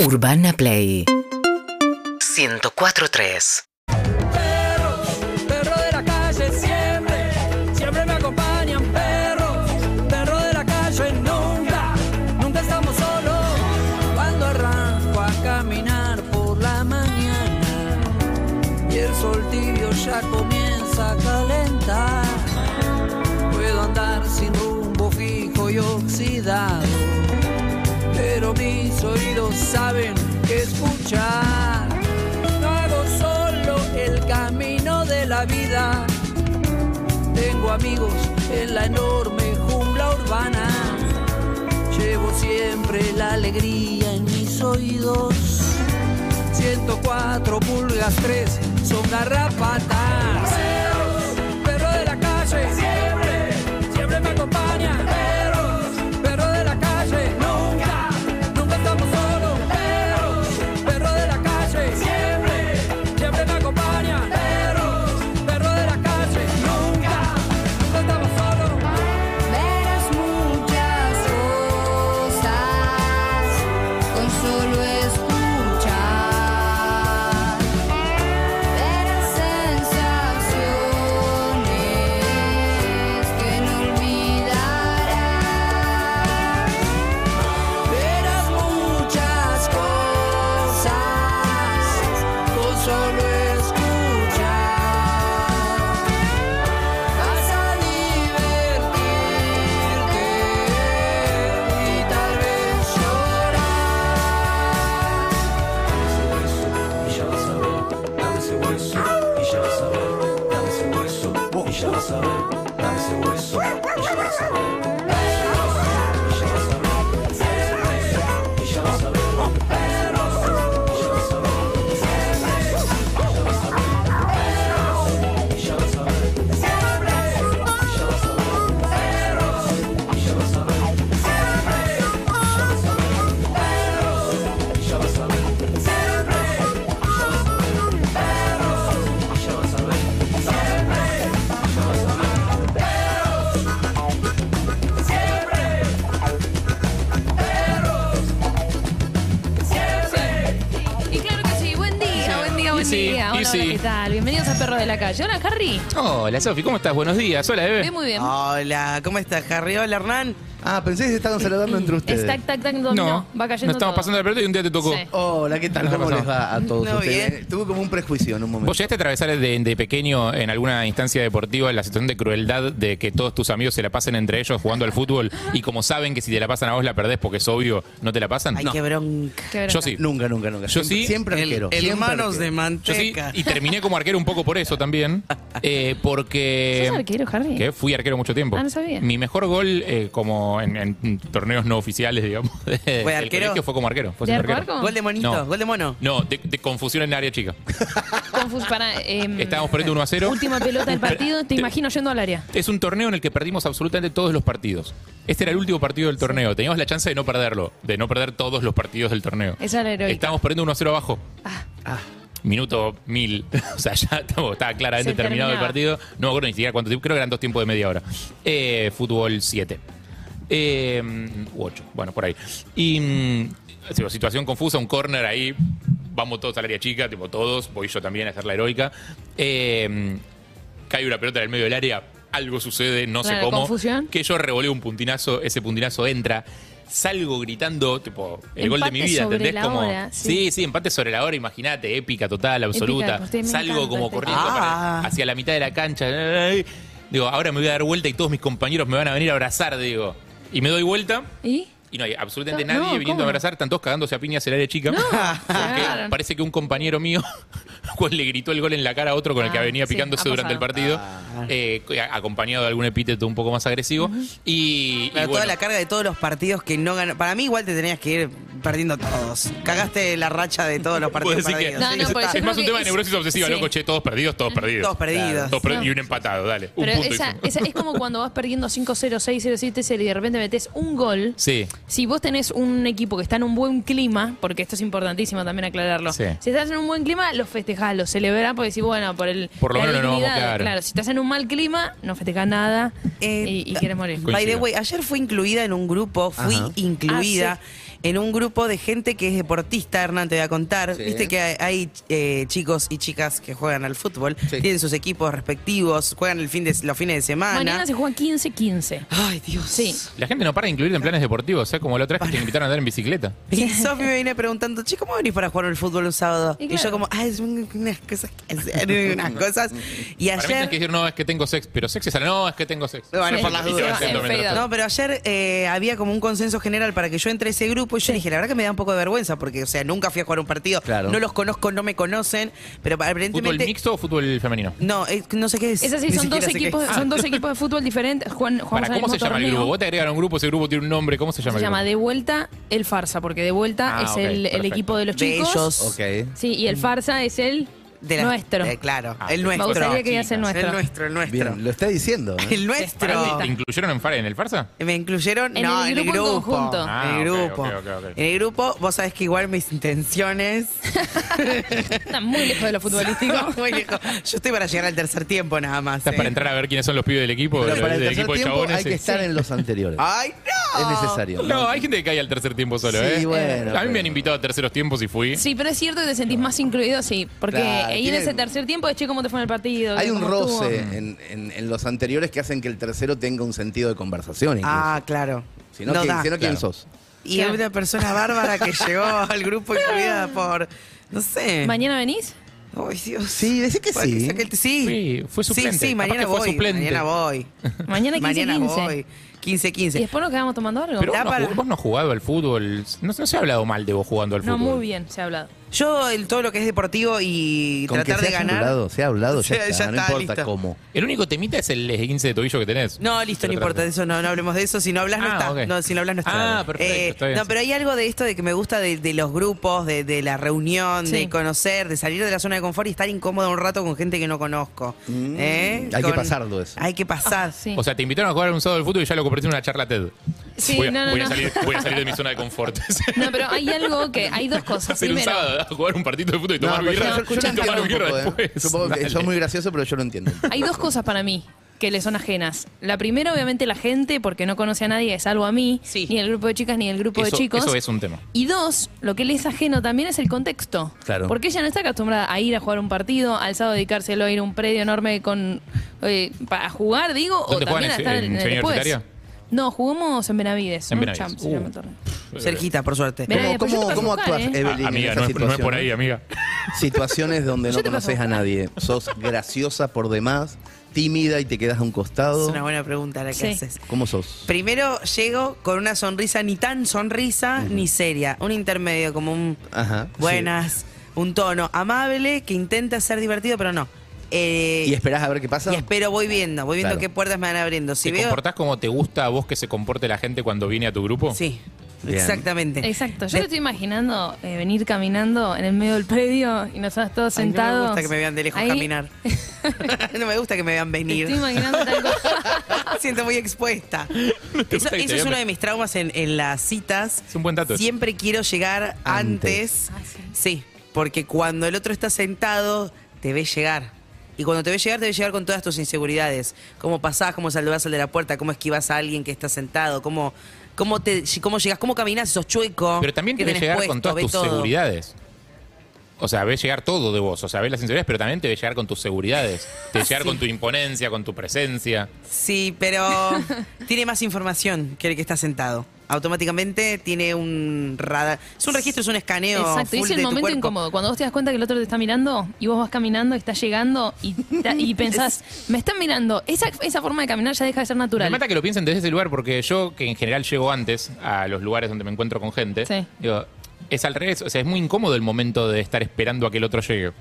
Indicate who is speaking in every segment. Speaker 1: Urbana Play 104.3
Speaker 2: perros, perros de la calle siempre, siempre me acompañan perros, perros de la calle nunca, nunca estamos solos. Cuando arranco a caminar por la mañana y el sol tibio ya comienza a calentar, puedo andar sin rumbo fijo y oxidado, pero mis oídos saben que escuchar. No hago solo el camino de la vida. Tengo amigos en la enorme jungla urbana. Llevo siempre la alegría en mis oídos. 104 pulgas 3 son garrapatas. Perros, perros de la calle. Siempre, siempre me acompañan. Perros, perros de la calle. Nunca, nunca estamos solos. Perros, perros de la calle. Siempre, siempre me acompañan. Perros, perros de la calle. Nunca, nunca estamos solos.
Speaker 3: Verás muchas cosas con solo escuchar. Verás sensaciones que no olvidarás.
Speaker 2: Verás muchas cosas con solo escuchar. Vas a divertirte y tal vez llorar.
Speaker 4: y ya vas a ver, dame ese hueso, y ya vas a ver, dame ese hueso, y ya vas a ver, dame ese hueso, y ya vas a ver. dame ese hueso, y ya vas a ver, dame ese hueso, y ya vas a ver, dame ese hueso, y ya vas a ver, dame ese hueso, y ya vas a ver, dame ese hueso, y ya vas a ver, dame ese hueso, y ya vas a ver, dame ese hueso, y ya vas a ver, dame ese hueso, y ya vas a ver.
Speaker 5: Y claro que sí, buen día, buen día, buen
Speaker 6: Easy,
Speaker 5: día. Hola,
Speaker 6: easy.
Speaker 5: hola, ¿qué tal? Bienvenidos a Perro de la Calle. Hola, Harry.
Speaker 6: Hola Sofi, ¿cómo estás? Buenos días, hola
Speaker 5: Ve
Speaker 6: bebé.
Speaker 5: muy bien.
Speaker 7: Hola, ¿cómo estás, Harry? Hola, Hernán.
Speaker 8: Ah, pensé que se estaban saludando entre ustedes.
Speaker 5: Es tac, tac, tac, dominó.
Speaker 6: No,
Speaker 5: va cayendo
Speaker 6: nos estamos
Speaker 5: todo.
Speaker 6: pasando la pelota y un día te tocó.
Speaker 5: Sí.
Speaker 8: Hola, ¿qué tal?
Speaker 6: Nos
Speaker 8: ¿Cómo
Speaker 6: pasamos.
Speaker 8: les va a todos
Speaker 7: No,
Speaker 8: ustedes?
Speaker 7: bien.
Speaker 8: Tuve como un prejuicio en un momento.
Speaker 6: ¿Vos llegaste a atravesar de, de pequeño en alguna instancia deportiva la situación de crueldad de que todos tus amigos se la pasen entre ellos jugando al fútbol y como saben que si te la pasan a vos la perdés porque es obvio, no te la pasan?
Speaker 7: Ay,
Speaker 6: No.
Speaker 7: qué bronca.
Speaker 5: Qué bronca.
Speaker 6: Yo sí.
Speaker 8: Nunca, nunca, nunca.
Speaker 6: Yo
Speaker 8: siempre,
Speaker 6: sí.
Speaker 8: Siempre arquero.
Speaker 7: El-
Speaker 8: siempre
Speaker 7: Hermanos
Speaker 8: arquero.
Speaker 7: de
Speaker 6: Yo sí,
Speaker 7: manteca.
Speaker 6: y terminé como arquero un poco por eso también. eh, porque.
Speaker 5: ¿Sos arquero, Harry?
Speaker 6: Que fui arquero mucho tiempo.
Speaker 5: Ah, no sabía.
Speaker 6: Mi mejor gol, eh, como en, en torneos no oficiales, digamos, de- del
Speaker 7: arquero?
Speaker 6: colegio fue como arquero. Fue
Speaker 5: ¿De
Speaker 6: siendo
Speaker 5: arco a
Speaker 6: arquero.
Speaker 5: arco?
Speaker 7: Gol de monito,
Speaker 6: No.
Speaker 7: gol de mono.
Speaker 6: No, de, de confusión en área chica.
Speaker 5: Mm. Confus para. em,
Speaker 6: Estábamos perdiendo 1 a 0.
Speaker 5: Última pelota del partido, te
Speaker 6: Te-
Speaker 5: imagino yendo al área.
Speaker 6: Es un torneo en el que perdimos absolutamente todos los partidos. Este era el último partido del torneo. Teníamos la chance de no perderlo, de no perder todos los partidos del torneo.
Speaker 5: Esa era heroica. Ah.
Speaker 6: Estábamos perdiendo 1-0 abajo. Minuto mil. O sea, ya estaba, estaba claramente
Speaker 5: Se
Speaker 6: terminado el
Speaker 5: terminaba.
Speaker 6: partido. No me acuerdo ni siquiera cuánto tiempo. Creo que eran dos tiempos de media hora. Eh, fútbol 7. Eh, u 8. Bueno, por ahí. Y mm, sí, situación confusa, un corner ahí. Vamos todos al área chica, tipo todos. Voy yo también a hacer la heroica. Eh, cae una pelota en el medio del área, algo sucede, no sé
Speaker 5: Claro,
Speaker 6: cómo.
Speaker 5: confusión.
Speaker 6: Que yo revoleo un puntinazo, ese puntinazo entra, salgo gritando, tipo, el gol de mi
Speaker 5: Empate
Speaker 6: vida,
Speaker 5: sobre
Speaker 6: ¿entendés?
Speaker 5: la
Speaker 6: Como,
Speaker 5: hora, sí.
Speaker 6: sí, sí, empate sobre la hora, imagínate, épica total,
Speaker 5: Épica,
Speaker 6: absoluta.
Speaker 5: pues, sí, me
Speaker 6: salgo
Speaker 5: encanta
Speaker 6: como
Speaker 5: este
Speaker 6: corriendo
Speaker 7: tema.
Speaker 6: para-
Speaker 7: Ah.
Speaker 6: hacia la mitad de la cancha. Digo, ahora me voy a dar vuelta y todos mis compañeros me van a venir a abrazar, digo. Y me doy vuelta.
Speaker 5: ¿Y?
Speaker 6: Y no hay absolutamente
Speaker 5: No,
Speaker 6: nadie
Speaker 5: ¿cómo?
Speaker 6: viniendo a abrazar, están todos cagándose a piñas en el área chica. Porque
Speaker 5: claro.
Speaker 6: parece que un compañero mío cual le gritó el gol en la cara a otro con el que
Speaker 5: Ah,
Speaker 6: venía
Speaker 5: sí,
Speaker 6: picándose
Speaker 5: ha
Speaker 6: durante el
Speaker 5: pasado.
Speaker 6: partido,
Speaker 7: Ah.
Speaker 6: eh, a- acompañado de algún epíteto un poco más agresivo. Y, y
Speaker 7: Pero toda
Speaker 6: bueno,
Speaker 7: la carga de todos los partidos que no ganó. Para mí, igual te tenías que ir perdiendo todos. Cagaste la racha de todos los
Speaker 6: puedo
Speaker 7: partidos
Speaker 6: decir que-
Speaker 7: perdidos.
Speaker 5: No,
Speaker 7: Sí,
Speaker 5: no,
Speaker 7: ya
Speaker 5: porque
Speaker 7: está.
Speaker 5: yo
Speaker 6: es
Speaker 5: creo
Speaker 6: más un
Speaker 5: que
Speaker 6: tema de
Speaker 5: es-
Speaker 6: neurosis obsesiva,
Speaker 5: sí.
Speaker 6: loco, che, todos perdidos, todos perdidos.
Speaker 7: Todos perdidos.
Speaker 6: Todos per-
Speaker 5: No.
Speaker 6: Y un empatado, dale. Un
Speaker 5: Pero
Speaker 6: punto.
Speaker 5: esa,
Speaker 6: hicimos.
Speaker 5: esa es como cuando vas perdiendo 5-0, 6-0, 7-0 y de repente metes un gol.
Speaker 6: Sí.
Speaker 5: Si vos tenés un equipo que está en un buen clima, porque esto es importantísimo también aclararlo.
Speaker 6: Sí.
Speaker 5: Si estás en un buen clima, lo festejás, lo celebrás, porque si bueno, por el.
Speaker 6: Por lo
Speaker 5: la
Speaker 6: menos no
Speaker 5: dignidad,
Speaker 6: vamos a quedar.
Speaker 5: Claro, si estás en un mal clima, no festejás nada
Speaker 7: Eh,
Speaker 5: y, y
Speaker 7: da-
Speaker 5: querés morir.
Speaker 6: Coincido.
Speaker 7: By the way, ayer fui incluida en un grupo, fui
Speaker 8: Ajá.
Speaker 5: Ah,
Speaker 7: incluida en un grupo de gente que es deportista, Hernán te voy a contar.
Speaker 1: Sí.
Speaker 7: Viste que hay, hay, eh, chicos y chicas que juegan al fútbol,
Speaker 1: Sí.
Speaker 7: tienen sus equipos respectivos, juegan el fin de, los fines de semana.
Speaker 5: Mañana se juega 15-15.
Speaker 7: Ay, Dios.
Speaker 5: Sí.
Speaker 6: La gente no para
Speaker 5: Ah.
Speaker 6: de incluir en planes deportivos, o sea, como la otra vez que te invitaron a andar en bicicleta.
Speaker 7: Y Sofi me viene preguntando, che, ¿cómo venís para jugar al fútbol un sábado?
Speaker 5: Y
Speaker 7: Y,
Speaker 5: claro.
Speaker 7: yo como, ah, es un- unas cosas que hacer, y unas cosas. Y
Speaker 6: Para mí tienes
Speaker 7: ayer...
Speaker 6: que decir, no, es que tengo sex, pero sex es a la- no, es que tengo sex.
Speaker 7: Bueno,
Speaker 5: Sí,
Speaker 7: por las
Speaker 5: y se
Speaker 7: dudas.
Speaker 5: va
Speaker 6: haciendo
Speaker 5: en
Speaker 6: mientras
Speaker 5: pedo.
Speaker 6: tanto.
Speaker 7: No, pero ayer eh, había como un consenso general para que yo entre a ese grupo y yo dije, la verdad que me da un poco de vergüenza porque, o sea, nunca fui a jugar un partido.
Speaker 8: Claro.
Speaker 7: No los conozco, no me conocen, pero
Speaker 6: ¿Fútbol
Speaker 7: aparentemente...
Speaker 6: mixto o fútbol femenino?
Speaker 7: No, eh, no sé qué es.
Speaker 5: Es así,
Speaker 7: ni
Speaker 5: son dos,
Speaker 7: siquiera sé qué
Speaker 5: equipos,
Speaker 7: es.
Speaker 5: son dos equipos de fútbol diferentes. Juan, jugamos
Speaker 6: Para,
Speaker 5: al
Speaker 6: ¿Cómo se
Speaker 5: mismo
Speaker 6: llama el
Speaker 5: torneo.
Speaker 6: grupo? Vos te agregan a un grupo, ese grupo tiene un nombre, ¿cómo se
Speaker 5: Se
Speaker 6: llama? el
Speaker 5: llama
Speaker 6: grupo?
Speaker 5: De Vuelta el Farsa, porque De Vuelta
Speaker 6: Ah,
Speaker 5: es
Speaker 6: ok,
Speaker 5: el, el
Speaker 6: perfecto.
Speaker 5: equipo de los
Speaker 7: De
Speaker 5: chicos.
Speaker 7: ellos.
Speaker 8: Ok.
Speaker 5: Sí, y el Farsa es el
Speaker 7: De la-
Speaker 5: nuestro.
Speaker 7: eh, claro,
Speaker 6: Ah,
Speaker 7: el
Speaker 6: me
Speaker 5: Me
Speaker 7: nuestro.
Speaker 5: gustaría que digas el nuestro.
Speaker 7: El nuestro, el nuestro.
Speaker 8: Bien, lo está diciendo. ¿eh?
Speaker 7: El
Speaker 6: Pará,
Speaker 7: nuestro.
Speaker 6: ¿Te incluyeron en, Far- en el Farsa?
Speaker 7: Me incluyeron
Speaker 5: En
Speaker 7: no,
Speaker 5: el
Speaker 7: en el
Speaker 5: grupo en
Speaker 7: grupo.
Speaker 5: conjunto.
Speaker 6: Ah,
Speaker 7: en el
Speaker 6: ok,
Speaker 7: grupo.
Speaker 6: ok, ok, ok.
Speaker 7: En el grupo, vos sabés que igual mis intenciones.
Speaker 5: Está muy lejos de lo futbolístico.
Speaker 7: Muy lejos. Yo estoy para llegar al tercer tiempo nada más.
Speaker 6: Estás
Speaker 7: eh.
Speaker 6: para entrar a ver quiénes son los pibes del equipo,
Speaker 8: Pero
Speaker 6: del,
Speaker 8: para el
Speaker 6: del
Speaker 8: tercer
Speaker 6: equipo de
Speaker 8: tiempo
Speaker 6: chabones.
Speaker 8: hay que
Speaker 6: sí.
Speaker 8: estar en los anteriores.
Speaker 7: ¡Ay, no!
Speaker 8: Es necesario.
Speaker 6: No, hay gente que cae al tercer tiempo solo,
Speaker 8: Sí,
Speaker 6: ¿eh?
Speaker 8: bueno,
Speaker 6: a mí me
Speaker 8: pero-
Speaker 6: han invitado a terceros tiempos y fui.
Speaker 5: Sí, pero es cierto que te sentís más incluido, sí. Porque
Speaker 8: Claro,
Speaker 5: ahí
Speaker 8: tiene-
Speaker 5: en ese tercer tiempo es che, cómo te fue en el partido.
Speaker 8: Hay
Speaker 5: ¿Cómo
Speaker 8: un
Speaker 5: estuvo?
Speaker 8: roce en, en- en los anteriores que hacen que el tercero tenga un sentido de conversación. incluso.
Speaker 7: Ah, claro.
Speaker 8: si no,
Speaker 7: No
Speaker 8: ¿quién,
Speaker 7: da.
Speaker 8: si no, ¿quién sos?
Speaker 7: Y hay una persona bárbara que llegó al grupo incluida por. No sé.
Speaker 5: ¿Mañana venís?
Speaker 7: Eh. Ay, Dios.
Speaker 8: Sí, decí que
Speaker 7: Puede
Speaker 8: sí.
Speaker 7: sea que él- sí.
Speaker 6: Fui- fue suplente.
Speaker 7: Sí, sí,
Speaker 6: Capaz
Speaker 7: mañana
Speaker 6: que fue
Speaker 7: voy.
Speaker 6: suplente.
Speaker 7: Mañana voy.
Speaker 5: Mañana 15-15.
Speaker 7: Mañana voy. 15,
Speaker 5: Y
Speaker 7: 15.
Speaker 5: después nos quedamos tomando algo.
Speaker 6: Pero vos
Speaker 7: Da
Speaker 6: no,
Speaker 7: para-
Speaker 6: jug- vos no has jugado al fútbol. No, no se ha hablado mal de vos jugando al
Speaker 5: no,
Speaker 6: fútbol.
Speaker 5: muy bien, se ha hablado.
Speaker 7: Yo, el, todo lo que es deportivo y
Speaker 8: Con
Speaker 7: tratar
Speaker 8: que
Speaker 7: de
Speaker 8: se haya
Speaker 7: ganar.
Speaker 8: hablado, se ha hablado, ya,
Speaker 7: Sí,
Speaker 8: está,
Speaker 7: ya
Speaker 8: no
Speaker 7: está,
Speaker 8: importa
Speaker 7: listo.
Speaker 8: cómo.
Speaker 6: El único temita es el esguince de tobillo que tenés.
Speaker 7: No, listo, no
Speaker 6: Pero
Speaker 7: importa, de eso no, no hablemos de eso. Si no hablas, no
Speaker 6: Ah,
Speaker 7: está.
Speaker 6: ok.
Speaker 7: No, si no hablas, no está.
Speaker 6: Ah, perfecto, está bien.
Speaker 7: Eh, No, pero hay algo de esto de que me gusta de, de los grupos, de, de la reunión,
Speaker 5: Sí.
Speaker 7: de conocer, de salir de la zona de confort y estar incómodo un rato con gente que no conozco. ¿Eh?
Speaker 8: Hay que
Speaker 7: Con-
Speaker 8: pasarlo eso.
Speaker 7: Hay que pasar.
Speaker 5: Sí.
Speaker 6: O sea, te invitaron a jugar un sábado al fútbol y ya lo convertiste en una charla TED.
Speaker 5: Sí,
Speaker 6: voy, a,
Speaker 5: no, no,
Speaker 6: voy a
Speaker 5: no.
Speaker 6: salir, voy a salir de mi zona de confort.
Speaker 5: no, pero hay algo que. Hay dos cosas.
Speaker 6: Hacer un
Speaker 5: Primero,
Speaker 6: sábado a jugar un partido de fútbol y tomar
Speaker 8: No, pero yo-
Speaker 6: birra.
Speaker 8: yo- yo
Speaker 6: y
Speaker 8: lo
Speaker 6: tomar
Speaker 8: entiendo un
Speaker 6: birra
Speaker 8: poco, ¿eh?
Speaker 6: después.
Speaker 8: Supongo que
Speaker 6: Dale.
Speaker 8: sos muy gracioso, pero yo lo entiendo.
Speaker 5: hay dos cosas para mí que le son ajenas. La primera, obviamente, la gente, porque no conoce a nadie, salvo a mí,
Speaker 7: Sí.
Speaker 5: ni el grupo de chicas, ni el grupo de
Speaker 6: Eso-
Speaker 5: chicos.
Speaker 6: eso es un tema.
Speaker 5: Y dos, lo que le es ajeno también es el contexto.
Speaker 8: Claro.
Speaker 5: Porque ella no está acostumbrada a ir a jugar un partido, al sábado dedicárselo a ir a un predio enorme con eh, para jugar, digo, o
Speaker 6: ¿Dónde
Speaker 5: también
Speaker 6: juegan?
Speaker 5: a
Speaker 6: ¿En-
Speaker 5: estar
Speaker 6: en
Speaker 5: en, el
Speaker 6: Ciudad
Speaker 5: después.
Speaker 6: Universitaria?
Speaker 5: No, jugamos en Benavides.
Speaker 6: En
Speaker 5: ¿no?
Speaker 6: Benavides.
Speaker 5: Cham- se llama
Speaker 6: Uh.
Speaker 5: el torneo.
Speaker 7: Cerquita, por suerte.
Speaker 5: Mirá,
Speaker 8: Eh, ¿Cómo,
Speaker 5: después yo te
Speaker 8: cómo,
Speaker 5: paso
Speaker 8: cómo
Speaker 5: a buscar,
Speaker 8: actúas,
Speaker 5: eh.
Speaker 8: Evelyn,
Speaker 6: Ah, amiga,
Speaker 8: en
Speaker 6: no es,
Speaker 8: esas
Speaker 6: no es por
Speaker 8: situaciones?
Speaker 6: ahí, amiga.
Speaker 8: Situaciones donde
Speaker 5: Yo
Speaker 8: no
Speaker 5: te paso
Speaker 8: conoces a
Speaker 5: buscar.
Speaker 8: nadie. Sos graciosa por demás, tímida y te quedas a un
Speaker 7: Es
Speaker 8: costado.
Speaker 7: una buena pregunta la que
Speaker 5: Sí.
Speaker 7: haces.
Speaker 8: ¿Cómo sos?
Speaker 7: Primero llego con una sonrisa ni tan sonrisa ni seria. Un intermedio, como un
Speaker 8: Ajá, sí.
Speaker 7: buenas, un tono amable que intenta ser divertido, pero no. Eh,
Speaker 8: ¿Y esperás a ver qué pasa?
Speaker 7: Y espero, voy viendo, voy viendo
Speaker 8: Claro.
Speaker 7: qué puertas me van abriendo. Si
Speaker 6: ¿Te
Speaker 7: veo.
Speaker 6: comportás como te gusta a vos que se comporte la gente cuando viene a tu grupo?
Speaker 7: Sí,
Speaker 8: Bien.
Speaker 7: exactamente.
Speaker 5: Exacto, yo te estoy imaginando eh, venir caminando en el medio del predio y nosotros todos
Speaker 7: Ay,
Speaker 5: sentados.
Speaker 7: No me gusta que me vean de lejos
Speaker 5: ahí.
Speaker 7: caminar. no me gusta que me vean
Speaker 5: Te
Speaker 7: venir.
Speaker 5: estoy imaginando tal cosa.
Speaker 7: Me siento muy expuesta.
Speaker 6: te
Speaker 7: Eso,
Speaker 6: gusta que
Speaker 7: eso
Speaker 6: te
Speaker 7: es
Speaker 6: vean
Speaker 7: uno de
Speaker 6: ven-
Speaker 7: mis traumas en, en las citas.
Speaker 6: Es un buen dato.
Speaker 7: Siempre quiero llegar antes.
Speaker 8: Antes.
Speaker 5: Ah,
Speaker 7: sí. porque cuando el otro está sentado, te ve llegar. Y cuando te ve llegar, te ve llegar con todas tus inseguridades. Cómo pasás, cómo saludás al de la puerta, cómo esquivas a alguien que está sentado, cómo, cómo, te, cómo llegás, cómo caminás, sos chueco.
Speaker 6: Pero también
Speaker 7: ¿Qué
Speaker 6: te ves
Speaker 7: tenés
Speaker 6: llegar
Speaker 7: puesto?
Speaker 6: con todas
Speaker 7: Ve
Speaker 6: tus
Speaker 7: todo.
Speaker 6: seguridades. O sea, ves llegar todo de vos. O sea, ves las inseguridades, pero también te ves llegar con tus seguridades. Te
Speaker 7: Ah,
Speaker 6: ves llegar con tu imponencia, con tu presencia.
Speaker 7: Sí, pero tiene más información que el que está sentado. Automáticamente tiene un radar. Es un registro, es un escaneo.
Speaker 5: Exacto, y
Speaker 7: full
Speaker 5: es el
Speaker 7: de tu
Speaker 5: momento
Speaker 7: cuerpo.
Speaker 5: incómodo. Cuando vos te das cuenta que el otro te está mirando y vos vas caminando, estás llegando y, ta- y pensás, me están mirando. Esa, esa forma de caminar ya deja de ser
Speaker 6: Me
Speaker 5: natural.
Speaker 6: mata que lo piensen desde ese lugar, porque yo, que en general llego antes a los lugares donde me encuentro con gente,
Speaker 5: Sí.
Speaker 6: digo, es al revés. O sea, es muy incómodo el momento de estar esperando a que el otro llegue.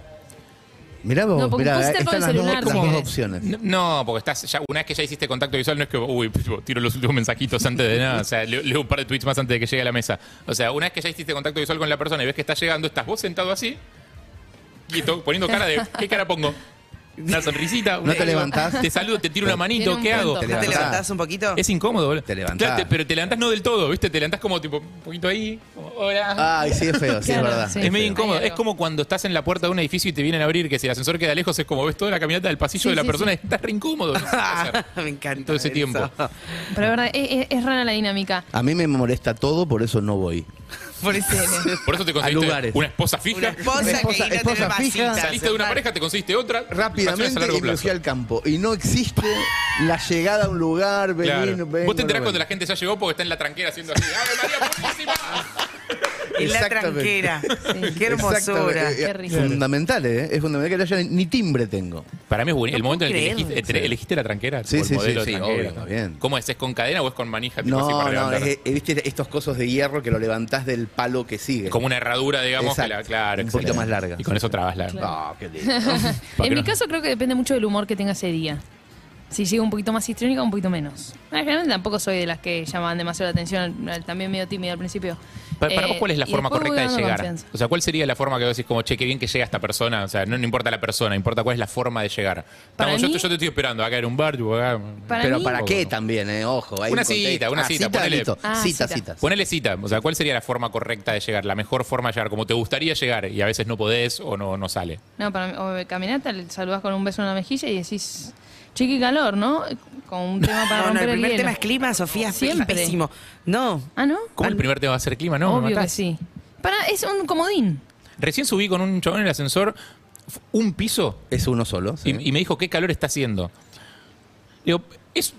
Speaker 8: Mirá vos,
Speaker 5: No, porque
Speaker 8: mirá,
Speaker 5: vos te
Speaker 8: están
Speaker 5: pones
Speaker 8: las dos,
Speaker 5: celular,
Speaker 8: las
Speaker 5: si
Speaker 8: dos
Speaker 5: querés.
Speaker 8: opciones.
Speaker 6: No, No, porque estás ya, una vez que ya hiciste contacto visual, no es que, uy, tipo, tiro los últimos mensajitos antes de nada. O sea, leo, leo un par de tweets más antes de que llegue a la mesa. O sea, una vez que ya hiciste contacto visual con la persona y ves que está llegando, estás vos sentado así, quieto, poniendo cara de, ¿qué cara pongo? una sonrisita.
Speaker 8: No
Speaker 6: una-
Speaker 8: te levantás.
Speaker 6: Te saludo, te tiro una
Speaker 5: Tiene
Speaker 6: manito,
Speaker 5: un
Speaker 6: ¿qué hago?
Speaker 5: punto.
Speaker 8: Te
Speaker 7: ¿No te
Speaker 8: levantás.
Speaker 7: levantás un poquito?
Speaker 6: Es incómodo, boludo.
Speaker 8: Te levantás.
Speaker 6: Claro, te- pero te levantás no del todo, ¿viste? Te levantás como tipo un poquito ahí, como, hola.
Speaker 8: Ay, sí, es feo, sí,
Speaker 5: Claro,
Speaker 8: es verdad.
Speaker 5: sí.
Speaker 6: Es medio incómodo.
Speaker 5: Hay
Speaker 6: Es
Speaker 5: algo.
Speaker 6: como cuando estás en la puerta de un edificio y te vienen a abrir, que si el ascensor queda lejos, es como ves toda la caminata del pasillo
Speaker 5: Sí,
Speaker 6: de la
Speaker 5: sí,
Speaker 6: persona
Speaker 5: sí.
Speaker 6: y estás re incómodo. No sé qué hacer.
Speaker 7: Me encanta.
Speaker 6: Todo ese
Speaker 7: eso.
Speaker 6: tiempo.
Speaker 5: Pero es verdad, es, es- es rara la dinámica.
Speaker 8: A mí me molesta todo, por eso no voy.
Speaker 7: Por eso.
Speaker 6: Por eso te conseguiste
Speaker 8: lugares.
Speaker 6: una esposa fija.
Speaker 7: Una esposa,
Speaker 8: Esposa-
Speaker 7: que ir a
Speaker 8: esposa
Speaker 7: tener
Speaker 8: fija.
Speaker 7: vasita.
Speaker 6: Saliste de una pareja, te conseguiste otra. relaciones a
Speaker 8: Rápidamente
Speaker 6: largo
Speaker 8: y me
Speaker 6: plazo.
Speaker 8: fui al campo. Y no existe la llegada a un lugar, venir,
Speaker 6: Claro.
Speaker 8: vengo,
Speaker 6: Vos te enterás
Speaker 8: no
Speaker 6: cuando la
Speaker 8: vengo.
Speaker 6: gente ya llegó porque está en la tranquera haciendo así. ¡Ave María Purísima!
Speaker 7: En la
Speaker 8: Exactamente.
Speaker 7: tranquera. Qué
Speaker 8: Exactamente.
Speaker 7: hermosura.
Speaker 8: Eh, eh,
Speaker 5: Qué rico.
Speaker 8: Fundamental, ¿eh? Es fundamental que no haya ni timbre tengo.
Speaker 6: Para mí es bueno. el momento en el que
Speaker 7: puedo
Speaker 6: elegiste, eh, elegiste la tranquera. tipo,
Speaker 8: Sí,
Speaker 6: el
Speaker 8: sí,
Speaker 6: modelo
Speaker 8: sí,
Speaker 6: de
Speaker 8: sí,
Speaker 6: tranquera.
Speaker 8: obvio, bien.
Speaker 6: ¿Cómo es? ¿Es con cadena o es con manija? Tipo, así
Speaker 8: No,
Speaker 6: para
Speaker 8: no,
Speaker 6: levantar?
Speaker 8: es- eh, viste estos cosos de hierro que lo levantás del palo que sigue.
Speaker 6: Como una herradura, digamos. que la-
Speaker 8: Exacto.
Speaker 6: claro,
Speaker 8: Un poquito
Speaker 6: excelente.
Speaker 8: más larga.
Speaker 6: Y con eso trabas la.
Speaker 8: Ah, qué lindo.
Speaker 6: ¿Por qué
Speaker 5: En mi
Speaker 6: no?
Speaker 5: caso creo que depende mucho del humor que tenga ese día. Si llego un poquito más histriónica, un poquito menos. En general tampoco soy de las que llaman demasiado la atención, al- también medio tímida al principio.
Speaker 6: Para, para
Speaker 5: Eh,
Speaker 6: vos, ¿cuál es la
Speaker 5: y
Speaker 6: forma
Speaker 5: después voy
Speaker 6: correcta de
Speaker 5: ganando
Speaker 6: llegar?
Speaker 5: confianza.
Speaker 6: O sea, ¿cuál sería la forma que vos decís como, che, qué bien que llega esta persona? O sea, no, no importa la persona, importa cuál es la forma de llegar.
Speaker 5: Para
Speaker 6: Estamos- yo,
Speaker 5: mí-
Speaker 6: te- yo te estoy esperando, acá en un bar, tipo, acá.
Speaker 5: Para
Speaker 8: Pero
Speaker 5: mí-
Speaker 8: ¿para qué también, eh? Ojo. hay
Speaker 6: Una
Speaker 8: un contexto.
Speaker 6: cita, una
Speaker 8: Ah,
Speaker 6: cita, ponele.
Speaker 8: listo.
Speaker 5: Ah,
Speaker 8: cita,
Speaker 5: cita.
Speaker 8: citas.
Speaker 6: Ponele cita, o sea, ¿cuál sería la forma correcta de llegar? La mejor forma de llegar, como te gustaría llegar y a veces no podés o no, no sale.
Speaker 5: No, para mí, o caminata, le saludás con un beso en la mejilla y decís, che, qué calor, ¿no? Con un tema
Speaker 7: No,
Speaker 5: para
Speaker 7: no,
Speaker 5: romper
Speaker 7: el
Speaker 5: el,
Speaker 7: primer
Speaker 5: hielo.
Speaker 7: tema es clima, Sofía.
Speaker 5: Siempre.
Speaker 7: Pésimo. No.
Speaker 5: Ah, ¿no?
Speaker 6: ¿Cómo el primer tema va a ser clima? No, me
Speaker 5: Obvio que
Speaker 6: matás.
Speaker 5: sí. Para, es un comodín.
Speaker 6: Recién subí con un chabón en el ascensor f- un piso
Speaker 8: Es uno solo. sí.
Speaker 6: y, y me dijo, ¿qué calor está haciendo? Digo, es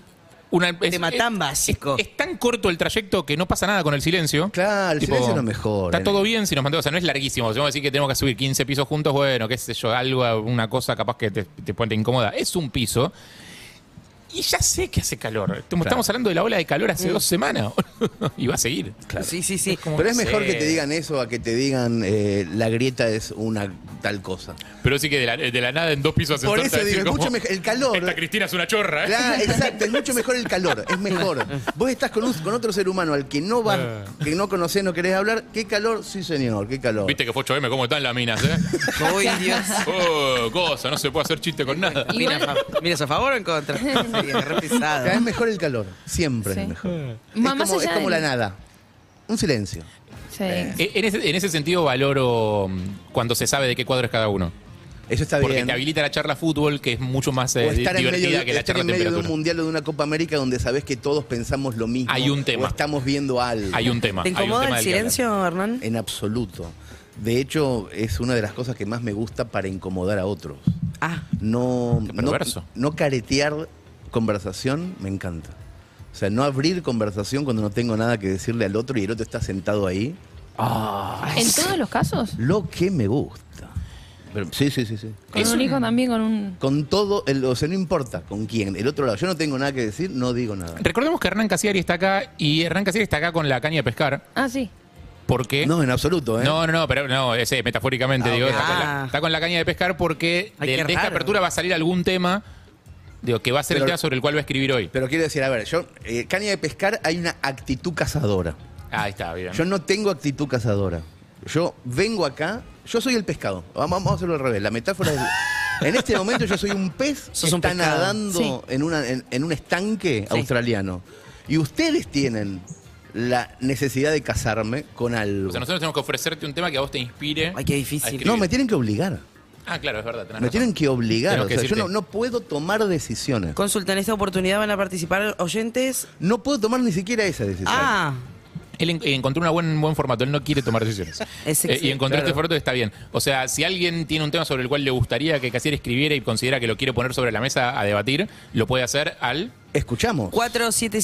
Speaker 6: una... es-
Speaker 7: Tema
Speaker 6: es-
Speaker 7: tan básico.
Speaker 6: Es tan corto el trayecto que no pasa nada con el silencio.
Speaker 8: Claro, el silencio es lo mejor,
Speaker 6: Está
Speaker 8: nene.
Speaker 6: todo bien si nos mandamos, o sea, no es larguísimo. Si vamos a decir que tenemos que subir 15 pisos juntos, bueno, qué sé yo, algo, una cosa capaz que te, te pone incómoda. Es un piso. Y ya sé que hace calor. Estamos
Speaker 8: Claro.
Speaker 6: hablando de la ola de calor hace dos semanas. y va a seguir.
Speaker 7: Mm. Sí, sí, sí.
Speaker 6: como-
Speaker 8: Pero es mejor
Speaker 6: Sí.
Speaker 8: que te digan eso a que te digan eh, la grieta es una tal cosa.
Speaker 6: Pero sí que de la, de la nada en dos pisos
Speaker 8: Por
Speaker 6: ascensor te va
Speaker 8: eso
Speaker 6: a decir
Speaker 8: digo, es
Speaker 6: como,
Speaker 8: mucho mejor- el calor.
Speaker 6: Esta Cristina es una chorra. ¿eh?".
Speaker 8: Claro, exacto, es mucho mejor el calor, es mejor. Vos estás con, un- con otro ser humano al que no vas, que no conocés, no querés hablar, qué calor, sí señor, qué calor.
Speaker 6: Viste que fue 8M, ¿cómo están las minas? Eh?
Speaker 7: Uy, Dios.
Speaker 6: oh, cosa, no se puede hacer chiste con nada.
Speaker 5: Igual,
Speaker 7: ¿Miras a favor o en contra? Sí, re pesado.
Speaker 8: Cada vez mejor el calor, siempre es
Speaker 5: Sí.
Speaker 8: mejor. Es
Speaker 5: Más- más
Speaker 8: como, es
Speaker 5: allá
Speaker 8: como
Speaker 5: del-
Speaker 8: la nada, un silencio.
Speaker 5: sí.
Speaker 6: Eh, En ese, en ese sentido valoro mm, cuando se sabe de qué cuadro es cada uno.
Speaker 8: Eso está
Speaker 6: Porque
Speaker 8: bien.
Speaker 6: te habilita la charla fútbol, que es mucho más eh,
Speaker 8: o estar en
Speaker 6: divertida
Speaker 8: medio, de,
Speaker 6: que la
Speaker 8: estar
Speaker 6: charla
Speaker 8: en medio de un
Speaker 6: temperatura.
Speaker 8: mundial o de una Copa América donde sabés que todos pensamos lo mismo.
Speaker 6: Hay un tema.
Speaker 8: O estamos viendo algo.
Speaker 6: Hay un tema.
Speaker 7: ¿Te
Speaker 6: hay un
Speaker 7: incomoda
Speaker 6: tema
Speaker 7: el
Speaker 6: del que hablar.
Speaker 7: silencio, Hernán?
Speaker 8: En absoluto. De hecho, es una de las cosas que más me gusta para incomodar a otros.
Speaker 7: Ah,
Speaker 8: No,
Speaker 6: Qué
Speaker 8: no,
Speaker 6: perverso.
Speaker 8: no caretear conversación me encanta. O sea, no abrir conversación cuando no tengo nada que decirle al otro y el otro está sentado ahí.
Speaker 6: Ah.
Speaker 5: ¿En todos los casos?
Speaker 8: Lo que me gusta. Pero- sí, sí, sí, sí.
Speaker 5: Con
Speaker 6: Es
Speaker 5: un
Speaker 6: un-
Speaker 5: hijo también, con un...
Speaker 8: Con todo, el, o sea, no importa con quién. El otro lado, yo no tengo nada que decir, no digo nada.
Speaker 6: Recordemos que Hernán Casiari está acá y Hernán Casiari está acá con la caña de pescar
Speaker 5: Ah, sí.
Speaker 6: porque...
Speaker 8: No, en absoluto, ¿eh?
Speaker 6: No, no, no, pero no, ese, metafóricamente
Speaker 8: Ah,
Speaker 6: digo,
Speaker 8: ok.
Speaker 6: está, con la,
Speaker 7: Ah.
Speaker 6: está con la caña de pescar porque
Speaker 7: Ay,
Speaker 6: de,
Speaker 7: qué
Speaker 6: de esta
Speaker 7: raro.
Speaker 6: apertura va a salir algún tema, digo, que va a ser el
Speaker 8: Pero-
Speaker 6: tema sobre el cual va a escribir hoy.
Speaker 8: Pero quiero decir, a ver, yo, eh, caña de pescar, hay una actitud cazadora.
Speaker 6: Ahí está, bien.
Speaker 8: Yo no tengo actitud cazadora. Yo vengo acá, yo soy el pescado. Vamos, vamos a hacerlo al revés. La metáfora es. En este momento yo soy un pez que
Speaker 7: Sos un
Speaker 8: está
Speaker 7: pescado.
Speaker 8: nadando en, una- en- en un estanque
Speaker 7: Sí.
Speaker 8: australiano. Y ustedes tienen la necesidad de casarme con algo.
Speaker 6: O sea, nosotros tenemos que ofrecerte un tema que a vos te inspire.
Speaker 7: Ay, qué
Speaker 6: a
Speaker 7: difícil.
Speaker 6: escribir.
Speaker 8: no, me tienen que obligar.
Speaker 6: Ah, claro, es verdad. tenés
Speaker 8: Me
Speaker 6: razón.
Speaker 8: tienen que obligar.
Speaker 6: Tenemos
Speaker 8: O
Speaker 6: que
Speaker 8: sea, yo no,
Speaker 6: decirte.
Speaker 8: no puedo tomar decisiones.
Speaker 7: Consulta, en esta oportunidad van a participar oyentes.
Speaker 8: No puedo tomar ni siquiera esa decisión.
Speaker 7: Ah,
Speaker 6: Él en- encontró un buen, buen formato, él no quiere tomar decisiones.
Speaker 7: Es
Speaker 6: Eh, y encontró
Speaker 7: claro.
Speaker 6: este formato que está bien. O sea, si alguien tiene un tema sobre el cual le gustaría que Casier escribiera y considera que lo quiere poner sobre la mesa a debatir, lo puede hacer al...
Speaker 8: Escuchamos.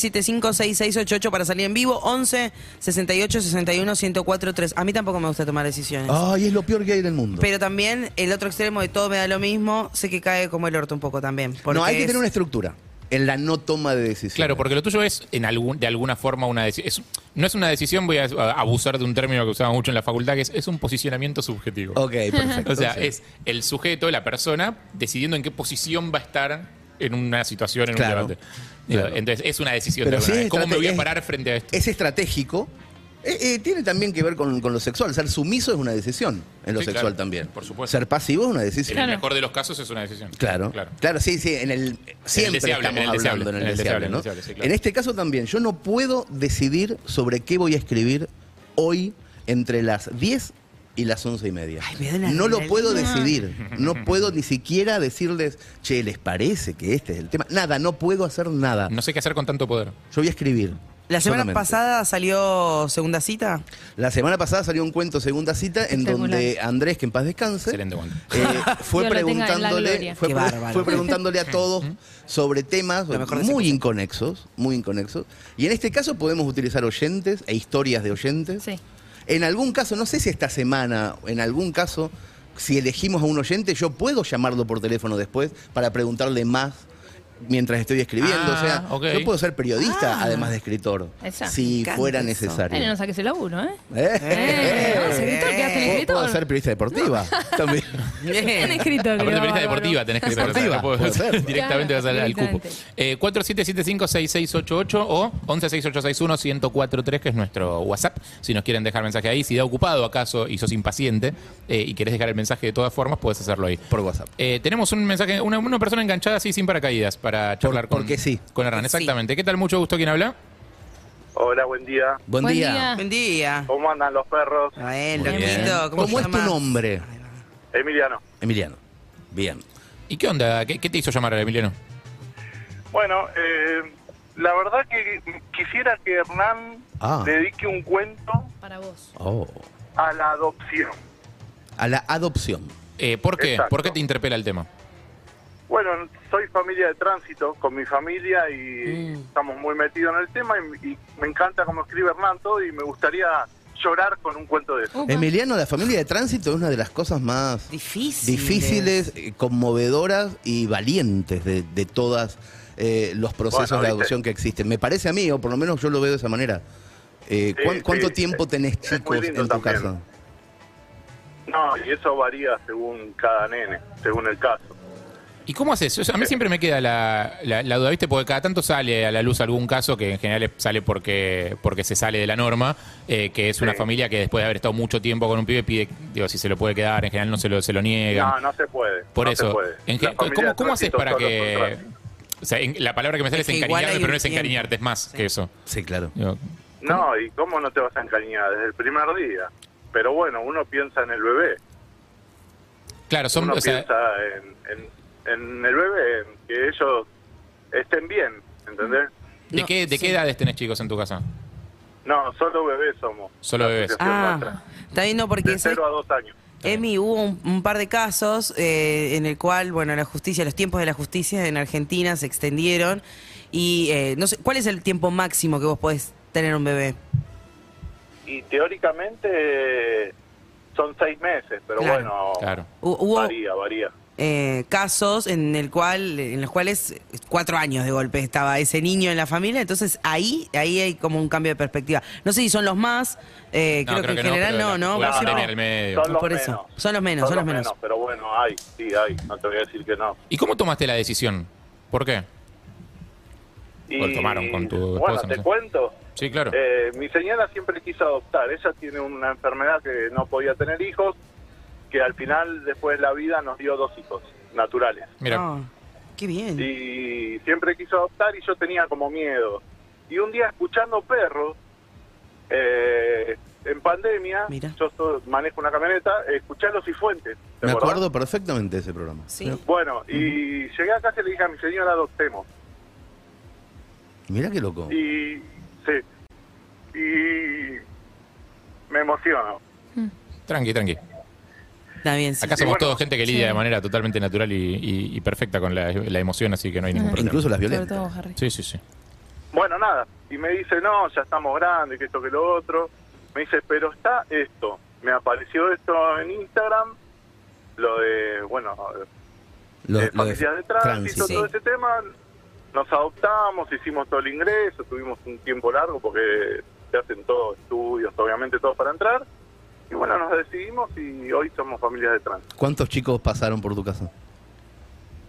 Speaker 7: 4775-6688 para salir en vivo. 11 68 61 1043. A mí tampoco me gusta tomar decisiones.
Speaker 8: Ay, es lo peor que hay en el mundo.
Speaker 7: Pero también el otro extremo de todo me da lo mismo. Sé que cae como el orto un poco también. porque
Speaker 8: no, hay que
Speaker 7: es-
Speaker 8: tener una estructura en la no toma de decisiones.
Speaker 6: Claro, porque lo tuyo es en algún, de alguna forma una decisión. No es una decisión, voy a a abusar de un término que usaba mucho en la facultad, que es, es un posicionamiento subjetivo.
Speaker 8: Ok, perfecto.
Speaker 6: O sea,
Speaker 8: sí.
Speaker 6: es el sujeto, la persona, decidiendo en qué posición va a estar en una situación, en
Speaker 8: Claro.
Speaker 6: un debate. Digo,
Speaker 8: Claro.
Speaker 6: Entonces, es una decisión.
Speaker 8: Pero
Speaker 6: de alguna
Speaker 8: sí
Speaker 6: vez.
Speaker 8: es
Speaker 6: ¿Cómo me voy a
Speaker 8: estrate-
Speaker 6: parar frente a esto?
Speaker 8: es estratégico Eh, eh, tiene también que ver con, con lo sexual. Ser sumiso es una decisión en lo
Speaker 6: Sí,
Speaker 8: sexual
Speaker 6: claro,
Speaker 8: también.
Speaker 6: por supuesto.
Speaker 8: Ser pasivo es una
Speaker 6: En
Speaker 8: decisión.
Speaker 5: Claro.
Speaker 6: el mejor de los casos es una decisión.
Speaker 8: Claro, claro,
Speaker 6: claro.
Speaker 8: sí, sí, en el siempre
Speaker 6: deseable,
Speaker 8: estamos
Speaker 6: en el deseable,
Speaker 8: hablando en el
Speaker 6: en
Speaker 8: deseable,
Speaker 6: el
Speaker 8: ¿no?
Speaker 6: deseable, sí, claro.
Speaker 8: En este caso también, yo no puedo decidir sobre qué voy a escribir hoy entre las 10 y las once y media.
Speaker 7: Ay, me da una
Speaker 8: no lo
Speaker 7: adrenalina.
Speaker 8: puedo decidir, no puedo ni siquiera decirles, che, ¿les parece que este es el tema? Nada, no puedo hacer nada.
Speaker 6: No sé qué hacer con tanto poder.
Speaker 8: Yo voy a escribir.
Speaker 7: La semana
Speaker 8: solamente.
Speaker 7: pasada salió segunda cita.
Speaker 8: La semana pasada salió un cuento segunda cita en
Speaker 5: Espectacular.
Speaker 8: donde Andrés, que en paz descanse,
Speaker 6: Excelente cuento.
Speaker 8: eh, fue,
Speaker 5: Dios lo tenga en la
Speaker 8: preguntándole,
Speaker 5: gloria.
Speaker 8: fue,
Speaker 7: Qué
Speaker 8: pre-
Speaker 7: bárbaro.
Speaker 8: fue preguntándole a todos sobre temas
Speaker 7: Lo mejor de ese
Speaker 8: muy
Speaker 7: concepto.
Speaker 8: inconexos, muy inconexos. Y en este caso podemos utilizar oyentes e historias de oyentes.
Speaker 5: Sí.
Speaker 8: En algún caso, no sé si esta semana, en algún caso, si elegimos a un oyente, yo puedo llamarlo por teléfono después para preguntarle más mientras estoy escribiendo.
Speaker 6: Ah,
Speaker 8: o sea,
Speaker 6: ok.
Speaker 8: yo puedo ser periodista además de escritor, ¿Eh?
Speaker 5: Exacto.
Speaker 8: si
Speaker 7: Me encanta
Speaker 8: fuera
Speaker 7: eso.
Speaker 8: necesario.
Speaker 5: Ay, no saques el laburo, ¿eh?
Speaker 8: ¿Eh?
Speaker 5: Eh, no, ¿se escritor? ¿Quedaste en
Speaker 8: Puedo-
Speaker 5: escritor?
Speaker 8: Puedo ser periodista deportiva también.
Speaker 5: En escritor,
Speaker 6: Aparte,
Speaker 5: creo,
Speaker 6: periodista
Speaker 5: bárbaro.
Speaker 6: deportiva tenés que ser. o sea,
Speaker 8: Deportiva,
Speaker 6: no puedo-
Speaker 8: puede ser.
Speaker 6: Directamente vas al, al cupo. Eh, 4775-6688 o 116861-1043, que es nuestro WhatsApp. Si nos quieren dejar mensaje ahí, si da ocupado acaso y sos impaciente eh, y querés dejar el mensaje de todas formas, puedes hacerlo ahí.
Speaker 8: Por WhatsApp.
Speaker 6: Eh, tenemos un mensaje, una, una persona enganchada así sin paracaídas para charlar con,
Speaker 8: porque sí.
Speaker 6: con Hernán.
Speaker 7: Sí.
Speaker 6: Exactamente. ¿Qué tal? Mucho gusto. ¿Quién habla?
Speaker 1: Hola, buen día.
Speaker 8: Buen,
Speaker 5: Buen
Speaker 8: día.
Speaker 5: día.
Speaker 7: Buen día.
Speaker 1: ¿Cómo andan los perros?
Speaker 7: A ver,
Speaker 6: Muy bien.
Speaker 7: loquito,
Speaker 8: ¿Cómo,
Speaker 7: ¿cómo, te
Speaker 8: es tu
Speaker 7: llamas?
Speaker 8: nombre?
Speaker 1: Emiliano.
Speaker 8: Emiliano. Bien.
Speaker 6: ¿Y qué onda? ¿Qué, qué te hizo llamar, Emiliano?
Speaker 1: Bueno, eh, la verdad que quisiera que Hernán
Speaker 8: Ah.
Speaker 1: dedique un cuento
Speaker 5: Para vos.
Speaker 8: Oh.
Speaker 1: a la adopción.
Speaker 8: A la adopción.
Speaker 6: Eh, ¿Por qué?
Speaker 1: Exacto.
Speaker 6: ¿Por qué te interpela el tema?
Speaker 1: Bueno, soy familia de tránsito con mi familia y
Speaker 5: Mm.
Speaker 1: estamos muy metidos en el tema y, y me encanta cómo escribe Hernán todo y me gustaría llorar con un cuento de eso.
Speaker 5: Upa.
Speaker 8: Emiliano, la familia de tránsito es una de las cosas más
Speaker 7: Difícil.
Speaker 8: difíciles, eh, conmovedoras y valientes de, de todas eh, los procesos
Speaker 1: Bueno,
Speaker 8: de
Speaker 1: ¿viste?
Speaker 8: adopción que existen. Me parece a mí, o por lo menos yo lo veo de esa manera. Eh,
Speaker 1: Sí,
Speaker 8: ¿cuán-
Speaker 1: sí,
Speaker 8: ¿Cuánto
Speaker 1: sí.
Speaker 8: tiempo tenés
Speaker 1: Es muy
Speaker 8: chicos en
Speaker 1: lindo
Speaker 8: tu
Speaker 1: también.
Speaker 8: casa?
Speaker 1: No, y eso varía según cada nene, según el caso.
Speaker 6: ¿Y cómo haces? Yo- A
Speaker 1: Eh.
Speaker 6: mí siempre me queda la, la- la duda, ¿viste? Porque cada tanto sale a la luz algún caso que en general es- sale porque, porque se sale de la norma, eh, que es una
Speaker 1: Sí.
Speaker 6: familia que después de haber estado mucho tiempo con un pibe pide, digo, si se lo puede quedar, en general no se lo, se lo niegan.
Speaker 1: No, no se puede.
Speaker 6: Por
Speaker 1: no se
Speaker 6: eso,
Speaker 1: puede. Eh,
Speaker 6: en
Speaker 1: La
Speaker 6: ge-
Speaker 1: familia de
Speaker 6: ¿cómo, cómo haces
Speaker 1: tránsito
Speaker 6: para
Speaker 1: solo son
Speaker 6: que...
Speaker 1: tránsito.
Speaker 6: o sea, en- la palabra que me sale
Speaker 7: Es
Speaker 6: es,
Speaker 7: que igual
Speaker 6: encariñarte,
Speaker 7: hay
Speaker 6: pero
Speaker 7: un
Speaker 6: no es encariñarte, es
Speaker 7: tiempo.
Speaker 6: más que eso.
Speaker 8: Sí, claro.
Speaker 6: Digo,
Speaker 1: No, y cómo no te vas a encariñar desde el primer día. Pero bueno, uno piensa en el bebé.
Speaker 6: claro, son...
Speaker 1: uno
Speaker 6: o sea,
Speaker 1: piensa en, en- en el bebé, en que ellos estén bien, ¿entendés?
Speaker 6: ¿de,
Speaker 7: No,
Speaker 6: qué, ¿De qué
Speaker 7: sí.
Speaker 6: edades tenés chicos en tu casa? Mm.
Speaker 1: No, solo bebés somos.
Speaker 6: Solo
Speaker 1: La
Speaker 6: bebés.
Speaker 1: asociación
Speaker 7: Ah,
Speaker 1: nuestra.
Speaker 7: está bien, no, porque
Speaker 1: De
Speaker 7: ¿sabes
Speaker 1: 0 a 2 años.
Speaker 7: Emi, hubo un, un par de casos eh, en el cual, bueno, la justicia, los tiempos de la justicia en Argentina se extendieron y eh, no sé, ¿cuál es el tiempo máximo que vos podés tener un bebé?
Speaker 1: Y teóricamente son 6 meses, pero
Speaker 7: Claro.
Speaker 1: bueno,
Speaker 6: Claro.
Speaker 7: Hu- Hubo
Speaker 1: varía, varía.
Speaker 7: eh, casos en el cual, en los cuales eh, cuatro años de golpe estaba ese niño en la familia, entonces ahí, ahí hay como un cambio de perspectiva. No sé si son los más, eh,
Speaker 6: No,
Speaker 7: creo, que en general
Speaker 6: pero
Speaker 7: no,
Speaker 6: la-
Speaker 7: no,
Speaker 6: puede
Speaker 7: Vos
Speaker 1: no,
Speaker 7: siempre-
Speaker 6: mantener
Speaker 1: no.
Speaker 6: el medio.
Speaker 1: Son los
Speaker 7: por eso.
Speaker 1: menos.
Speaker 7: Son los menos, son los menos.
Speaker 1: Pero bueno, hay, sí, hay. No te voy a decir que no.
Speaker 6: ¿Y cómo tomaste la decisión? ¿Por qué?
Speaker 1: Y,
Speaker 6: ¿O lo tomaron con tu
Speaker 1: Bueno,
Speaker 6: esposa, no
Speaker 1: te
Speaker 6: sé?
Speaker 1: cuento.
Speaker 6: Sí, claro.
Speaker 1: Eh, mi señora siempre quiso adoptar. Ella tiene una enfermedad que no podía tener hijos, que al final, después de la vida, nos dio dos hijos naturales.
Speaker 6: Mira.
Speaker 7: Ah, qué bien.
Speaker 1: Y siempre quiso adoptar y yo tenía como miedo. Y un día, escuchando perros, eh, en pandemia,
Speaker 7: Mira.
Speaker 1: yo so- manejo una camioneta, escuché a los Cifuentes. ¿te
Speaker 8: Me
Speaker 1: acordás?
Speaker 8: acuerdo perfectamente de ese programa.
Speaker 7: Sí.
Speaker 1: Bueno, y llegué a casa y le dije a mi señora, adoptemos.
Speaker 8: Mirá qué loco.
Speaker 1: Y, sí, y me emociono.
Speaker 6: Tranqui, tranqui.
Speaker 7: Está bien, sí.
Speaker 6: Acá somos
Speaker 1: bueno.
Speaker 6: todos gente que lidia de manera totalmente natural y, y- y perfecta con la, la emoción, así que no hay ningún problema.
Speaker 8: Incluso las
Speaker 5: Sobre
Speaker 8: violentas.
Speaker 5: todo vos, Harry.
Speaker 6: Sí, sí, sí.
Speaker 1: Bueno, nada. Y me dice, no, ya estamos grandes, que esto, que lo otro. Me dice, pero está esto. Me apareció esto en Instagram, lo de, bueno,
Speaker 8: Lo-
Speaker 1: de
Speaker 8: lo de
Speaker 1: familias de tránsito,
Speaker 7: tránsito.
Speaker 1: todo ese tema. Nos adoptamos, hicimos todo el ingreso, tuvimos un tiempo largo porque se hacen todos estudios, obviamente todos para entrar. Y bueno, nos decidimos y hoy somos familias de tránsito.
Speaker 8: ¿Cuántos chicos pasaron por tu casa?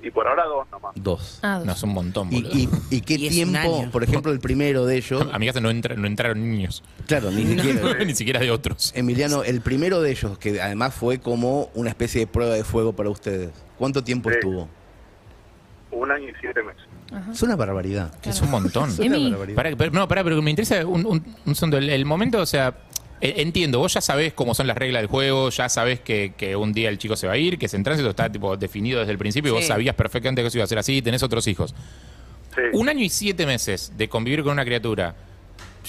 Speaker 1: y por ahora dos nomás.
Speaker 8: Dos.
Speaker 5: Ah, dos.
Speaker 6: No, es un montón,
Speaker 8: ¿Y,
Speaker 6: boludo.
Speaker 8: y, y qué
Speaker 7: Y es un
Speaker 8: tiempo,
Speaker 7: año.
Speaker 8: por ejemplo, el primero de ellos?
Speaker 6: A mi casa no, entra- no entraron niños.
Speaker 8: Claro, ni siquiera.
Speaker 6: Ni siquiera de otros.
Speaker 8: Emiliano, el primero de ellos, que además fue como una especie de prueba de fuego para ustedes. ¿Cuánto tiempo
Speaker 1: Sí.
Speaker 8: estuvo?
Speaker 1: Un año y siete meses.
Speaker 8: Es una barbaridad.
Speaker 6: Que es un montón.
Speaker 8: Es
Speaker 5: Emi.
Speaker 8: una barbaridad.
Speaker 6: Pará, pero- no, pará, pero me interesa un, un, un segundo. El, el momento, o sea, eh, entiendo, vos ya sabés cómo son las reglas del juego, ya sabés que, que un día el chico se va a ir, que es en tránsito, está tipo definido desde el principio, y vos
Speaker 7: Sí.
Speaker 6: sabías perfectamente que eso iba a ser así, tenés otros hijos.
Speaker 1: Sí.
Speaker 6: Un año y siete meses de convivir con una criatura,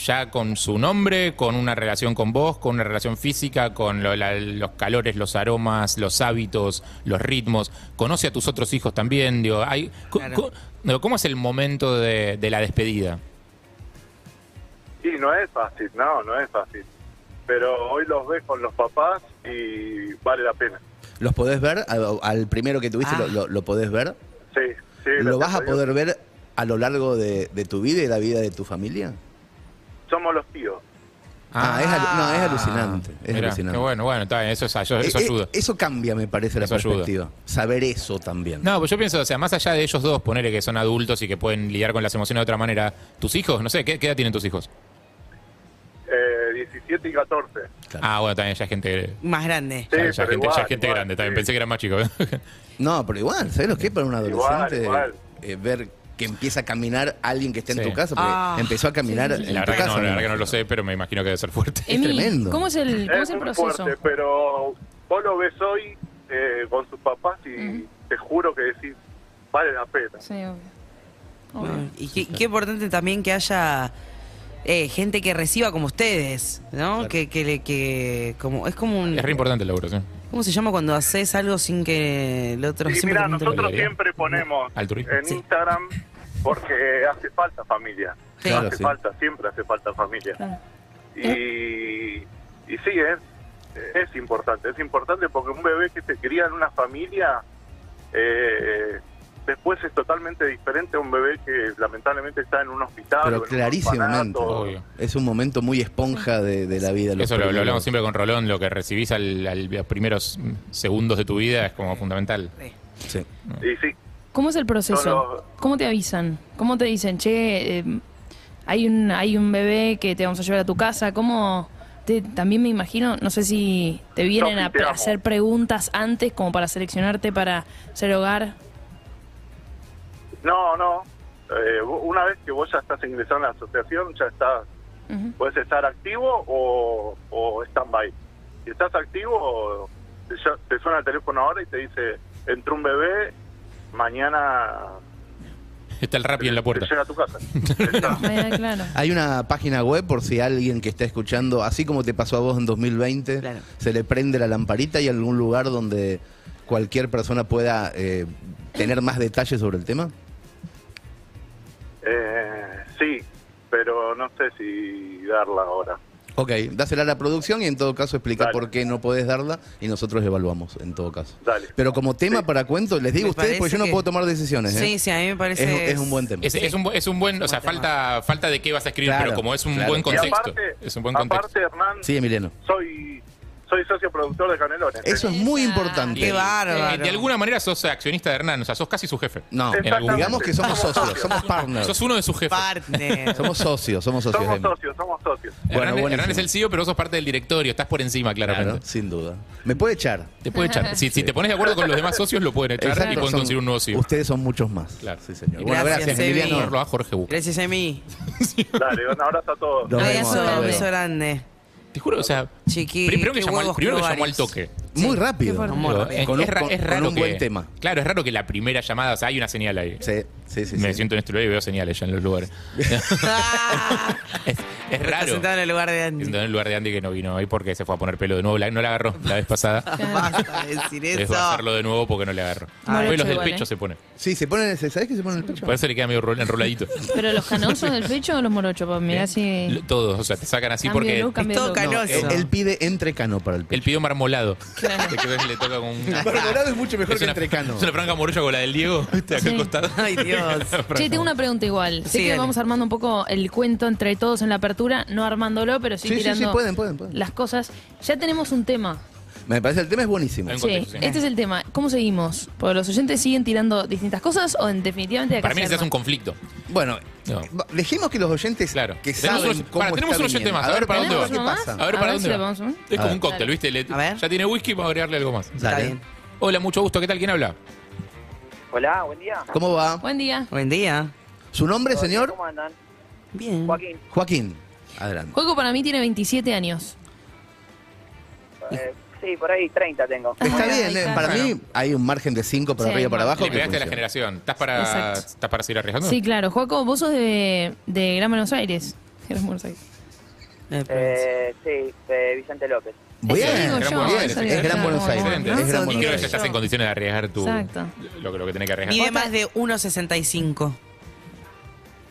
Speaker 6: ya con su nombre, con una relación con vos, con una relación física, con lo- la- los calores, los aromas, los hábitos, los ritmos. Conoce a tus otros hijos también. Digo, hay, co-
Speaker 7: Claro.
Speaker 6: co- no, ¿Cómo es el momento de, de la despedida?
Speaker 1: Y no es fácil, no, no es fácil. Pero hoy los ves con los papás y vale la pena.
Speaker 8: ¿Los podés ver? Al, al primero que tuviste,
Speaker 7: Ah.
Speaker 8: lo, lo- lo podés ver?
Speaker 1: Sí, sí.
Speaker 8: ¿Lo
Speaker 1: gracias
Speaker 8: vas a
Speaker 1: Dios.
Speaker 8: poder ver a lo largo de, de tu vida y la vida de tu familia?
Speaker 1: Somos los tíos.
Speaker 8: Ah, es alu- no, es alucinante, es
Speaker 6: Mirá,
Speaker 8: alucinante.
Speaker 6: qué Bueno, bueno, está bien, eso, es- eso, eso
Speaker 8: Eh, eh,
Speaker 6: ayuda.
Speaker 8: eso cambia, me parece, la
Speaker 6: Eso ayuda.
Speaker 8: perspectiva. Saber eso también.
Speaker 6: No, pues yo pienso, o sea, más allá de ellos dos, ponerle que son adultos y que pueden lidiar con las emociones de otra manera, tus hijos, no sé, ¿qué, qué edad tienen tus hijos?
Speaker 1: Eh, 17 y 14.
Speaker 8: Claro.
Speaker 6: Ah, bueno, también ya es gente,
Speaker 7: Más grande.
Speaker 6: ya, ya
Speaker 1: Sí, pero
Speaker 6: gente, ya
Speaker 1: igual,
Speaker 6: gente
Speaker 1: igual,
Speaker 6: grande, también
Speaker 1: sí.
Speaker 6: pensé que eran más chicos.
Speaker 8: No, pero igual, ¿sabes lo que es para un
Speaker 1: Igual,
Speaker 8: adolescente
Speaker 1: igual.
Speaker 8: eh, ver que empieza a caminar alguien que está en
Speaker 6: Sí.
Speaker 8: tu casa? Porque
Speaker 7: Ah.
Speaker 8: empezó a caminar en
Speaker 6: la
Speaker 8: tu
Speaker 6: verdad, que
Speaker 8: casa.
Speaker 6: no, la
Speaker 8: me
Speaker 6: verdad que no lo
Speaker 8: imagino.
Speaker 6: sé, pero me imagino que debe ser fuerte.
Speaker 5: Emi,
Speaker 8: tremendo.
Speaker 5: ¿cómo es el, cómo es
Speaker 1: Es
Speaker 5: el
Speaker 1: muy
Speaker 5: proceso?
Speaker 1: fuerte, pero vos lo ves hoy eh, con sus papás y te juro que decís, vale la pena.
Speaker 5: Sí, obvio.
Speaker 7: Bueno,
Speaker 5: Obvio.
Speaker 7: Y qué, qué importante también que haya eh, gente que reciba como ustedes, ¿no? Que, que, le- que como es como un
Speaker 6: Es re importante el logro, sí.
Speaker 7: ¿Cómo se llama cuando haces algo sin que el otro
Speaker 1: Sí,
Speaker 7: siempre
Speaker 1: mira,
Speaker 7: como te lo-
Speaker 1: nosotros
Speaker 6: intermediario.
Speaker 1: siempre ponemos
Speaker 6: Al turismo.
Speaker 1: en
Speaker 7: Sí.
Speaker 1: Instagram porque hace falta familia.
Speaker 7: Sí.
Speaker 8: Claro,
Speaker 1: hace
Speaker 8: sí.
Speaker 1: falta, siempre hace falta familia.
Speaker 5: Claro.
Speaker 1: Y,
Speaker 8: ¿Eh?
Speaker 1: y sí, es, es importante, es importante porque un bebé que se cría en una familia eh, después es totalmente diferente a un bebé que lamentablemente está en un hospital. o en
Speaker 8: Pero
Speaker 1: un
Speaker 8: clarísimamente.
Speaker 1: orfanato.
Speaker 6: Obvio.
Speaker 8: Es un momento muy esponja de, de la vida. de los
Speaker 6: Eso lo, lo
Speaker 8: primeros.
Speaker 6: hablamos siempre con Rolón, lo que recibís al, al- los primeros segundos de tu vida es como fundamental.
Speaker 7: Sí.
Speaker 8: Sí.
Speaker 1: Y sí,
Speaker 5: ¿Cómo es el proceso?
Speaker 1: No, no.
Speaker 5: ¿Cómo te avisan? ¿Cómo te dicen, che, eh, hay, un, hay un bebé que te vamos a llevar a tu casa? ¿Cómo? Te, también me imagino, no sé si te vienen
Speaker 1: Sofi,
Speaker 5: a
Speaker 1: te
Speaker 5: pre-
Speaker 1: amo.
Speaker 5: hacer preguntas antes como para seleccionarte para ser hogar.
Speaker 1: no, no. eh, vo- una vez que vos ya estás ingresado en la asociación, ya estás,
Speaker 5: Ujú.
Speaker 1: puedes estar activo o, o stand-by. Si estás activo, te, ll- te suena el teléfono ahora y te dice, entró un bebé, mañana
Speaker 6: Está el rap en la puerta.
Speaker 1: Llega a tu casa.
Speaker 5: Ah, claro.
Speaker 8: Hay una página web por si alguien que está escuchando, así como te pasó a vos en 2020,
Speaker 7: Claro.
Speaker 8: se le prende la lamparita y algún lugar donde cualquier persona pueda eh, tener más detalles sobre el tema.
Speaker 1: Eh, sí, pero no sé si darla ahora.
Speaker 8: Ok, dásela a la producción y en todo caso explica
Speaker 1: Dale.
Speaker 8: por qué no podés darla y nosotros evaluamos en todo caso.
Speaker 1: Dale.
Speaker 8: Pero como tema para cuento, les digo a
Speaker 7: Me
Speaker 8: ustedes porque
Speaker 7: parece
Speaker 8: yo no
Speaker 7: que-
Speaker 8: puedo tomar decisiones. ¿eh?
Speaker 7: Sí, sí, a mí me parece
Speaker 8: Es- es un buen tema.
Speaker 6: Es, es un, bu- es un buen, o sea,
Speaker 7: Buen tema.
Speaker 6: falta, falta de qué vas a escribir,
Speaker 8: Claro,
Speaker 6: pero como es un
Speaker 8: claro.
Speaker 6: buen
Speaker 8: Y
Speaker 6: contexto.
Speaker 1: y aparte,
Speaker 6: es un buen
Speaker 1: aparte
Speaker 6: contexto.
Speaker 1: Hernán,
Speaker 8: Sí, Emiliano.
Speaker 1: soy, soy socio productor de Canelones.
Speaker 8: Eso es muy importante.
Speaker 7: Qué
Speaker 6: Eh,
Speaker 7: bárbaro.
Speaker 6: de alguna manera sos accionista de Hernán, o sea, sos casi su jefe.
Speaker 8: No,
Speaker 1: En algún-
Speaker 8: digamos que somos
Speaker 1: Somos
Speaker 8: socios,
Speaker 1: socios.
Speaker 8: somos partners.
Speaker 6: Sos uno de sus jefes.
Speaker 7: partner.
Speaker 8: Somos socios, somos socios.
Speaker 1: Somos
Speaker 8: Emi.
Speaker 1: socios, somos socios.
Speaker 8: Bueno,
Speaker 6: Hernán, Hernán
Speaker 8: buenísimo.
Speaker 6: es el CEO, pero sos parte del directorio, estás por encima, claramente.
Speaker 8: Claro, sin duda. Me puede echar.
Speaker 6: Te puede echar. Si, si te pones de acuerdo con los demás socios, lo pueden echar y
Speaker 8: Exacto,
Speaker 6: pueden
Speaker 8: son-
Speaker 6: conseguir un nuevo E CEO.
Speaker 8: Ustedes son muchos más.
Speaker 6: Claro.
Speaker 8: Sí, señor. Bueno,
Speaker 7: Gracias,
Speaker 8: gracias,
Speaker 7: Emi.
Speaker 8: Emiliano.
Speaker 6: Hacerlo a Jorge Bucco.
Speaker 7: Gracias a mí.
Speaker 1: Dale, un abrazo a todos.
Speaker 8: Nos vemos,
Speaker 7: Abrazo,
Speaker 8: nos
Speaker 7: un
Speaker 8: vemos.
Speaker 7: beso grande.
Speaker 6: Te juro, o sea,
Speaker 7: Chiqui,
Speaker 6: primero que,
Speaker 7: qué
Speaker 6: llamó al,
Speaker 7: huevos
Speaker 6: primero que llamó al
Speaker 7: globales.
Speaker 6: toque.
Speaker 8: Muy
Speaker 5: Qué
Speaker 8: rápido.
Speaker 5: fuerte.
Speaker 7: Muy
Speaker 6: Digo,
Speaker 7: rápido.
Speaker 6: es,
Speaker 8: Con un-
Speaker 6: es ra-
Speaker 8: con-
Speaker 6: es
Speaker 8: con
Speaker 6: raro
Speaker 8: un
Speaker 6: que-
Speaker 8: buen tema.
Speaker 6: Claro, es raro que la primera llamada, o sea, hay una señal ahí.
Speaker 8: Sí, sí, sí.
Speaker 6: Me
Speaker 8: sí.
Speaker 6: siento en este lugar y veo señales ya en los lugares.
Speaker 7: Ah,
Speaker 6: es, es
Speaker 7: está
Speaker 6: raro.
Speaker 7: sentado en el lugar de
Speaker 6: Me
Speaker 7: Andy.
Speaker 6: siento en el lugar de Andy que no vino hoy porque se fue a poner pelo de nuevo. La- no la agarró la vez pasada.
Speaker 7: Basta de decir
Speaker 6: Les
Speaker 7: eso.
Speaker 6: va a hacerlo de nuevo porque no le agarró.
Speaker 5: Ah,
Speaker 6: Después
Speaker 5: hecho
Speaker 6: los del
Speaker 5: igual,
Speaker 6: pecho
Speaker 5: ¿eh?
Speaker 6: se pone.
Speaker 8: Sí, se ponen, ese- ¿sabés que se ponen el pecho?
Speaker 6: Por eso le queda medio rol- enroladito.
Speaker 5: ¿Pero los canosos del pecho o los morochos? Pues mirá
Speaker 6: Lo-
Speaker 5: si...
Speaker 6: Todos, o sea, te sacan así
Speaker 5: Cambio
Speaker 6: porque
Speaker 5: de look, cambio
Speaker 7: Es todo
Speaker 5: de look.
Speaker 7: canoso.
Speaker 8: Él, él pide entrecano para el
Speaker 6: él
Speaker 8: pecho.
Speaker 6: pidió marmolado.
Speaker 5: Claro.
Speaker 6: De que ves que le toca con un-
Speaker 8: Marmolado es mucho mejor
Speaker 6: Es
Speaker 8: que
Speaker 6: una,
Speaker 8: entrecano.
Speaker 6: es una franca morolla con la del Diego, ¿viste? Acá
Speaker 5: Sí.
Speaker 6: al costado.
Speaker 7: Ay, Dios.
Speaker 5: Che, tengo una pregunta igual. Sé
Speaker 7: Sí,
Speaker 5: que
Speaker 7: dale.
Speaker 5: vamos armando un poco el cuento entre todos en la apertura, no armándolo, pero sí,
Speaker 8: Sí, sí, sí,
Speaker 5: tirando
Speaker 8: pueden, pueden, pueden.
Speaker 5: las cosas. Ya tenemos un tema.
Speaker 8: Me parece el tema es buenísimo.
Speaker 6: Hay un
Speaker 5: Sí,
Speaker 6: contexto, sí.
Speaker 5: este es el tema. ¿Cómo seguimos? ¿Porque los oyentes siguen tirando distintas cosas o en definitivamente acá
Speaker 6: Para mí
Speaker 5: se
Speaker 6: ese es
Speaker 5: arma?
Speaker 6: un conflicto.
Speaker 8: Bueno,
Speaker 6: No.
Speaker 8: va- dejemos que los oyentes
Speaker 6: Claro.
Speaker 8: que
Speaker 6: Tenemos
Speaker 8: saben
Speaker 6: un-
Speaker 8: cómo
Speaker 6: para, tenemos
Speaker 8: está
Speaker 6: un oyente
Speaker 8: viniendo.
Speaker 6: más, a ver para
Speaker 5: dónde
Speaker 8: qué
Speaker 5: va.
Speaker 8: pasa.
Speaker 6: A ver,
Speaker 5: A
Speaker 6: ¿para
Speaker 5: ver si
Speaker 6: dónde
Speaker 5: lo
Speaker 6: va?
Speaker 5: podemos sumar.
Speaker 6: Es
Speaker 8: A
Speaker 6: como
Speaker 8: ver.
Speaker 6: un cóctel, ¿viste? Le-
Speaker 7: A ver.
Speaker 6: Ya tiene whisky, vamos a agregarle algo más.
Speaker 7: Está
Speaker 8: Dale.
Speaker 7: bien.
Speaker 6: Hola, mucho gusto. ¿Qué tal? ¿Quién habla?
Speaker 9: Hola, Ah, buen día.
Speaker 8: ¿Cómo va?
Speaker 5: Buen día.
Speaker 7: Buen día.
Speaker 8: ¿Su nombre,
Speaker 9: Todo bien,
Speaker 8: señor?
Speaker 9: ¿Cómo andan?
Speaker 7: Bien.
Speaker 9: Joaquín,
Speaker 8: Joaquín. Adelante.
Speaker 5: Juego para mí tiene 27 años.
Speaker 9: eh, sí, por ahí 30 tengo.
Speaker 8: Está
Speaker 5: Bueno,
Speaker 8: bien,
Speaker 5: ahí
Speaker 8: eh,
Speaker 5: está.
Speaker 8: para
Speaker 6: Bueno.
Speaker 8: mí hay un margen de 5 para
Speaker 5: Sí,
Speaker 8: arriba y para
Speaker 5: hay
Speaker 8: abajo.
Speaker 6: Le
Speaker 8: que
Speaker 6: pegaste a la
Speaker 8: funciona.
Speaker 6: generación. ¿Estás para,
Speaker 5: Exacto.
Speaker 6: ¿Estás para seguir arriesgando?
Speaker 5: Sí, claro. Joaco, vos sos de, de Gran Buenos Aires. Gran Buenos Aires.
Speaker 7: Eh,
Speaker 9: Eh, sí, eh, Vicente López.
Speaker 8: Bien.
Speaker 5: Eso digo
Speaker 6: Gran
Speaker 5: yo,
Speaker 6: Buenos
Speaker 5: eso
Speaker 6: Aires,
Speaker 5: digo
Speaker 8: es Gran
Speaker 5: yo,
Speaker 8: Buenos
Speaker 5: como
Speaker 8: Aires,
Speaker 5: vos,
Speaker 7: excelente.
Speaker 5: ¿no?
Speaker 7: Es Gran
Speaker 5: Eso
Speaker 6: Y
Speaker 7: Buenos
Speaker 5: digo
Speaker 6: creo que ya estás
Speaker 5: yo.
Speaker 6: en condiciones de arriesgar tu,
Speaker 5: Exacto.
Speaker 6: lo, que- lo que tenés que arriesgar.
Speaker 7: Mide más de 1,65.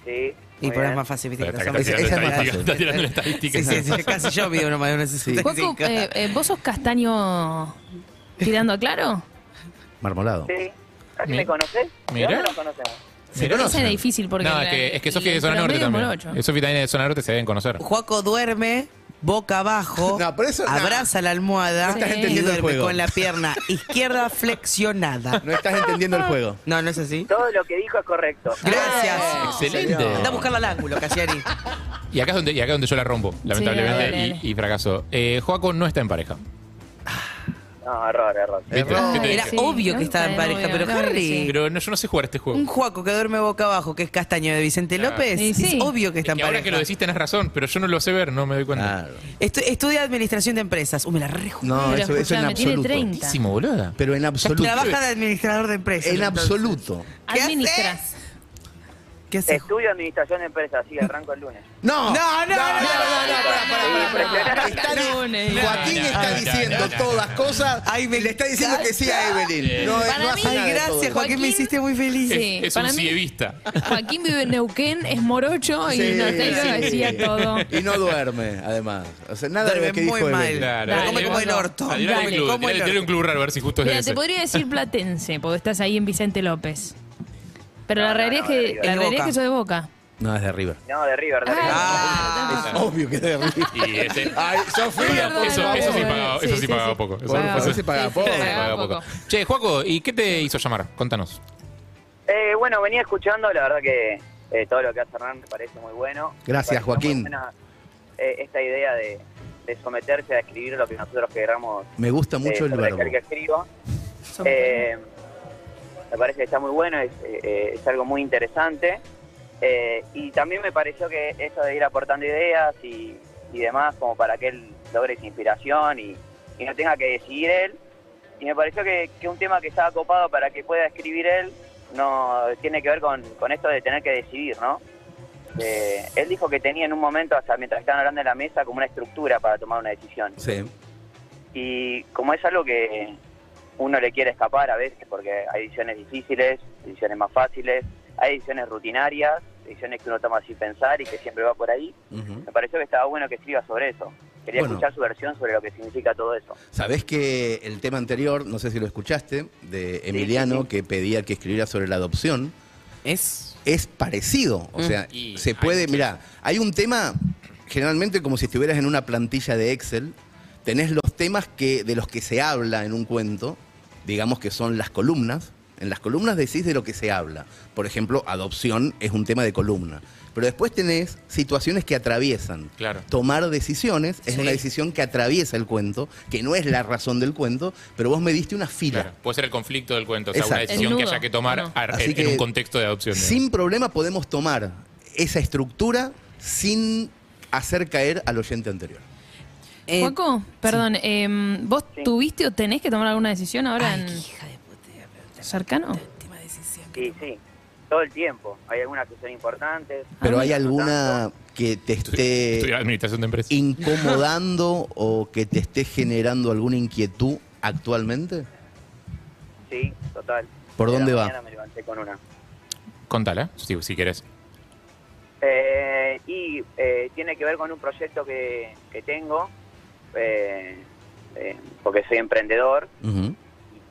Speaker 9: Sí.
Speaker 7: Y
Speaker 9: muy
Speaker 7: por ahí es
Speaker 9: bien.
Speaker 7: más fácil, viste.
Speaker 6: Pero
Speaker 7: que
Speaker 6: está-
Speaker 7: los
Speaker 8: Esa-
Speaker 7: hombres-
Speaker 8: esa es más
Speaker 6: estadística,
Speaker 8: fácil.
Speaker 6: está tirando una estadística.
Speaker 7: Sí, sí, sí, casi yo mido una más de
Speaker 5: Juaco,
Speaker 7: 1,65.
Speaker 5: eh, eh, ¿vos sos castaño tirando a claro?
Speaker 8: Marmolado.
Speaker 9: Sí. ¿Así
Speaker 6: Mi-
Speaker 9: me conoces?
Speaker 6: Mirá.
Speaker 9: ¿De dónde nos conocemos?
Speaker 8: ¿Se
Speaker 6: Mirá.
Speaker 8: conocen?
Speaker 5: Esa era difícil porque...
Speaker 6: No, es
Speaker 5: la-
Speaker 6: que, es que Sofía es
Speaker 5: el
Speaker 6: de zona norte
Speaker 5: promedio es por
Speaker 6: también.
Speaker 5: ocho.
Speaker 6: Eh, Sofía también es de zona norte, se deben conocer.
Speaker 7: Juaco duerme boca abajo,
Speaker 8: No, pero eso- no.
Speaker 7: abraza la almohada
Speaker 5: estás
Speaker 7: y
Speaker 8: entendiendo el
Speaker 7: duerme
Speaker 8: juego.
Speaker 7: con la pierna izquierda flexionada.
Speaker 8: No estás entendiendo el juego.
Speaker 7: No, no es así.
Speaker 9: Todo lo que dijo es correcto.
Speaker 7: Gracias.
Speaker 6: Ah, Excelente.
Speaker 7: Anda a buscarla al ángulo, Casiari.
Speaker 6: Y acá es donde, y acá es donde yo la rompo, lamentablemente,
Speaker 5: dale, dale.
Speaker 6: Y, y fracaso. Eh, Joaco no está en pareja.
Speaker 9: No, error, error.
Speaker 6: ¿Viste?
Speaker 8: Error.
Speaker 6: ¿Qué te
Speaker 7: Era
Speaker 6: dije?
Speaker 7: obvio
Speaker 5: no
Speaker 7: que estaba en
Speaker 5: está de
Speaker 7: pareja, pero
Speaker 5: novio, claro que sí.
Speaker 7: Harry.
Speaker 6: Pero no, yo no sé jugar este
Speaker 7: Un
Speaker 6: juego.
Speaker 7: Juaco que duerme boca abajo, que es castaño de Vicente
Speaker 6: Claro.
Speaker 7: López,
Speaker 5: Sí, sí.
Speaker 7: es obvio que
Speaker 6: Es
Speaker 7: está en
Speaker 6: que ahora
Speaker 7: pareja.
Speaker 6: que lo decís tenés razón, pero yo no lo sé ver, no me doy cuenta.
Speaker 8: Claro.
Speaker 7: Estu- estudia administración de empresas. Uh, me la rejo.
Speaker 8: No,
Speaker 5: Pero
Speaker 8: eso, eso en
Speaker 5: escuchame, tiene
Speaker 8: absoluto.
Speaker 5: 30.
Speaker 6: Buenísimo, boluda.
Speaker 8: Pero en absoluto.
Speaker 7: Trabaja de administrador de empresas.
Speaker 8: En
Speaker 7: entonces.
Speaker 8: absoluto.
Speaker 7: ¿Qué
Speaker 5: Administras.
Speaker 7: ¿Qué haces?
Speaker 9: Estudio Administración de Empresas, sí, arranco el lunes.
Speaker 8: No,
Speaker 7: No, no, no,
Speaker 8: no, no, no, no. Está-
Speaker 5: Lunes.
Speaker 8: Joaquín
Speaker 6: No, no,
Speaker 8: está
Speaker 6: no,
Speaker 8: diciendo
Speaker 6: no, no,
Speaker 8: todas cosas.
Speaker 7: Ay, me
Speaker 8: y le está diciendo que sí a Evelyn. No,
Speaker 5: Para
Speaker 8: no hace
Speaker 5: mí-
Speaker 8: nada
Speaker 7: Ay,
Speaker 8: de todo
Speaker 7: gracias,
Speaker 8: eso.
Speaker 7: Joaquín, me
Speaker 5: Joaquín-
Speaker 7: hiciste muy feliz.
Speaker 6: Es,
Speaker 5: Sí,
Speaker 6: es un
Speaker 5: para mí-
Speaker 6: cievista.
Speaker 5: Joaquín vive en Neuquén, es morocho y
Speaker 8: Sí,
Speaker 5: no, te lo
Speaker 8: sí.
Speaker 5: decía todo.
Speaker 8: Y no duerme, además. O sea, nada de
Speaker 7: Duerme
Speaker 8: lo que
Speaker 7: muy
Speaker 8: dijo
Speaker 7: mal.
Speaker 8: Evelyn.
Speaker 6: Claro.
Speaker 5: Dale,
Speaker 7: come como el
Speaker 5: boludo.
Speaker 7: orto.
Speaker 6: Tirale un
Speaker 7: Dale,
Speaker 6: club,
Speaker 7: como el
Speaker 6: tirale- tirale un
Speaker 7: orto.
Speaker 6: club raro a ver si justo es
Speaker 5: Mira,
Speaker 6: ese.
Speaker 5: te podría decir platense, porque estás ahí en Vicente López. Pero la
Speaker 9: No,
Speaker 5: realidad es
Speaker 9: no, no,
Speaker 5: que
Speaker 9: de
Speaker 5: la
Speaker 7: River.
Speaker 5: realidad es
Speaker 7: Boca.
Speaker 5: que soy de Boca.
Speaker 8: No, es de River.
Speaker 9: No, de River, de River.
Speaker 5: Ah,
Speaker 6: claro.
Speaker 8: Obvio que es de River.
Speaker 6: Y ese-
Speaker 8: Ay, Sofía,
Speaker 5: Perdón,
Speaker 8: por
Speaker 6: eso,
Speaker 5: perdón,
Speaker 6: eso sí
Speaker 5: perdón.
Speaker 6: pagaba, eso
Speaker 5: Sí,
Speaker 6: sí
Speaker 5: sí,
Speaker 6: pagaba
Speaker 5: sí.
Speaker 6: poco. Eso,
Speaker 8: Bueno,
Speaker 6: eso-
Speaker 8: ese se paga
Speaker 5: Sí, sí,
Speaker 8: poco.
Speaker 5: se
Speaker 6: se
Speaker 5: pagaba
Speaker 6: pagaba poco.
Speaker 5: poco.
Speaker 6: Che, Juaco, ¿y qué te hizo llamar? Contanos.
Speaker 9: Eh, bueno, venía escuchando, la verdad que eh, todo lo que hace Hernán me parece muy bueno.
Speaker 8: Gracias,
Speaker 9: Me pareció
Speaker 8: Joaquín.
Speaker 9: muy buena, eh, esta idea de, de someterse a escribir lo que nosotros queramos
Speaker 8: Me gusta
Speaker 9: eh,
Speaker 8: mucho el
Speaker 9: sobre
Speaker 8: verbo.
Speaker 9: aquel que escriba.
Speaker 5: Somos-
Speaker 9: Eh, me parece que está muy bueno, es, eh, eh, es algo muy interesante. Eh, y también me pareció que eso de ir aportando ideas y, y demás, como para que él logre su inspiración y, y no tenga que decidir él. Y me pareció que, que un tema que estaba copado para que pueda escribir él no tiene que ver con, con esto de tener que decidir, ¿no? Eh, él dijo que tenía en un momento, hasta mientras estaban hablando en la mesa, como una estructura para tomar una decisión.
Speaker 8: Sí.
Speaker 9: Y como es algo que uno le quiere escapar a veces, porque hay ediciones difíciles, ediciones más fáciles, hay ediciones rutinarias, ediciones que uno toma sin pensar y que siempre va por ahí,
Speaker 8: Ujú.
Speaker 9: me pareció que estaba bueno que escriba sobre eso. Quería
Speaker 8: Bueno.
Speaker 9: escuchar su versión sobre lo que significa todo eso.
Speaker 8: Sabés que el tema anterior, no sé si lo escuchaste, de Emiliano,
Speaker 9: sí, sí.
Speaker 8: que pedía que escribiera sobre la adopción,
Speaker 7: Es.
Speaker 8: es parecido. O sea,
Speaker 6: Y
Speaker 8: se
Speaker 6: hay
Speaker 8: puede.
Speaker 6: muchas-
Speaker 8: Mirá, hay un tema, generalmente como si estuvieras en una plantilla de Excel, tenés los temas que, de los que se habla en un cuento, digamos que son las columnas. En las columnas decís de lo que se habla. Por ejemplo, adopción es un tema de columna. Pero después tenés situaciones que atraviesan.
Speaker 6: Claro.
Speaker 8: Tomar decisiones es
Speaker 7: Sí.
Speaker 8: una decisión que atraviesa el cuento, que no es la razón del cuento, pero vos me diste una fila.
Speaker 6: Claro, puede ser el conflicto del cuento, o sea,
Speaker 8: Exacto.
Speaker 6: una
Speaker 8: El
Speaker 6: decisión que
Speaker 5: nudo.
Speaker 6: haya que tomar
Speaker 5: Bueno.
Speaker 6: ar-
Speaker 8: Así
Speaker 6: en,
Speaker 8: que-
Speaker 6: en un contexto de adopción. digamos.
Speaker 8: Sin problema podemos tomar esa estructura sin hacer caer al oyente anterior.
Speaker 7: eh,
Speaker 5: Juaco, perdón, eh, ¿vos
Speaker 9: Sí.
Speaker 5: tuviste o tenés que tomar alguna decisión ahora
Speaker 7: ay,
Speaker 5: en
Speaker 7: qué hija de puta. la
Speaker 5: cercano?
Speaker 7: última decisión.
Speaker 9: Sí, sí, todo el tiempo. Hay algunas que son importantes.
Speaker 8: Pero
Speaker 9: otras
Speaker 8: hay
Speaker 9: no
Speaker 8: alguna
Speaker 9: tanto.
Speaker 8: que te
Speaker 6: Estudiar
Speaker 8: esté
Speaker 6: administración de empresas.
Speaker 8: incomodando o que te esté generando alguna inquietud actualmente.
Speaker 9: Sí, total.
Speaker 8: ¿Por
Speaker 9: De la
Speaker 8: dónde va?
Speaker 9: mañana me levanté con una.
Speaker 6: Contala, si, si querés.
Speaker 9: Eh, y eh, tiene que ver con un proyecto que, que tengo, eh, eh, porque soy emprendedor,
Speaker 8: Ujú.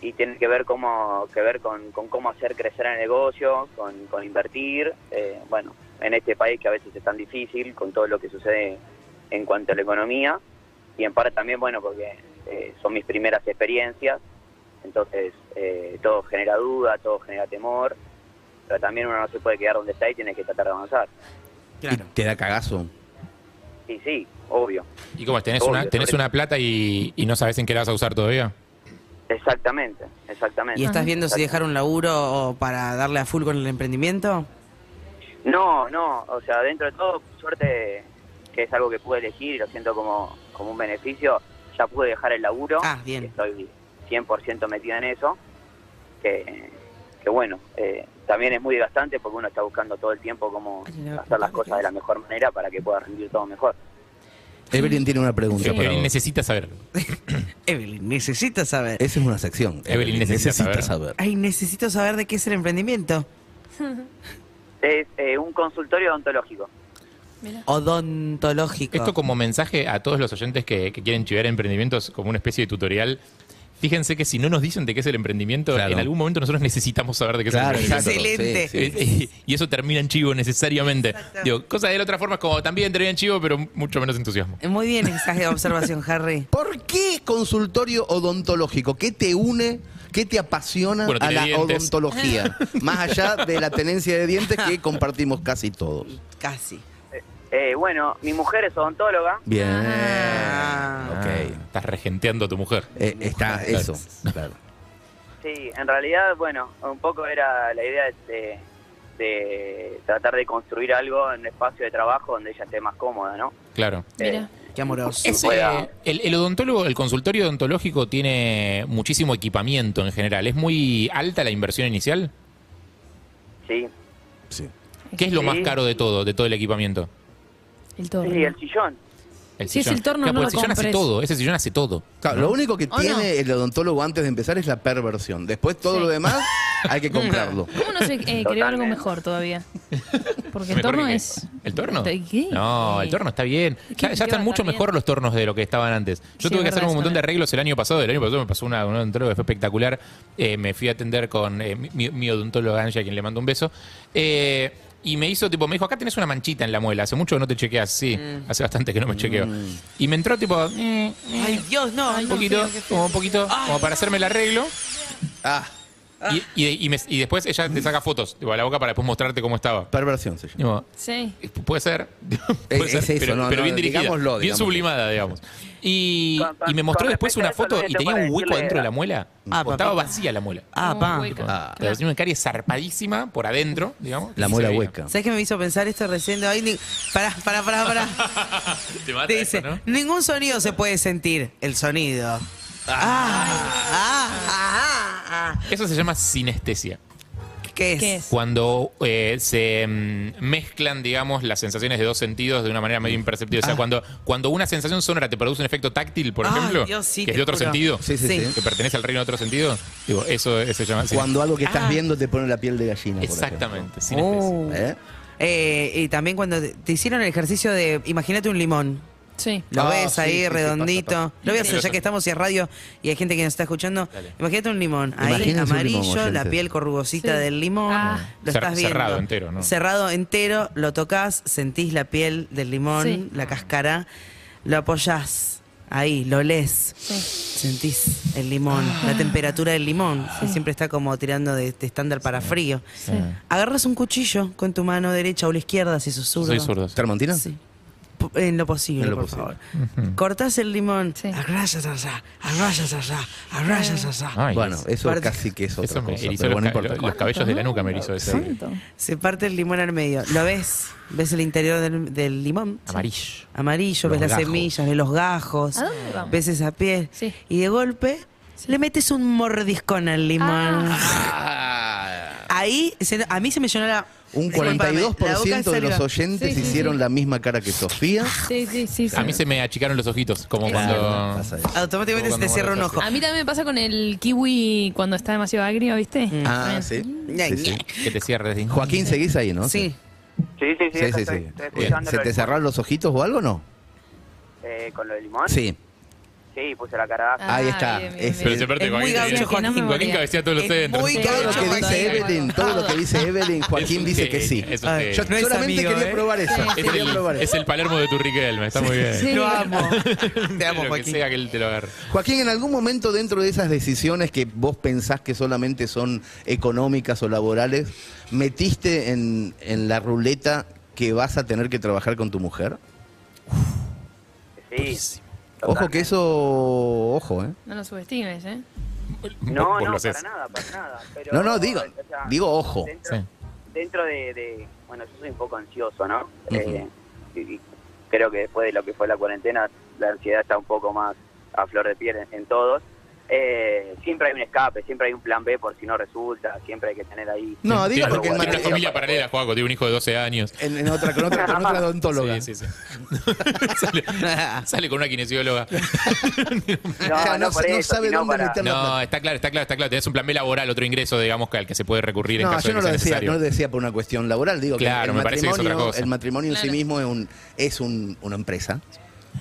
Speaker 9: y tiene que ver cómo que ver con, con cómo hacer crecer el negocio, con, con invertir, eh, bueno, en este país que a veces es tan difícil con todo lo que sucede en cuanto a la economía y en parte también bueno porque eh, son mis primeras experiencias, entonces eh, todo genera duda, todo genera temor, pero también uno no se puede quedar donde está y tiene que tratar de avanzar.
Speaker 7: Claro.
Speaker 8: Te da cagazo.
Speaker 9: Y sí, obvio,
Speaker 6: ¿Y cómo es? ¿Tenés,
Speaker 9: Obvio,
Speaker 6: una, tenés
Speaker 9: sobre-
Speaker 6: una plata y, y no sabés en qué la vas a usar todavía?
Speaker 9: exactamente, exactamente.
Speaker 7: ¿Y estás viendo si dejar un laburo o para darle a full con el emprendimiento?
Speaker 9: No, no, o sea, dentro de todo, suerte que es algo que pude elegir y lo siento como, como un beneficio, ya pude dejar el laburo,
Speaker 7: Ah, bien.
Speaker 9: que estoy 100% metido en eso, que, que bueno, eh, también es muy desgastante porque uno está buscando todo el tiempo cómo
Speaker 7: Ay, no,
Speaker 9: hacer las
Speaker 7: ¿por qué?
Speaker 9: cosas de la mejor manera para que pueda rendir todo mejor.
Speaker 8: Evelyn tiene una pregunta
Speaker 6: Sí,
Speaker 8: para
Speaker 6: Evelyn
Speaker 8: vos.
Speaker 6: necesita saberlo.
Speaker 7: Evelyn, necesitas saber.
Speaker 8: Esa es una sección.
Speaker 6: Evelyn necesita saber.
Speaker 7: Ay, necesito saber de qué es el emprendimiento.
Speaker 9: Es eh, un consultorio odontológico.
Speaker 7: Odontológico.
Speaker 6: Esto como mensaje a todos los oyentes que, que quieren chivar emprendimientos como una especie de tutorial. Fíjense que si no nos dicen de qué es el emprendimiento,
Speaker 8: Claro.
Speaker 6: en algún momento nosotros necesitamos saber de qué
Speaker 8: Claro,
Speaker 6: es el emprendimiento.
Speaker 7: Excelente.
Speaker 8: Sí, sí.
Speaker 6: Eh, Y, y eso termina en chivo necesariamente.
Speaker 7: Exacto.
Speaker 6: Digo, cosas de la otra forma es como también termina en chivo, pero mucho menos entusiasmo.
Speaker 7: Muy bien, mensaje de observación, Harry.
Speaker 8: ¿Por qué consultorio odontológico? ¿Qué te une? ¿Qué te apasiona
Speaker 6: Bueno,
Speaker 8: a
Speaker 6: tiene
Speaker 8: la
Speaker 6: dientes.
Speaker 8: odontología? Más allá de la tenencia de dientes que compartimos casi todos.
Speaker 7: Casi.
Speaker 9: Eh, bueno, mi mujer es odontóloga,
Speaker 8: Bien.
Speaker 7: Ah.
Speaker 8: Ok.
Speaker 6: Estás regenteando a tu mujer.
Speaker 8: Eh, está eso. Claro.
Speaker 9: Sí, en realidad, bueno, un poco era la idea de, de tratar de construir algo en un espacio de trabajo donde ella esté más cómoda, ¿no?
Speaker 6: Claro.
Speaker 5: Mira.
Speaker 7: Qué amoroso.
Speaker 6: Es,
Speaker 9: Fuera.
Speaker 6: eh, el, el odontólogo, el consultorio odontológico tiene muchísimo equipamiento en general. ¿Es muy alta la inversión inicial?
Speaker 9: Eh, Sí,
Speaker 8: Sí.
Speaker 6: ¿Qué es lo
Speaker 9: Sí.
Speaker 6: más caro de todo, de todo el equipamiento?
Speaker 5: El torno.
Speaker 9: sí, el sillón.
Speaker 5: Si es el torno,
Speaker 6: Claro,
Speaker 5: no
Speaker 6: porque
Speaker 5: lo
Speaker 6: el sillón hace
Speaker 5: compres.
Speaker 6: todo, ese sillón hace todo.
Speaker 8: Claro, lo único que
Speaker 5: ¿O
Speaker 8: tiene
Speaker 5: no?
Speaker 8: el odontólogo antes de empezar es la perversión. Después todo
Speaker 5: Sí.
Speaker 8: lo demás hay que comprarlo.
Speaker 5: ¿Cómo no se eh, creó algo
Speaker 9: Totalmente.
Speaker 5: mejor todavía? Porque el
Speaker 6: Mejor
Speaker 5: torno
Speaker 6: que-
Speaker 5: es.
Speaker 6: ¿El torno?
Speaker 5: ¿De qué?
Speaker 6: No, el torno está bien. Ya,
Speaker 5: ¿Qué-
Speaker 6: ya
Speaker 5: qué va
Speaker 6: están mucho
Speaker 5: tan bien?
Speaker 6: mejor los tornos de lo que estaban antes.
Speaker 5: Sí,
Speaker 6: Yo tuve
Speaker 5: es
Speaker 6: que hacer
Speaker 5: verdad,
Speaker 6: un montón
Speaker 5: eso
Speaker 6: de
Speaker 5: me-
Speaker 6: arreglos el año pasado. El año pasado me pasó una, un odontólogo que fue espectacular. Eh, me fui a atender con eh, mi- mi, mi odontóloga Angie, a quien le mando un beso. Eh, y me hizo, tipo, me dijo, acá tenés una manchita en la muela. Hace mucho que no te chequeas. Sí,
Speaker 5: Mm.
Speaker 6: hace bastante que no me chequeo. Y me entró, tipo, mm, mm,
Speaker 7: Ay, Dios, no.
Speaker 6: un poquito, como un poquito, como para hacerme el arreglo.
Speaker 8: Ah,
Speaker 6: Y, y- y me- y después ella te saca fotos, tipo, a la boca para después mostrarte cómo estaba.
Speaker 8: perversión se llama.
Speaker 6: Digo,
Speaker 5: Sí.
Speaker 6: Puede ser, puede
Speaker 8: Es-
Speaker 6: ser,
Speaker 8: es eso,
Speaker 6: pero,
Speaker 8: no,
Speaker 6: pero
Speaker 8: no,
Speaker 6: bien dirigida,
Speaker 8: digámoslo,
Speaker 6: bien
Speaker 8: digámoslo.
Speaker 6: sublimada, digamos. Y,
Speaker 9: Con- con-
Speaker 6: y me mostró
Speaker 9: con
Speaker 6: después
Speaker 9: respecto a
Speaker 6: una
Speaker 9: eso,
Speaker 6: foto y
Speaker 9: aprovecho
Speaker 6: tenía
Speaker 9: para
Speaker 6: un hueco
Speaker 9: decirle-
Speaker 6: dentro de la muela.
Speaker 7: Ah,
Speaker 6: Tipo, estaba
Speaker 7: papá.
Speaker 6: vacía la muela.
Speaker 7: Ah,
Speaker 5: Como
Speaker 7: pa.
Speaker 5: hueca.
Speaker 8: Ah.
Speaker 6: Pero tenía una carie zarpadísima por adentro, digamos.
Speaker 8: La
Speaker 6: y
Speaker 8: muela
Speaker 6: se veía.
Speaker 8: hueca.
Speaker 7: Ah, ¿Sabes qué me hizo pensar esto recién? Ay, ni- Pará, pará, pará, pará.
Speaker 6: Te mata
Speaker 7: Te
Speaker 6: eso,
Speaker 7: dice,
Speaker 6: ¿no?
Speaker 7: ningún sonido se puede sentir. El sonido. Ah, ah, ah,
Speaker 6: Eso se llama sinestesia.
Speaker 7: ah. ¿Qué es?
Speaker 5: ¿Qué es?
Speaker 6: Cuando eh, se mm, mezclan, digamos, las sensaciones de dos sentidos de una manera medio imperceptible. O
Speaker 8: Ah.
Speaker 6: sea, cuando, cuando una sensación sonora te produce un efecto táctil, por
Speaker 7: Ay,
Speaker 6: ejemplo,
Speaker 7: Dios, sí,
Speaker 6: que es
Speaker 7: te
Speaker 6: de otro
Speaker 7: juro.
Speaker 6: sentido,
Speaker 8: Sí, sí, sí.
Speaker 6: que pertenece al reino de otro sentido, digo, eso, eso se llama sinestesia.
Speaker 8: Cuando algo que estás
Speaker 6: Ah.
Speaker 8: viendo te pone la piel de gallina. por
Speaker 6: Exactamente, sinestesia.
Speaker 7: Oh.
Speaker 8: ejemplo. ¿Eh?
Speaker 7: Eh, y también cuando te, te hicieron el ejercicio de, imagínate un limón.
Speaker 5: Sí.
Speaker 7: Lo
Speaker 8: Ah,
Speaker 7: ves
Speaker 8: sí,
Speaker 7: ahí
Speaker 8: sí, sí, pasa,
Speaker 7: redondito.
Speaker 8: pasa.
Speaker 7: Lo voy a hacer ya que estamos y es radio y hay gente que nos está escuchando. Imagínate un limón. Ahí
Speaker 8: Imagínense un
Speaker 7: amarillo,
Speaker 8: limón,
Speaker 7: la
Speaker 8: oyentes.
Speaker 7: piel corrugosita
Speaker 5: Sí.
Speaker 7: del limón.
Speaker 5: Ah.
Speaker 7: Lo
Speaker 6: Cer-
Speaker 7: estás viendo.
Speaker 6: cerrado entero, ¿no?
Speaker 7: Cerrado entero, lo tocas, sentís la piel del limón,
Speaker 5: Sí.
Speaker 7: la cáscara, lo apoyás. Ahí, lo lees.
Speaker 5: Sí. Ah.
Speaker 7: Sentís el limón, la temperatura del limón, que siempre está como tirando de, de estándar para frío. Agarras un cuchillo con tu mano derecha o la izquierda si sos zurdo.
Speaker 6: Soy zurdo. sí.
Speaker 8: ¿Termantina?
Speaker 7: Sí. Po- En lo posible,
Speaker 8: En lo
Speaker 7: por
Speaker 8: posible.
Speaker 6: Mm.
Speaker 7: favor. Cortás el limón.
Speaker 5: Sí.
Speaker 7: Arrasas allá, arrasas allá, arrasas allá.
Speaker 6: Ay,
Speaker 8: Bueno,
Speaker 6: eso
Speaker 8: eso
Speaker 7: Parte-
Speaker 8: casi que es otra
Speaker 6: me
Speaker 8: cosa,
Speaker 6: erizó
Speaker 8: pero
Speaker 6: los,
Speaker 8: bueno, no
Speaker 6: ca-
Speaker 8: importa.
Speaker 6: los cabellos de la nuca, me erizó ese
Speaker 5: Santo.
Speaker 7: Se parte el limón al medio. ¿Lo ves? ¿Ves el interior del, del limón?
Speaker 6: amarillo.
Speaker 7: Amarillo,
Speaker 8: Los
Speaker 7: ves las
Speaker 8: gajos.
Speaker 7: semillas, ves los gajos.
Speaker 5: ¿A dónde vamos?
Speaker 7: Ves esa piel.
Speaker 5: Sí.
Speaker 7: Y de golpe le metes un mordiscón al limón.
Speaker 5: Ah.
Speaker 7: Ahí, se- a mí se me llenó la...
Speaker 8: Ah. Un
Speaker 7: Disculpame, la boca
Speaker 8: 42% de los
Speaker 7: saliva.
Speaker 8: oyentes
Speaker 5: Sí, sí,
Speaker 8: hicieron la misma cara que Sofía.
Speaker 5: Sí, sí, sí. sí.
Speaker 6: A mí se me achicaron los ojitos, como
Speaker 8: Claro,
Speaker 6: cuando...
Speaker 8: pasa eso.
Speaker 7: Automáticamente se
Speaker 6: Cuando
Speaker 7: te cierra un
Speaker 6: muerdes
Speaker 7: ojo.
Speaker 5: A mí también me pasa con el kiwi cuando está demasiado agrio, ¿viste?
Speaker 7: Mm.
Speaker 8: Ah,
Speaker 5: También.
Speaker 8: sí.
Speaker 7: Ay,
Speaker 8: Sí, sí.
Speaker 6: Que te cierres. así.
Speaker 8: Joaquín, seguís ahí, ¿no?
Speaker 7: Sí.
Speaker 9: Sí, sí, sí,
Speaker 8: Sí,
Speaker 9: eso
Speaker 8: sí,
Speaker 9: estoy,
Speaker 8: sí.
Speaker 9: estoy
Speaker 8: Bien.
Speaker 9: escuchándolo
Speaker 8: ¿Se te
Speaker 9: del-
Speaker 8: cerraron los ojitos o algo no?
Speaker 9: eh, con lo del limón.
Speaker 8: Sí.
Speaker 9: Sí, Sí, puse la caradaza.
Speaker 5: Ah,
Speaker 8: Ahí está.
Speaker 5: bien, bien,
Speaker 8: es
Speaker 5: bien.
Speaker 6: Pero se
Speaker 7: Es
Speaker 6: pierde
Speaker 7: muy
Speaker 6: Joaquín. te
Speaker 7: gaucho,
Speaker 6: viene-
Speaker 7: Joaquín.
Speaker 5: Joaquín.
Speaker 6: Joaquín cabecea todos los
Speaker 7: Es
Speaker 6: centros.
Speaker 7: muy
Speaker 5: Sí,
Speaker 8: Todo lo
Speaker 7: gaucho,
Speaker 8: que dice
Speaker 7: Joaquín.
Speaker 8: Evelyn, todo lo que dice Evelyn,
Speaker 6: Es
Speaker 8: Joaquín
Speaker 6: un
Speaker 8: dice que
Speaker 6: genio,
Speaker 8: sí.
Speaker 6: es un
Speaker 7: Ay,
Speaker 6: genio.
Speaker 8: Yo
Speaker 7: Ah, No es
Speaker 8: solamente
Speaker 7: amigo,
Speaker 8: quería
Speaker 7: ¿eh?
Speaker 8: probar eso.
Speaker 5: Sí, sí.
Speaker 6: Es
Speaker 8: Quería probar
Speaker 6: el, es
Speaker 8: eso.
Speaker 6: el Palermo de Turrique Elma, está muy bien.
Speaker 5: Sí.
Speaker 7: Lo amo. Te amo,
Speaker 6: Lo que
Speaker 7: Joaquín.
Speaker 6: sea que él te lo agarre.
Speaker 8: Joaquín, en algún momento dentro de esas decisiones que vos pensás que solamente son económicas o laborales, ¿metiste en, en la ruleta que vas a tener que trabajar con tu mujer?
Speaker 9: Sí.
Speaker 8: Ojo que eso, ojo, ¿eh?
Speaker 5: No lo subestimes, ¿eh?
Speaker 9: No,
Speaker 6: Vos lo
Speaker 9: no, para
Speaker 6: hacés.
Speaker 9: nada, para nada. Pero,
Speaker 8: No, no, digo,
Speaker 9: o sea,
Speaker 8: digo ojo.
Speaker 9: Dentro,
Speaker 6: Sí.
Speaker 9: dentro de, de- Bueno, yo soy un poco ansioso, ¿no?
Speaker 8: Ujú.
Speaker 9: Eh, y- y creo que después de lo que fue la cuarentena, la ansiedad está un poco más a flor de piel en, en todos. Eh, siempre hay un escape, siempre hay un plan B por si no resulta, siempre hay que tener ahí.
Speaker 8: No,
Speaker 6: Tiene-
Speaker 8: digo porque en,
Speaker 6: tiene
Speaker 9: mate-
Speaker 6: una
Speaker 8: mate-
Speaker 6: familia paralela, Juaco, tiene un hijo de 12 años.
Speaker 8: en- en otra, con otra, con otra odontóloga.
Speaker 6: Sí, sí, sí. sale, sale con una kinesióloga.
Speaker 9: No,
Speaker 8: O sea,
Speaker 9: no,
Speaker 8: no,
Speaker 9: por
Speaker 8: no
Speaker 9: eso,
Speaker 8: sabe
Speaker 9: sino
Speaker 8: dónde
Speaker 9: para-
Speaker 8: meter la
Speaker 6: No,
Speaker 8: plata.
Speaker 6: está claro, está claro, está claro. Tenés un plan B laboral, otro ingreso, digamos, que al que se puede recurrir en
Speaker 8: No,
Speaker 6: caso
Speaker 8: yo no
Speaker 6: de que
Speaker 8: lo
Speaker 6: sea
Speaker 8: decía,
Speaker 6: necesario.
Speaker 8: no lo decía por una cuestión laboral, digo que
Speaker 6: Claro,
Speaker 8: el
Speaker 6: me parece que
Speaker 8: matrimonio,
Speaker 6: es otra cosa.
Speaker 8: el matrimonio en sí
Speaker 5: Claro.
Speaker 8: mismo es un es un- una empresa.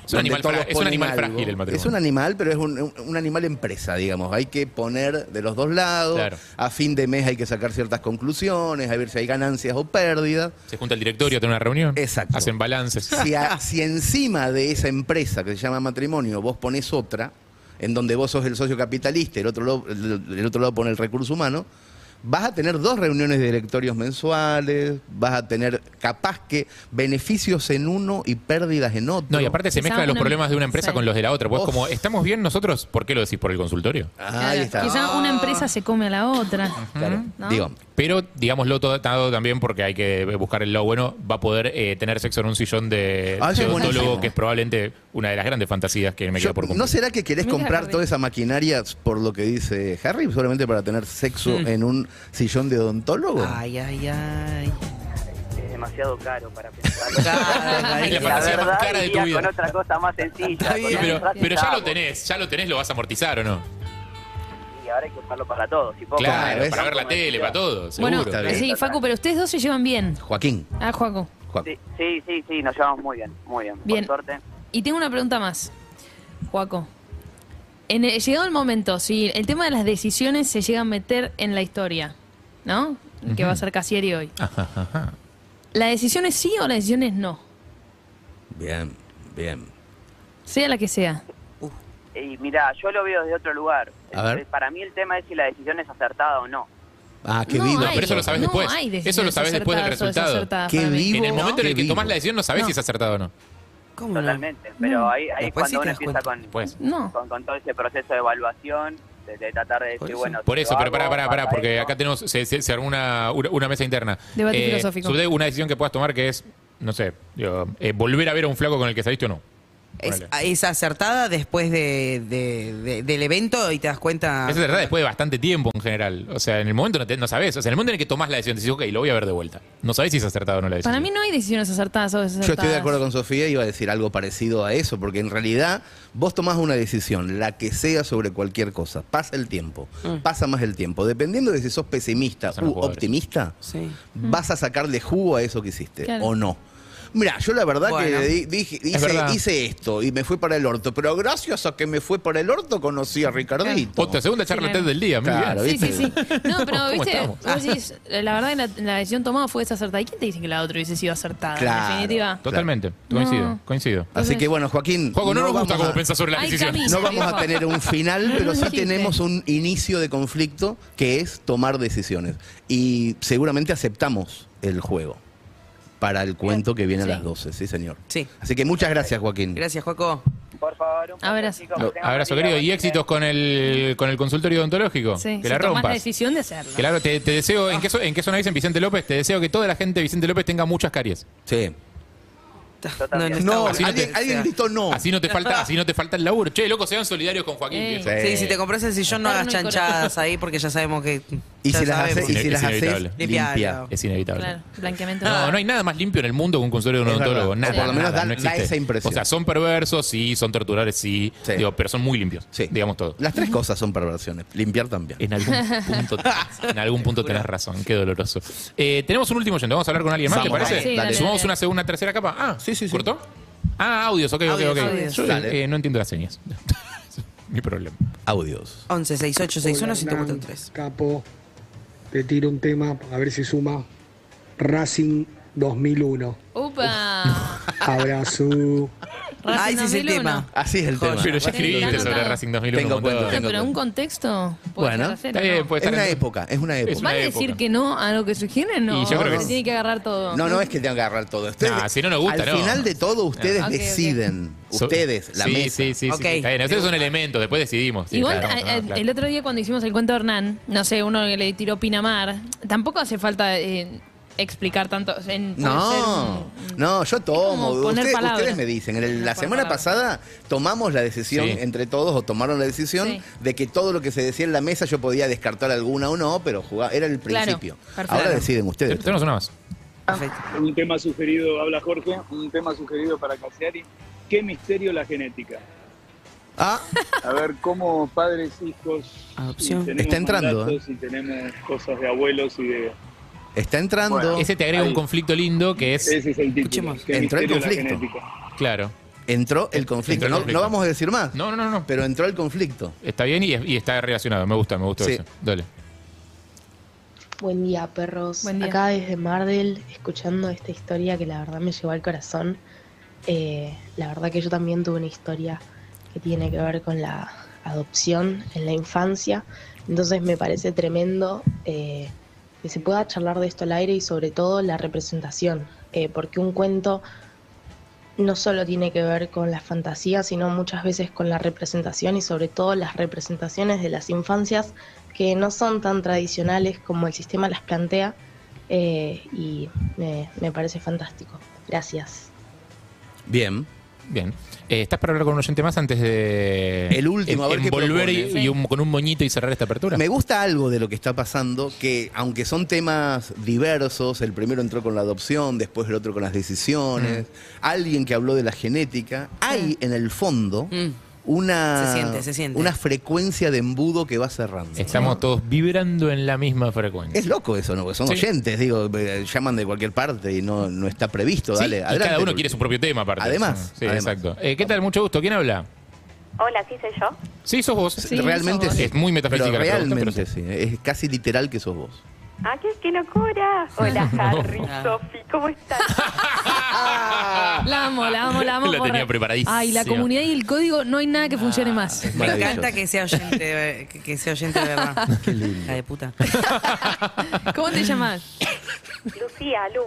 Speaker 6: Es un
Speaker 8: donde
Speaker 6: animal,
Speaker 8: todos
Speaker 6: fra- es un
Speaker 8: ponen
Speaker 6: animal
Speaker 8: algo.
Speaker 6: frágil el matrimonio.
Speaker 8: Es un animal, pero es un, un- un animal empresa, digamos. Hay que poner de los dos lados.
Speaker 6: Claro.
Speaker 8: A fin de mes hay que sacar ciertas conclusiones, a ver si hay ganancias o pérdidas.
Speaker 6: Se junta el directorio, tiene una reunión.
Speaker 8: Exacto.
Speaker 6: Hacen balances.
Speaker 8: Si, a- si encima de esa empresa que se llama matrimonio vos pones otra, en donde vos sos el socio capitalista y el otro, lo- el, el otro lado pone el recurso humano, vas a tener dos reuniones de directorios mensuales, vas a tener capaz que beneficios en uno y pérdidas en otro.
Speaker 6: No, y aparte se
Speaker 5: Quizá
Speaker 6: mezclan los
Speaker 5: una-
Speaker 6: problemas de una empresa
Speaker 5: sí.
Speaker 6: con los de la otra. Pues
Speaker 8: Uf.
Speaker 6: como, ¿estamos bien nosotros? ¿Por qué lo decís? ¿Por el consultorio?
Speaker 8: Ah, Ahí está.
Speaker 5: Quizá una empresa se come a la otra.
Speaker 8: Claro.
Speaker 5: ¿no?
Speaker 8: Digo,
Speaker 6: Pero, digámoslo todo dado también, porque hay que buscar el lado bueno, va a poder eh, tener sexo en un sillón de,
Speaker 8: Ah, eso
Speaker 6: de
Speaker 8: es
Speaker 6: odontólogo,
Speaker 8: buenísimo.
Speaker 6: que es probablemente una de las grandes fantasías que me
Speaker 8: yo-
Speaker 6: queda por cumplir.
Speaker 8: ¿No será que querés
Speaker 5: Mira,
Speaker 8: comprar
Speaker 5: Harry.
Speaker 8: toda esa maquinaria por lo que dice Harry, solamente para tener sexo
Speaker 5: Hmm.
Speaker 8: en un sillón de odontólogo?
Speaker 7: Ay, ay, ay.
Speaker 9: Es demasiado caro para pensar.
Speaker 7: Claro,
Speaker 6: Es la
Speaker 9: la
Speaker 6: fantasía más
Speaker 9: verdad,
Speaker 6: cara de tu
Speaker 9: iría
Speaker 6: vida.
Speaker 9: con otra cosa más sencilla.
Speaker 7: Está
Speaker 9: con
Speaker 7: bien,
Speaker 9: un
Speaker 6: pero,
Speaker 9: disfraz
Speaker 6: pero ya lo
Speaker 9: estamos.
Speaker 6: tenés, ya lo tenés, lo vas a amortizar o no.
Speaker 9: Y ahora hay que usarlo para todo. Si poco,
Speaker 8: Claro,
Speaker 6: Claro,
Speaker 8: ¿ves?
Speaker 6: para ver la tele, para todo, seguro.
Speaker 5: Bueno,
Speaker 8: Está bien.
Speaker 5: sí, Facu, pero ustedes dos se llevan bien.
Speaker 8: Joaquín.
Speaker 5: Ah, Juaco.
Speaker 8: Joaquín.
Speaker 9: Sí, sí, sí, sí, nos llevamos muy bien, muy bien.
Speaker 5: Bien.
Speaker 9: Por suerte.
Speaker 5: Y tengo una pregunta más, Juaco. En el- llegado el momento, si el tema de las decisiones se llega a meter en la historia, ¿no? Que va a ser Casieri hoy. ¿La decisión es sí o la decisión es no?
Speaker 8: Bien, bien.
Speaker 5: Sea la que sea.
Speaker 9: Eh, Y mira, yo lo veo desde otro lugar. Eh,
Speaker 8: A ver.
Speaker 9: Para mí el tema es si la decisión es acertada o no.
Speaker 8: Ah, qué
Speaker 5: no,
Speaker 8: vivo.
Speaker 5: hay-
Speaker 6: pero eso lo sabés
Speaker 5: no
Speaker 6: después.
Speaker 5: hay
Speaker 6: Eso lo
Speaker 5: decisiones
Speaker 6: sabés después del
Speaker 5: acertadas o
Speaker 6: resultado.
Speaker 5: desacertadas
Speaker 8: Qué
Speaker 5: para mí.
Speaker 8: vivo.
Speaker 6: En el
Speaker 8: ¿no?
Speaker 6: momento en el que
Speaker 8: Qué
Speaker 6: tomás
Speaker 8: vivo.
Speaker 6: la decisión no sabés
Speaker 5: No.
Speaker 6: si es acertado o no.
Speaker 7: ¿Cómo no?
Speaker 9: Totalmente. Pero ahí, ahí es
Speaker 7: Después sí
Speaker 9: cuando
Speaker 7: te
Speaker 9: uno
Speaker 7: das
Speaker 9: empieza con,
Speaker 6: Después.
Speaker 5: No.
Speaker 9: con, con todo ese proceso de evaluación, de, de tratar de decir,
Speaker 7: Por eso.
Speaker 9: bueno... si
Speaker 6: Por
Speaker 9: lo
Speaker 6: eso, pero
Speaker 9: hago,
Speaker 6: pará, pará, pará,
Speaker 9: pasa
Speaker 6: porque
Speaker 9: esto.
Speaker 6: acá tenemos, se, se- se armó una, una- una mesa interna.
Speaker 5: Debate filosófico.
Speaker 6: sobre una decisión que puedas tomar que es, no sé, digo, eh, volver a ver a un flaco con el que saliste o no.
Speaker 7: Es,
Speaker 6: Ponele.
Speaker 7: es acertada después de, de- de- del evento y te das cuenta.
Speaker 6: Esa es verdad después de bastante tiempo en general. O sea, en el momento no, te- no sabes. O sea, en el momento en el que tomás la decisión, decís, ok, lo voy a ver de vuelta. No sabés si es acertado o no la decisión.
Speaker 5: Para mí no hay decisiones acertadas o desacertadas.
Speaker 8: Yo estoy de acuerdo con Sofía, iba a decir algo parecido a eso, porque en realidad vos tomás una decisión, la que sea sobre cualquier cosa, pasa el tiempo,
Speaker 5: Mm.
Speaker 8: pasa más el tiempo, dependiendo de si sos pesimista
Speaker 6: Son los
Speaker 8: u
Speaker 6: jugadores.
Speaker 8: optimista,
Speaker 7: Sí.
Speaker 8: vas a sacarle jugo a eso que hiciste,
Speaker 5: Claro.
Speaker 8: o no. Mira, yo la verdad
Speaker 7: Bueno.
Speaker 8: que di- dije, hice,
Speaker 6: verdad.
Speaker 8: hice esto y me fui para el orto, pero gracias a que me fue para el orto conocí a Ricardito.
Speaker 6: Otra segunda charla
Speaker 5: Sí, claro.
Speaker 6: TED del día, muy
Speaker 8: Claro,
Speaker 6: bien.
Speaker 5: Sí, sí,
Speaker 8: ¿viste?
Speaker 5: sí. No, pero
Speaker 6: ¿Cómo
Speaker 5: viste,
Speaker 6: estamos?
Speaker 5: vos decís, la verdad que la, la decisión tomada fue desacertada. ¿Y quién te dice que la otra hubiese sido acertada?
Speaker 8: Claro.
Speaker 5: En definitiva.
Speaker 6: Totalmente,
Speaker 5: No.
Speaker 6: coincido, coincido.
Speaker 8: Así que bueno, Joaquín,
Speaker 6: Juego, no, nos gusta
Speaker 8: vamos
Speaker 6: cómo
Speaker 8: a-
Speaker 6: pensás sobre la
Speaker 5: Ay,
Speaker 6: decisión.
Speaker 5: Cami.
Speaker 8: No vamos a
Speaker 5: Juaco.
Speaker 8: tener un final,
Speaker 5: No
Speaker 8: pero
Speaker 5: lo
Speaker 8: sí
Speaker 5: dijiste.
Speaker 8: tenemos un inicio de conflicto que es tomar decisiones. Y seguramente aceptamos el juego para el cuento que viene a
Speaker 5: Sí.
Speaker 8: las 12, sí señor.
Speaker 7: Sí.
Speaker 8: Así que muchas gracias, Joaquín.
Speaker 7: Gracias, Juaco.
Speaker 9: Por favor, un placer,
Speaker 5: Abrazo.
Speaker 9: chicos, que
Speaker 6: No,
Speaker 9: tengan
Speaker 6: Abrazo,
Speaker 9: buen día,
Speaker 6: querido. Y
Speaker 9: buen
Speaker 6: éxitos
Speaker 9: fin de-
Speaker 6: con el, con el consultorio odontológico.
Speaker 5: Sí,
Speaker 6: que
Speaker 5: si
Speaker 6: la
Speaker 5: tomás la
Speaker 6: rompas.
Speaker 5: decisión de hacerlo.
Speaker 6: Claro, te, te deseo, ¿en qué, zo- ¿en qué zona dicen Vicente López? Te deseo que toda la gente de Vicente López tenga muchas caries.
Speaker 8: Sí.
Speaker 7: No, no,
Speaker 8: No,
Speaker 7: está bueno.
Speaker 8: alguien, alguien gritó no.
Speaker 6: Así no te falta, así no te falta el laburo. Che, loco, sean solidarios con Joaquín.
Speaker 5: Ey.
Speaker 6: viejo.
Speaker 8: Sí.
Speaker 7: Sí, si te compras el sillón, no hagas
Speaker 5: Carne y corazón.
Speaker 7: chanchadas ahí porque ya sabemos que.
Speaker 8: y
Speaker 7: ya
Speaker 8: si las,
Speaker 7: sabemos.
Speaker 8: hace- y si
Speaker 6: Es
Speaker 8: las haces,
Speaker 6: inevitable.
Speaker 8: limpia.
Speaker 7: Limpialo.
Speaker 6: Es inevitable.
Speaker 5: Claro, blanqueamiento.
Speaker 6: No, no hay nada más limpio en el mundo que un consultorio de un
Speaker 8: Es
Speaker 6: odontólogo.
Speaker 8: verdad.
Speaker 6: Nada,
Speaker 8: O por lo menos
Speaker 6: nada,
Speaker 8: da-
Speaker 6: no
Speaker 8: da
Speaker 6: existe.
Speaker 8: esa
Speaker 6: O
Speaker 8: impresión.
Speaker 6: sea, son perversos, sí, son torturadores, sí,
Speaker 8: Sí.
Speaker 6: Digo, pero son muy limpios.
Speaker 8: Sí.
Speaker 6: Digamos todo.
Speaker 8: Las tres cosas son perversiones. Limpiar también.
Speaker 6: En algún punto, en algún punto tenés razón, qué doloroso. Eh, tenemos un último oyente, vamos a hablar con alguien más, ¿te
Speaker 8: Vamos,
Speaker 6: parece?
Speaker 5: dale. Sí, dale,
Speaker 6: Sumamos
Speaker 5: dale.
Speaker 6: una segunda, una tercera capa. Ah,
Speaker 8: Sí, sí, sí.
Speaker 6: ¿cortó? Ah, audios, ok, ok,
Speaker 7: Audios,
Speaker 6: ok.
Speaker 7: audios.
Speaker 6: Yo,
Speaker 8: Dale.
Speaker 6: eh, no entiendo las señas. mi problema.
Speaker 8: Audios.
Speaker 7: 11 68 61 143.
Speaker 10: Capo, te tiro un tema, a ver si suma. Racing 2001.
Speaker 5: ¡Upa!
Speaker 10: Abrazo.
Speaker 7: Ay, sí, ese
Speaker 5: 2001.
Speaker 7: tema.
Speaker 8: Así es el tema.
Speaker 6: Pero
Speaker 5: Bueno,
Speaker 6: ya escribiste
Speaker 5: tengo
Speaker 6: sobre
Speaker 5: todo.
Speaker 6: Racing 2001.
Speaker 8: Tengo
Speaker 6: un montón.
Speaker 8: cuento,
Speaker 5: Bueno,
Speaker 8: tengo
Speaker 5: pero en un contexto. puede
Speaker 8: Bueno,
Speaker 5: ser
Speaker 6: Está
Speaker 5: acero,
Speaker 6: bien,
Speaker 5: ¿no?
Speaker 6: puede
Speaker 8: Es
Speaker 6: estar
Speaker 8: una
Speaker 6: en-
Speaker 8: época, es una época.
Speaker 6: una
Speaker 5: ¿Vale
Speaker 6: época.
Speaker 5: decir que no a lo que sugiere? No.
Speaker 6: Y yo creo que
Speaker 5: Se
Speaker 6: no.
Speaker 5: tiene que agarrar todo.
Speaker 8: No, no es que tengan que agarrar todo. Ustedes,
Speaker 6: Nah, si no nos gusta,
Speaker 8: al
Speaker 6: no.
Speaker 8: final de todo, ustedes
Speaker 5: Ah, ok, ok.
Speaker 8: deciden.
Speaker 6: So-
Speaker 8: ustedes, la
Speaker 6: sí,
Speaker 8: mesa.
Speaker 6: Sí, sí, sí,
Speaker 7: Ok.
Speaker 6: sí, Está bien, ese es un elemento, después decidimos. Sí,
Speaker 5: Igual
Speaker 6: claro,
Speaker 5: a-
Speaker 6: no,
Speaker 5: a-
Speaker 6: claro.
Speaker 5: el otro día cuando hicimos el cuento de Hernán, no sé, uno que le tiró Pinamar, tampoco hace falta eh, explicar tanto. en- puede ser
Speaker 8: No,
Speaker 5: un- un-
Speaker 8: no, yo tomo.
Speaker 5: como poner
Speaker 8: Usted-
Speaker 5: palabras.
Speaker 8: ustedes me dicen. En el-
Speaker 5: Poner
Speaker 8: la semana
Speaker 5: palabras.
Speaker 8: pasada tomamos la decisión
Speaker 6: Sí.
Speaker 8: entre todos, o tomaron la decisión,
Speaker 5: Sí.
Speaker 8: de que todo lo que se decía en la mesa yo podía descartar alguna o no, pero jugaba- era el
Speaker 5: Claro,
Speaker 8: principio.
Speaker 5: perfecto.
Speaker 8: Ahora deciden ustedes.
Speaker 6: Tenemos una más.
Speaker 7: Perfecto.
Speaker 11: Ah, Un tema sugerido, habla Jorge, un tema sugerido para Casiari. ¿Qué misterio la genética?
Speaker 8: Ah,
Speaker 11: A ver, cómo padres, hijos,
Speaker 7: Adopción.
Speaker 11: si tenemos
Speaker 8: Está entrando, ¿eh?
Speaker 11: mandatos, si tenemos cosas de abuelos y de...
Speaker 8: está entrando.
Speaker 11: Bueno,
Speaker 6: Ese te agrega
Speaker 11: Ahí.
Speaker 6: un conflicto lindo que es,
Speaker 11: Ese es el título.
Speaker 7: Escuchemos.
Speaker 11: ¿Qué
Speaker 8: Entró en
Speaker 11: misterio la
Speaker 8: conflicto.
Speaker 11: genética?
Speaker 6: claro.
Speaker 8: entró el
Speaker 6: Entró
Speaker 8: conflicto.
Speaker 6: el
Speaker 8: No-
Speaker 6: conflicto.
Speaker 8: No, vamos a decir más,
Speaker 6: No, no, no, no.
Speaker 8: pero entró el conflicto.
Speaker 6: Está bien y, es- y está relacionado. Me gusta, me gustó
Speaker 8: Sí.
Speaker 6: eso. Dale.
Speaker 12: Buen día, perros.
Speaker 5: Buen día.
Speaker 12: Acá desde Mardel, escuchando esta historia que la verdad me llevó al corazón. Eh, la verdad que yo también tuve una historia que tiene que ver con la adopción en la infancia. Entonces me parece tremendo eh, que se pueda charlar de esto al aire y sobre todo la representación. Eh, porque un cuento no solo tiene que ver con la fantasía, sino muchas veces con la representación y sobre todo las representaciones de las infancias que no son tan tradicionales como el sistema las plantea eh, y me, me parece fantástico. Gracias.
Speaker 8: Bien.
Speaker 6: Bien. Eh, ¿Estás para hablar con un oyente más antes de.
Speaker 8: El último, a ver qué
Speaker 6: envolver y,
Speaker 8: propone.
Speaker 6: y un- con un moñito y cerrar esta apertura?
Speaker 8: Me gusta algo de lo que está pasando, que aunque son temas diversos, el primero entró con la adopción, después el otro con las decisiones,
Speaker 6: Mm.
Speaker 8: alguien que habló de la genética, hay en el fondo
Speaker 7: Mm.
Speaker 8: una,
Speaker 7: Se siente, se siente.
Speaker 8: una frecuencia de embudo que va cerrando.
Speaker 6: Estamos todos vibrando en la misma frecuencia.
Speaker 8: Es loco eso, ¿no? Porque son
Speaker 6: Sí.
Speaker 8: oyentes, digo, eh, llaman de cualquier parte y no, no está previsto,
Speaker 6: Sí,
Speaker 8: dale,
Speaker 6: y
Speaker 8: adelante.
Speaker 6: cada uno quiere su propio tema, aparte.
Speaker 8: Además,
Speaker 6: Sí,
Speaker 8: además.
Speaker 6: exacto. Eh, ¿Qué tal? Mucho gusto. ¿Quién habla?
Speaker 12: Hola, sí soy yo.
Speaker 6: Sí, sos vos.
Speaker 5: Sí,
Speaker 8: realmente
Speaker 5: sos
Speaker 8: sí.
Speaker 6: vos. Es muy metafísica
Speaker 8: Pero
Speaker 6: la pregunta,
Speaker 8: realmente
Speaker 6: pero
Speaker 8: sí. Es casi literal que sos vos.
Speaker 12: ¡Ah, qué, qué locura! Hola, Harry, Sofi, ¿cómo estás?
Speaker 5: La amo, la amo, la amo.
Speaker 6: La
Speaker 5: por-
Speaker 6: tenía preparadísima.
Speaker 5: Ay, la comunidad y el código, no hay nada que funcione más.
Speaker 7: Me
Speaker 8: Maravilloso.
Speaker 7: encanta que sea oyente, de- que, que sea oyente de verdad. Qué lindo. La de puta.
Speaker 5: ¿Cómo te llamas?
Speaker 12: Lucía, Lu.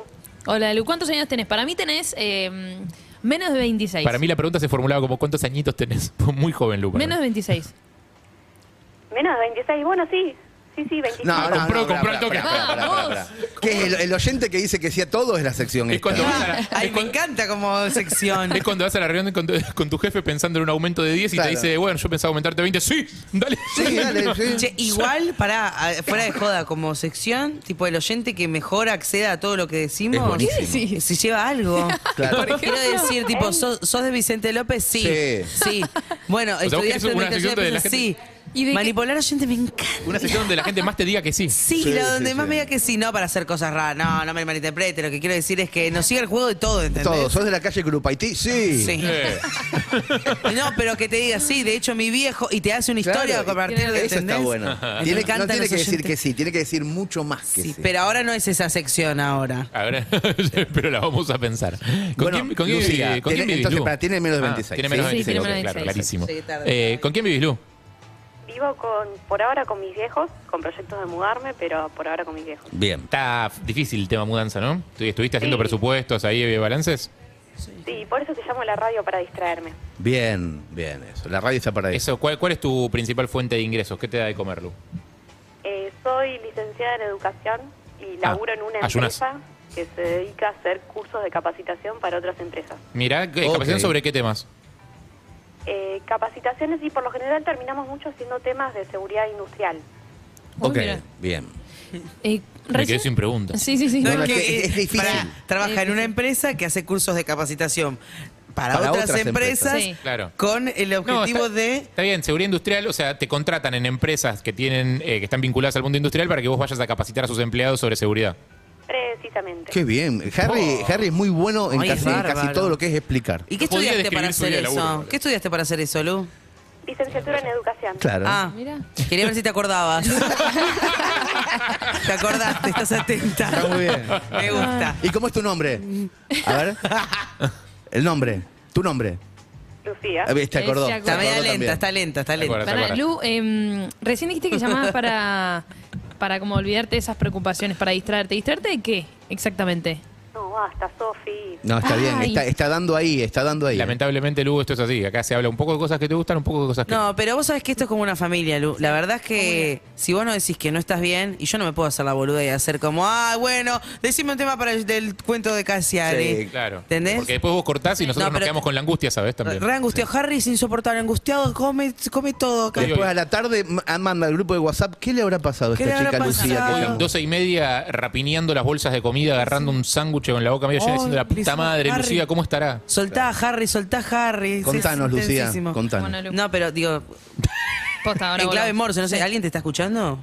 Speaker 5: Hola, Lu. ¿Cuántos años tenés? Para mí tenés eh, menos de 26.
Speaker 6: Para mí la pregunta se formulaba como ¿cuántos añitos tenés? Muy joven, Lupa.
Speaker 5: Menos de 26.
Speaker 12: Menos 26, bueno, sí. Sí, sí, 26.
Speaker 8: No, no,
Speaker 6: compró-
Speaker 8: no, pará,
Speaker 6: compró el toque.
Speaker 8: pará, pará, pará, pará, pará. Que es el, el oyente que dice que sí a todo es la sección
Speaker 6: Es
Speaker 8: esta.
Speaker 6: cuando vas a la-
Speaker 7: Ay, me
Speaker 6: es cuando-
Speaker 7: encanta como sección.
Speaker 6: es cuando vas a la reunión con tu, con tu jefe pensando en un aumento de 10 y
Speaker 8: Claro.
Speaker 6: te dice, bueno, yo pensaba aumentarte 20. Sí, dale.
Speaker 8: Sí, dale, sí.
Speaker 7: Che, igual, pará, a- fuera de joda, como sección, tipo el oyente que mejor acceda a todo lo que decimos.
Speaker 8: Es buenísimo.
Speaker 5: ¿Qué decís?
Speaker 7: Se lleva algo.
Speaker 8: Claro.
Speaker 7: Porque quiero decir,
Speaker 5: ¿eh?
Speaker 7: tipo, ¿sos, sos de Vicente López? Sí.
Speaker 8: Sí.
Speaker 7: Sí. Bueno,
Speaker 6: sea, vos querés
Speaker 7: estudiaste en
Speaker 6: una sección
Speaker 7: de
Speaker 6: donde la gente-
Speaker 7: Sí.
Speaker 5: ¿Y de qué-
Speaker 7: Manipular oyente me encanta.
Speaker 6: Una sección donde la gente más te diga que sí.
Speaker 7: Sí,
Speaker 8: Sí,
Speaker 7: la
Speaker 8: sí,
Speaker 7: donde más
Speaker 8: sí.
Speaker 7: me diga que sí, no para hacer cosas raras. No, no me malinterprete. Lo que quiero decir es que nos sigue el juego de todo, ¿entendés?
Speaker 8: Todo, ¿sos de la calle Grupaití? Sí.
Speaker 7: Sí.
Speaker 6: Eh,
Speaker 7: No, pero que te diga sí, de hecho mi viejo, y te hace una
Speaker 8: Claro,
Speaker 7: historia a partir de
Speaker 8: Eso está
Speaker 7: ¿entendés?
Speaker 8: bueno.
Speaker 7: Me
Speaker 8: Tiene, no
Speaker 7: encantan
Speaker 8: tiene
Speaker 7: los
Speaker 8: que decir
Speaker 7: oyentes.
Speaker 8: que sí, tiene que decir mucho más que sí.
Speaker 7: Sí, pero ahora no es esa sección ahora.
Speaker 6: a ver, pero la vamos a pensar. ¿Con
Speaker 8: Bueno,
Speaker 6: quién, con quién
Speaker 8: Lucía,
Speaker 6: vivís? ¿Con
Speaker 8: tiene-
Speaker 6: quién vivís,
Speaker 8: entonces,
Speaker 6: Lu?
Speaker 8: para, tiene menos de
Speaker 6: Ah,
Speaker 8: 26,
Speaker 6: tiene menos de
Speaker 5: ¿sí? Sí,
Speaker 6: 26,
Speaker 5: tiene
Speaker 6: ok,
Speaker 5: menos de
Speaker 6: claro,
Speaker 5: 26.
Speaker 6: clarísimo.
Speaker 7: Llegué tarde.
Speaker 6: Eh, ¿Con quién vivís, Lu?
Speaker 12: Vivo con, por ahora con mis viejos, con proyectos de mudarme, pero por ahora con mis viejos.
Speaker 8: Bien.
Speaker 6: Está f- difícil el tema mudanza, ¿no? Estu- ¿Estuviste haciendo
Speaker 12: Sí.
Speaker 6: presupuestos ahí, eh, balances?
Speaker 12: Sí, por eso te llamo a la radio para distraerme.
Speaker 8: Bien, bien eso. La radio está para eso.
Speaker 6: Eso, ¿cuál, ¿Cuál es tu principal fuente de ingresos? ¿Qué te da de comer, Lu?
Speaker 12: Eh, soy licenciada en educación y
Speaker 6: Ah,
Speaker 12: laburo en una
Speaker 6: ayunás.
Speaker 12: empresa que se dedica a hacer cursos de capacitación para otras empresas.
Speaker 6: Mirá, ¿qué-
Speaker 8: Ok.
Speaker 6: capacitación sobre qué temas?
Speaker 12: Eh, capacitaciones y por lo general terminamos mucho haciendo temas de seguridad industrial.
Speaker 5: Uy,
Speaker 8: ok,
Speaker 5: mira.
Speaker 8: bien.
Speaker 5: Eh,
Speaker 6: Me quedé
Speaker 5: recién-
Speaker 6: sin preguntas.
Speaker 5: Sí, sí, sí.
Speaker 8: No,
Speaker 7: es
Speaker 8: no,
Speaker 7: que-
Speaker 8: es- es difícil.
Speaker 7: pará, trabaja en una empresa que hace cursos de capacitación para,
Speaker 8: Para
Speaker 7: otras,
Speaker 8: otras
Speaker 7: empresas,
Speaker 5: empresas. Sí.
Speaker 6: Claro.
Speaker 7: con el objetivo
Speaker 6: está,
Speaker 7: de...
Speaker 6: Está bien, seguridad industrial, o sea, te contratan en empresas que tienen eh, que están vinculadas al mundo industrial para que vos vayas a capacitar a sus empleados sobre seguridad.
Speaker 12: Precisamente.
Speaker 8: Qué bien. Harry,
Speaker 6: Oh.
Speaker 8: Harry es muy bueno en
Speaker 7: Ay,
Speaker 8: casi, en casi
Speaker 7: bárbaro.
Speaker 8: todo lo que es explicar.
Speaker 7: ¿Y qué
Speaker 6: Podía
Speaker 7: estudiaste
Speaker 6: describir
Speaker 7: para
Speaker 6: su
Speaker 7: hacer
Speaker 6: día de
Speaker 7: eso?
Speaker 6: laburo, boludo.
Speaker 7: ¿Qué estudiaste para hacer eso, Lu?
Speaker 13: licenciatura en educación.
Speaker 8: Claro.
Speaker 7: Ah, quería ver si te acordabas. te acordaste, estás atenta.
Speaker 8: Está muy bien.
Speaker 7: Me gusta.
Speaker 8: ¿Y cómo es tu nombre? A ver. El nombre. Tu nombre.
Speaker 13: Lucía.
Speaker 8: Ah, ¿viste? Acordó.
Speaker 5: Se
Speaker 7: Está
Speaker 5: acordó
Speaker 7: media
Speaker 8: también.
Speaker 7: lenta, está lenta, está lenta.
Speaker 5: Pará, Lu, em, recién dijiste que llamabas para, para como olvidarte de esas preocupaciones, para distraerte. ¿Distraerte de qué exactamente?
Speaker 13: No, basta, Sofi.
Speaker 8: No, está bien.
Speaker 5: Ay.
Speaker 8: Está, está dando ahí, está dando ahí.
Speaker 6: Lamentablemente, Lu, esto es así. Acá se habla un poco de cosas que te gustan, un poco de cosas que
Speaker 7: No, pero vos sabés que esto es como una familia, Lu. La verdad es que si vos no decís que no estás bien, y yo no me puedo hacer la boluda y hacer como, ah, bueno, decime un tema para el del cuento de Cassiari.
Speaker 6: Sí, claro.
Speaker 7: ¿Entendés?
Speaker 6: Porque después vos cortás y nosotros
Speaker 7: No,
Speaker 6: nos
Speaker 7: pero-
Speaker 6: quedamos con la angustia, ¿sabes? También.
Speaker 7: Re angustiado. Harry es insoportable, angustiado, come, come todo acá.
Speaker 8: Después a la tarde ma- manda al grupo de WhatsApp. ¿Qué le habrá pasado a
Speaker 7: ¿Qué
Speaker 8: esta
Speaker 7: le habrá
Speaker 8: chica Lucía? que
Speaker 7: pasado?
Speaker 8: llamó?
Speaker 6: 12 y media rapineando las bolsas de comida, agarrando un sándwich con la boca medio llena,
Speaker 7: Ay,
Speaker 6: diciendo la puta
Speaker 7: Lucía,
Speaker 6: madre,
Speaker 7: Harry.
Speaker 6: Lucía, ¿cómo estará?
Speaker 7: Soltá a Harry, soltá a Harry.
Speaker 8: Contanos,
Speaker 7: Sí, es
Speaker 8: Lucía,
Speaker 7: intensísimo.
Speaker 8: contanos.
Speaker 5: Bueno, Lu.
Speaker 7: No, pero digo,
Speaker 5: Posta, ahora
Speaker 7: en clave
Speaker 5: volvemos.
Speaker 7: morse, no sé, ¿alguien te está escuchando?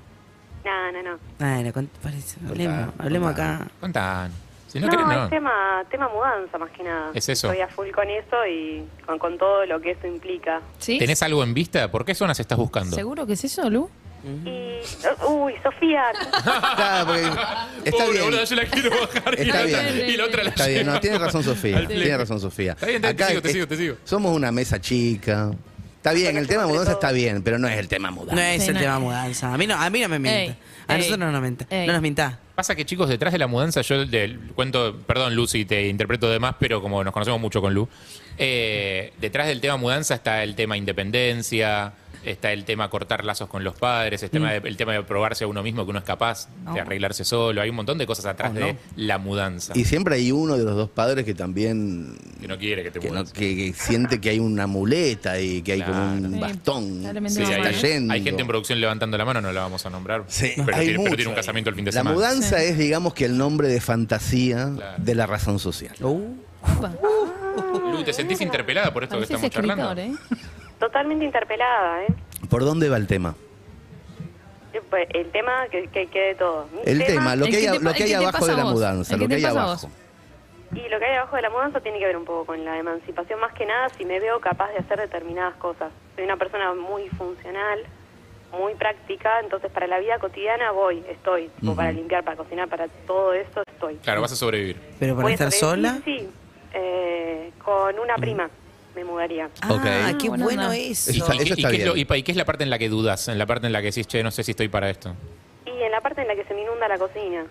Speaker 13: No, no, no.
Speaker 7: Bueno, cont- parece, hablemos, hablemos acá.
Speaker 6: Contan. Si no,
Speaker 13: No,
Speaker 6: querés,
Speaker 13: es
Speaker 6: no.
Speaker 13: tema, tema mudanza más que nada.
Speaker 6: Es eso.
Speaker 13: Estoy a full con eso y con, con todo lo que eso implica.
Speaker 5: ¿Sí?
Speaker 6: ¿Tenés algo en vista? ¿Por qué zonas estás buscando?
Speaker 5: ¿Seguro que es eso, Lu?
Speaker 13: Y, uh, uy, Sofía.
Speaker 8: Claro, porque está
Speaker 6: Pobre,
Speaker 8: bien.
Speaker 6: boludo, yo la quiero bajar
Speaker 8: Está
Speaker 6: la-
Speaker 8: bien.
Speaker 6: la otra la
Speaker 8: Está bien, no,
Speaker 6: llevo.
Speaker 8: tiene razón Sofía.
Speaker 6: Al pleno.
Speaker 8: Tiene razón Sofía.
Speaker 6: Está bien, está bien, te
Speaker 8: Acá
Speaker 6: sigo, te
Speaker 8: es-
Speaker 6: sigo, te sigo.
Speaker 8: Somos una mesa chica. Está bien, el tema mudanza está bien, pero no es el tema
Speaker 7: No
Speaker 8: mudanza.
Speaker 7: es
Speaker 5: Sí,
Speaker 7: el
Speaker 5: no.
Speaker 7: tema mudanza. A mí no, a mí no me mienta.
Speaker 5: Ey,
Speaker 7: a
Speaker 5: ey,
Speaker 7: nosotros no nos mienta.
Speaker 5: ey.
Speaker 7: No nos minta.
Speaker 6: Pasa que, chicos, detrás de la mudanza, yo del cuento, perdón, Lu, si te interpreto de más, pero como nos conocemos mucho con Lu, eh, detrás del tema mudanza está el tema independencia, está el tema cortar lazos con los padres, el, tema, de, el tema de probarse a uno mismo que uno es capaz de arreglarse solo. Hay un montón de cosas atrás de la mudanza.
Speaker 8: Oh, Y siempre hay uno de los dos padres que también
Speaker 6: que no quiere que te
Speaker 8: que, no-
Speaker 6: mudas.
Speaker 8: que- que siente que hay una muleta y que hay como un
Speaker 5: Claro.
Speaker 8: bastón.
Speaker 5: Sí, claramente
Speaker 8: se
Speaker 5: no
Speaker 8: está
Speaker 5: van, ¿eh?
Speaker 8: yendo.
Speaker 6: Hay gente en producción levantando la mano, no la vamos a nombrar.
Speaker 8: Sí,
Speaker 6: pero,
Speaker 8: hay
Speaker 6: tiene, pero
Speaker 8: mucho
Speaker 6: tiene un
Speaker 8: ahí.
Speaker 6: casamiento el fin de
Speaker 8: La
Speaker 6: semana.
Speaker 8: mudanza es, digamos, que el nombre de fantasía
Speaker 6: Claro.
Speaker 8: de la razón social.
Speaker 5: Uh. Upa.
Speaker 6: Lu, ¿te sentís interpelada por esto que
Speaker 5: Pareces
Speaker 6: estamos
Speaker 5: escritor,
Speaker 6: charlando?
Speaker 5: ¿eh?
Speaker 13: Totalmente interpelada, ¿eh?
Speaker 8: ¿Por dónde va el tema?
Speaker 13: El tema que, que quede todo. Mi
Speaker 8: El tema, lo
Speaker 5: El
Speaker 8: que
Speaker 5: que
Speaker 8: hay, a-
Speaker 5: te-
Speaker 8: lo
Speaker 5: el
Speaker 8: que hay
Speaker 5: que te
Speaker 8: abajo
Speaker 5: pasa
Speaker 8: de la
Speaker 5: a vos.
Speaker 8: mudanza,
Speaker 5: El
Speaker 8: lo
Speaker 5: que
Speaker 8: que
Speaker 5: te
Speaker 8: hay
Speaker 5: pasa a
Speaker 8: abajo.
Speaker 5: vos.
Speaker 13: Y lo que hay abajo de la mudanza tiene que ver un poco con la emancipación, más que nada si me veo capaz de hacer determinadas cosas. Soy una persona muy funcional, muy práctica, entonces para la vida cotidiana voy, estoy, como
Speaker 8: Ujú.
Speaker 13: para limpiar, para cocinar, para todo eso estoy.
Speaker 6: Claro, vas a sobrevivir.
Speaker 7: Pero para
Speaker 13: Voy a
Speaker 7: estar
Speaker 13: sobrevivir,
Speaker 7: sola. Mm.
Speaker 13: Sí, eh, con una prima me mudaría.
Speaker 7: Ah,
Speaker 8: Ok.
Speaker 7: qué
Speaker 5: Ah, buena
Speaker 7: bueno
Speaker 5: onda.
Speaker 7: eso.
Speaker 8: Está-
Speaker 6: ¿Y, qué-
Speaker 8: eso
Speaker 6: y
Speaker 8: está
Speaker 6: qué es lo-
Speaker 8: bien.
Speaker 6: y pa- y qué es la parte en la que dudas? En la parte en la que decís, che, no sé si estoy para esto.
Speaker 13: Y en la parte en la que se me inunda la cocina.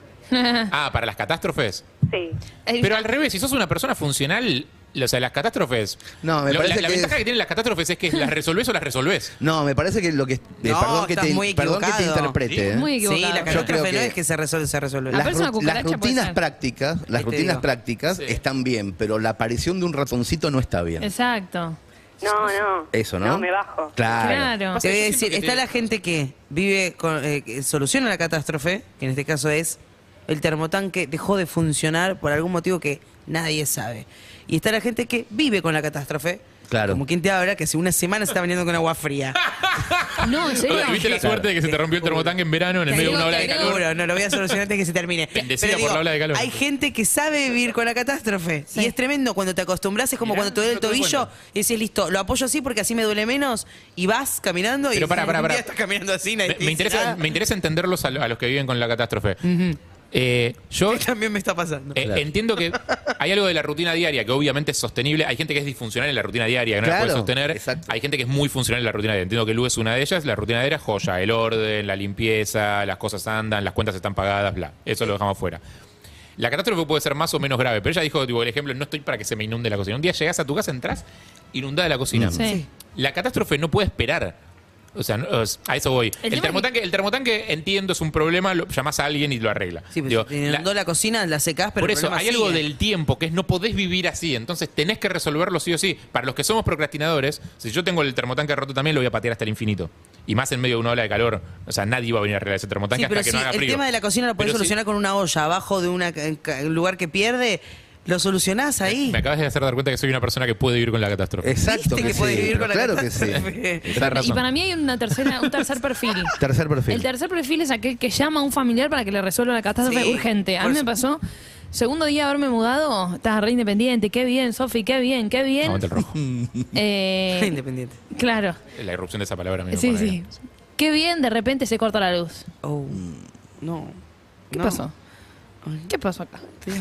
Speaker 6: Ah, para las catástrofes.
Speaker 13: Sí.
Speaker 5: Eh,
Speaker 6: Pero al revés, si sos una persona funcional, o sea, las catástrofes.
Speaker 8: No, me
Speaker 6: lo-
Speaker 8: parece
Speaker 6: la, la
Speaker 8: que-
Speaker 6: ventaja que tienen las catástrofes es que las resolvés o las resolvés.
Speaker 8: No, me parece que lo que. eh,
Speaker 7: No,
Speaker 8: perdón, que
Speaker 7: estás
Speaker 8: te,
Speaker 7: muy
Speaker 8: perdón que te
Speaker 7: equivocado.
Speaker 8: interprete. ¿eh?
Speaker 5: Muy
Speaker 7: Sí,
Speaker 5: equivocado.
Speaker 7: la
Speaker 8: Yo creo
Speaker 7: catástrofe no
Speaker 8: que-
Speaker 7: es que se resuelve, se resuelve.
Speaker 8: Las,
Speaker 5: Aparece una
Speaker 8: rut-
Speaker 5: cucaracha,
Speaker 8: las
Speaker 5: puede
Speaker 8: rutinas
Speaker 5: ser.
Speaker 8: prácticas, las
Speaker 7: Ahí te
Speaker 8: rutinas
Speaker 7: digo.
Speaker 8: prácticas
Speaker 6: Sí.
Speaker 8: están bien, pero la aparición de un ratoncito no está bien.
Speaker 5: Exacto.
Speaker 13: No, no.
Speaker 8: Eso, ¿no?
Speaker 13: No, me bajo.
Speaker 8: Claro.
Speaker 5: Claro.
Speaker 7: Te voy a
Speaker 6: Yo siento
Speaker 7: decir,
Speaker 6: que
Speaker 7: está
Speaker 6: te-
Speaker 7: la gente que vive, con, eh, que soluciona la catástrofe, que en este caso es el termotanque dejó de funcionar por algún motivo que nadie sabe. Y está la gente que vive con la catástrofe.
Speaker 8: Claro.
Speaker 7: Como quien te habla, que hace una semana se está vendiendo con agua fría.
Speaker 6: Ah,
Speaker 5: No, en serio.
Speaker 6: ¿Tuviste la suerte de que se te rompió el termotanque en verano en el
Speaker 5: Te
Speaker 6: medio de una
Speaker 5: digo,
Speaker 6: ola
Speaker 5: te
Speaker 6: de
Speaker 5: digo.
Speaker 6: calor?
Speaker 7: Seguro, no lo voy a solucionar antes que se termine.
Speaker 6: Bendecida
Speaker 7: Pero
Speaker 6: por la ola de calor.
Speaker 7: Hay gente que sabe vivir con la catástrofe.
Speaker 5: Sí.
Speaker 7: Y es tremendo cuando te acostumbras, es como
Speaker 6: Mirá,
Speaker 7: cuando te duele el
Speaker 6: no te doy
Speaker 7: tobillo
Speaker 6: cuenta.
Speaker 7: y decís, listo, lo apoyo así porque así me duele menos. Y vas caminando y
Speaker 6: Pero pará,
Speaker 7: un
Speaker 6: pará,
Speaker 7: día
Speaker 6: pará.
Speaker 7: estás caminando así. nadie
Speaker 6: Me,
Speaker 7: te
Speaker 6: me
Speaker 7: dice
Speaker 6: interesa,
Speaker 7: nada.
Speaker 6: me interesa entenderlos a, lo- a los que viven con la catástrofe. Eh, yo eh,
Speaker 7: También me está pasando.
Speaker 8: Claro.
Speaker 6: entiendo que hay algo de la rutina diaria que obviamente es sostenible. Hay gente que es disfuncional en la rutina diaria, que no la
Speaker 8: Claro,
Speaker 6: puede sostener.
Speaker 8: exacto.
Speaker 6: Hay gente que es muy funcional en la rutina diaria. Entiendo que Lu es una de ellas. La rutina diaria es joya. El orden, la limpieza, las cosas andan, las cuentas están pagadas, bla. Eso lo dejamos fuera. La catástrofe puede ser más o menos grave, pero ella dijo, tipo, el ejemplo, no estoy para que se me inunde la cocina. Un día llegás a tu casa, entras, inundada la cocina.
Speaker 5: Sí.
Speaker 6: La catástrofe no puede esperar. O sea, no- es- a eso voy.
Speaker 5: El
Speaker 6: El,
Speaker 5: tema
Speaker 6: termotanque, el termotanque, entiendo, es un problema, lo, llamás a alguien y lo arregla.
Speaker 7: Sí, pues
Speaker 6: Digo,
Speaker 7: si te inundó
Speaker 6: la-
Speaker 7: la, cocina, la secás, pero
Speaker 6: por
Speaker 7: el
Speaker 6: eso,
Speaker 7: problema
Speaker 6: hay algo
Speaker 7: sigue.
Speaker 6: del tiempo que es no podés vivir así, entonces tenés que resolverlo sí o sí. Para los que somos procrastinadores, si yo tengo el termotanque roto también lo voy a patear hasta el infinito. Y más en medio de una ola de calor. O sea, nadie va a venir a arreglar ese termotanque
Speaker 7: Sí,
Speaker 6: hasta
Speaker 7: pero
Speaker 6: que
Speaker 7: sí,
Speaker 6: no haga
Speaker 7: el
Speaker 6: frío.
Speaker 7: tema de la cocina lo podés
Speaker 6: Pero sí-
Speaker 7: solucionar con una olla abajo de una, en ca- en lugar que pierde. Lo solucionás ahí.
Speaker 6: Me acabas de hacer dar cuenta que soy una persona que puede vivir con la catástrofe.
Speaker 8: Exacto
Speaker 7: Viste
Speaker 8: que,
Speaker 7: que puede
Speaker 8: sí,
Speaker 7: vivir
Speaker 8: pero
Speaker 7: con la
Speaker 8: claro que sí.
Speaker 7: catástrofe.
Speaker 8: Está
Speaker 5: Y
Speaker 6: razón.
Speaker 5: para mí hay una tercera, un tercer perfil.
Speaker 8: Tercer perfil.
Speaker 5: El tercer perfil es aquel que llama a un familiar para que le resuelva la catástrofe
Speaker 7: Sí,
Speaker 5: urgente. A mí
Speaker 7: por
Speaker 5: me
Speaker 7: su-
Speaker 5: pasó Segundo día de haberme mudado, estás re independiente. Qué bien, Sofi, qué bien, qué bien.
Speaker 6: Aguante el rojo.
Speaker 5: Eh,
Speaker 7: Independiente.
Speaker 5: Claro.
Speaker 6: La irrupción de esa palabra me
Speaker 5: Sí,
Speaker 6: pone-
Speaker 5: sí. Qué bien, de repente se corta la luz.
Speaker 7: No.
Speaker 5: ¿Qué
Speaker 7: Oh, No.
Speaker 5: pasó? ¿Qué pasó acá?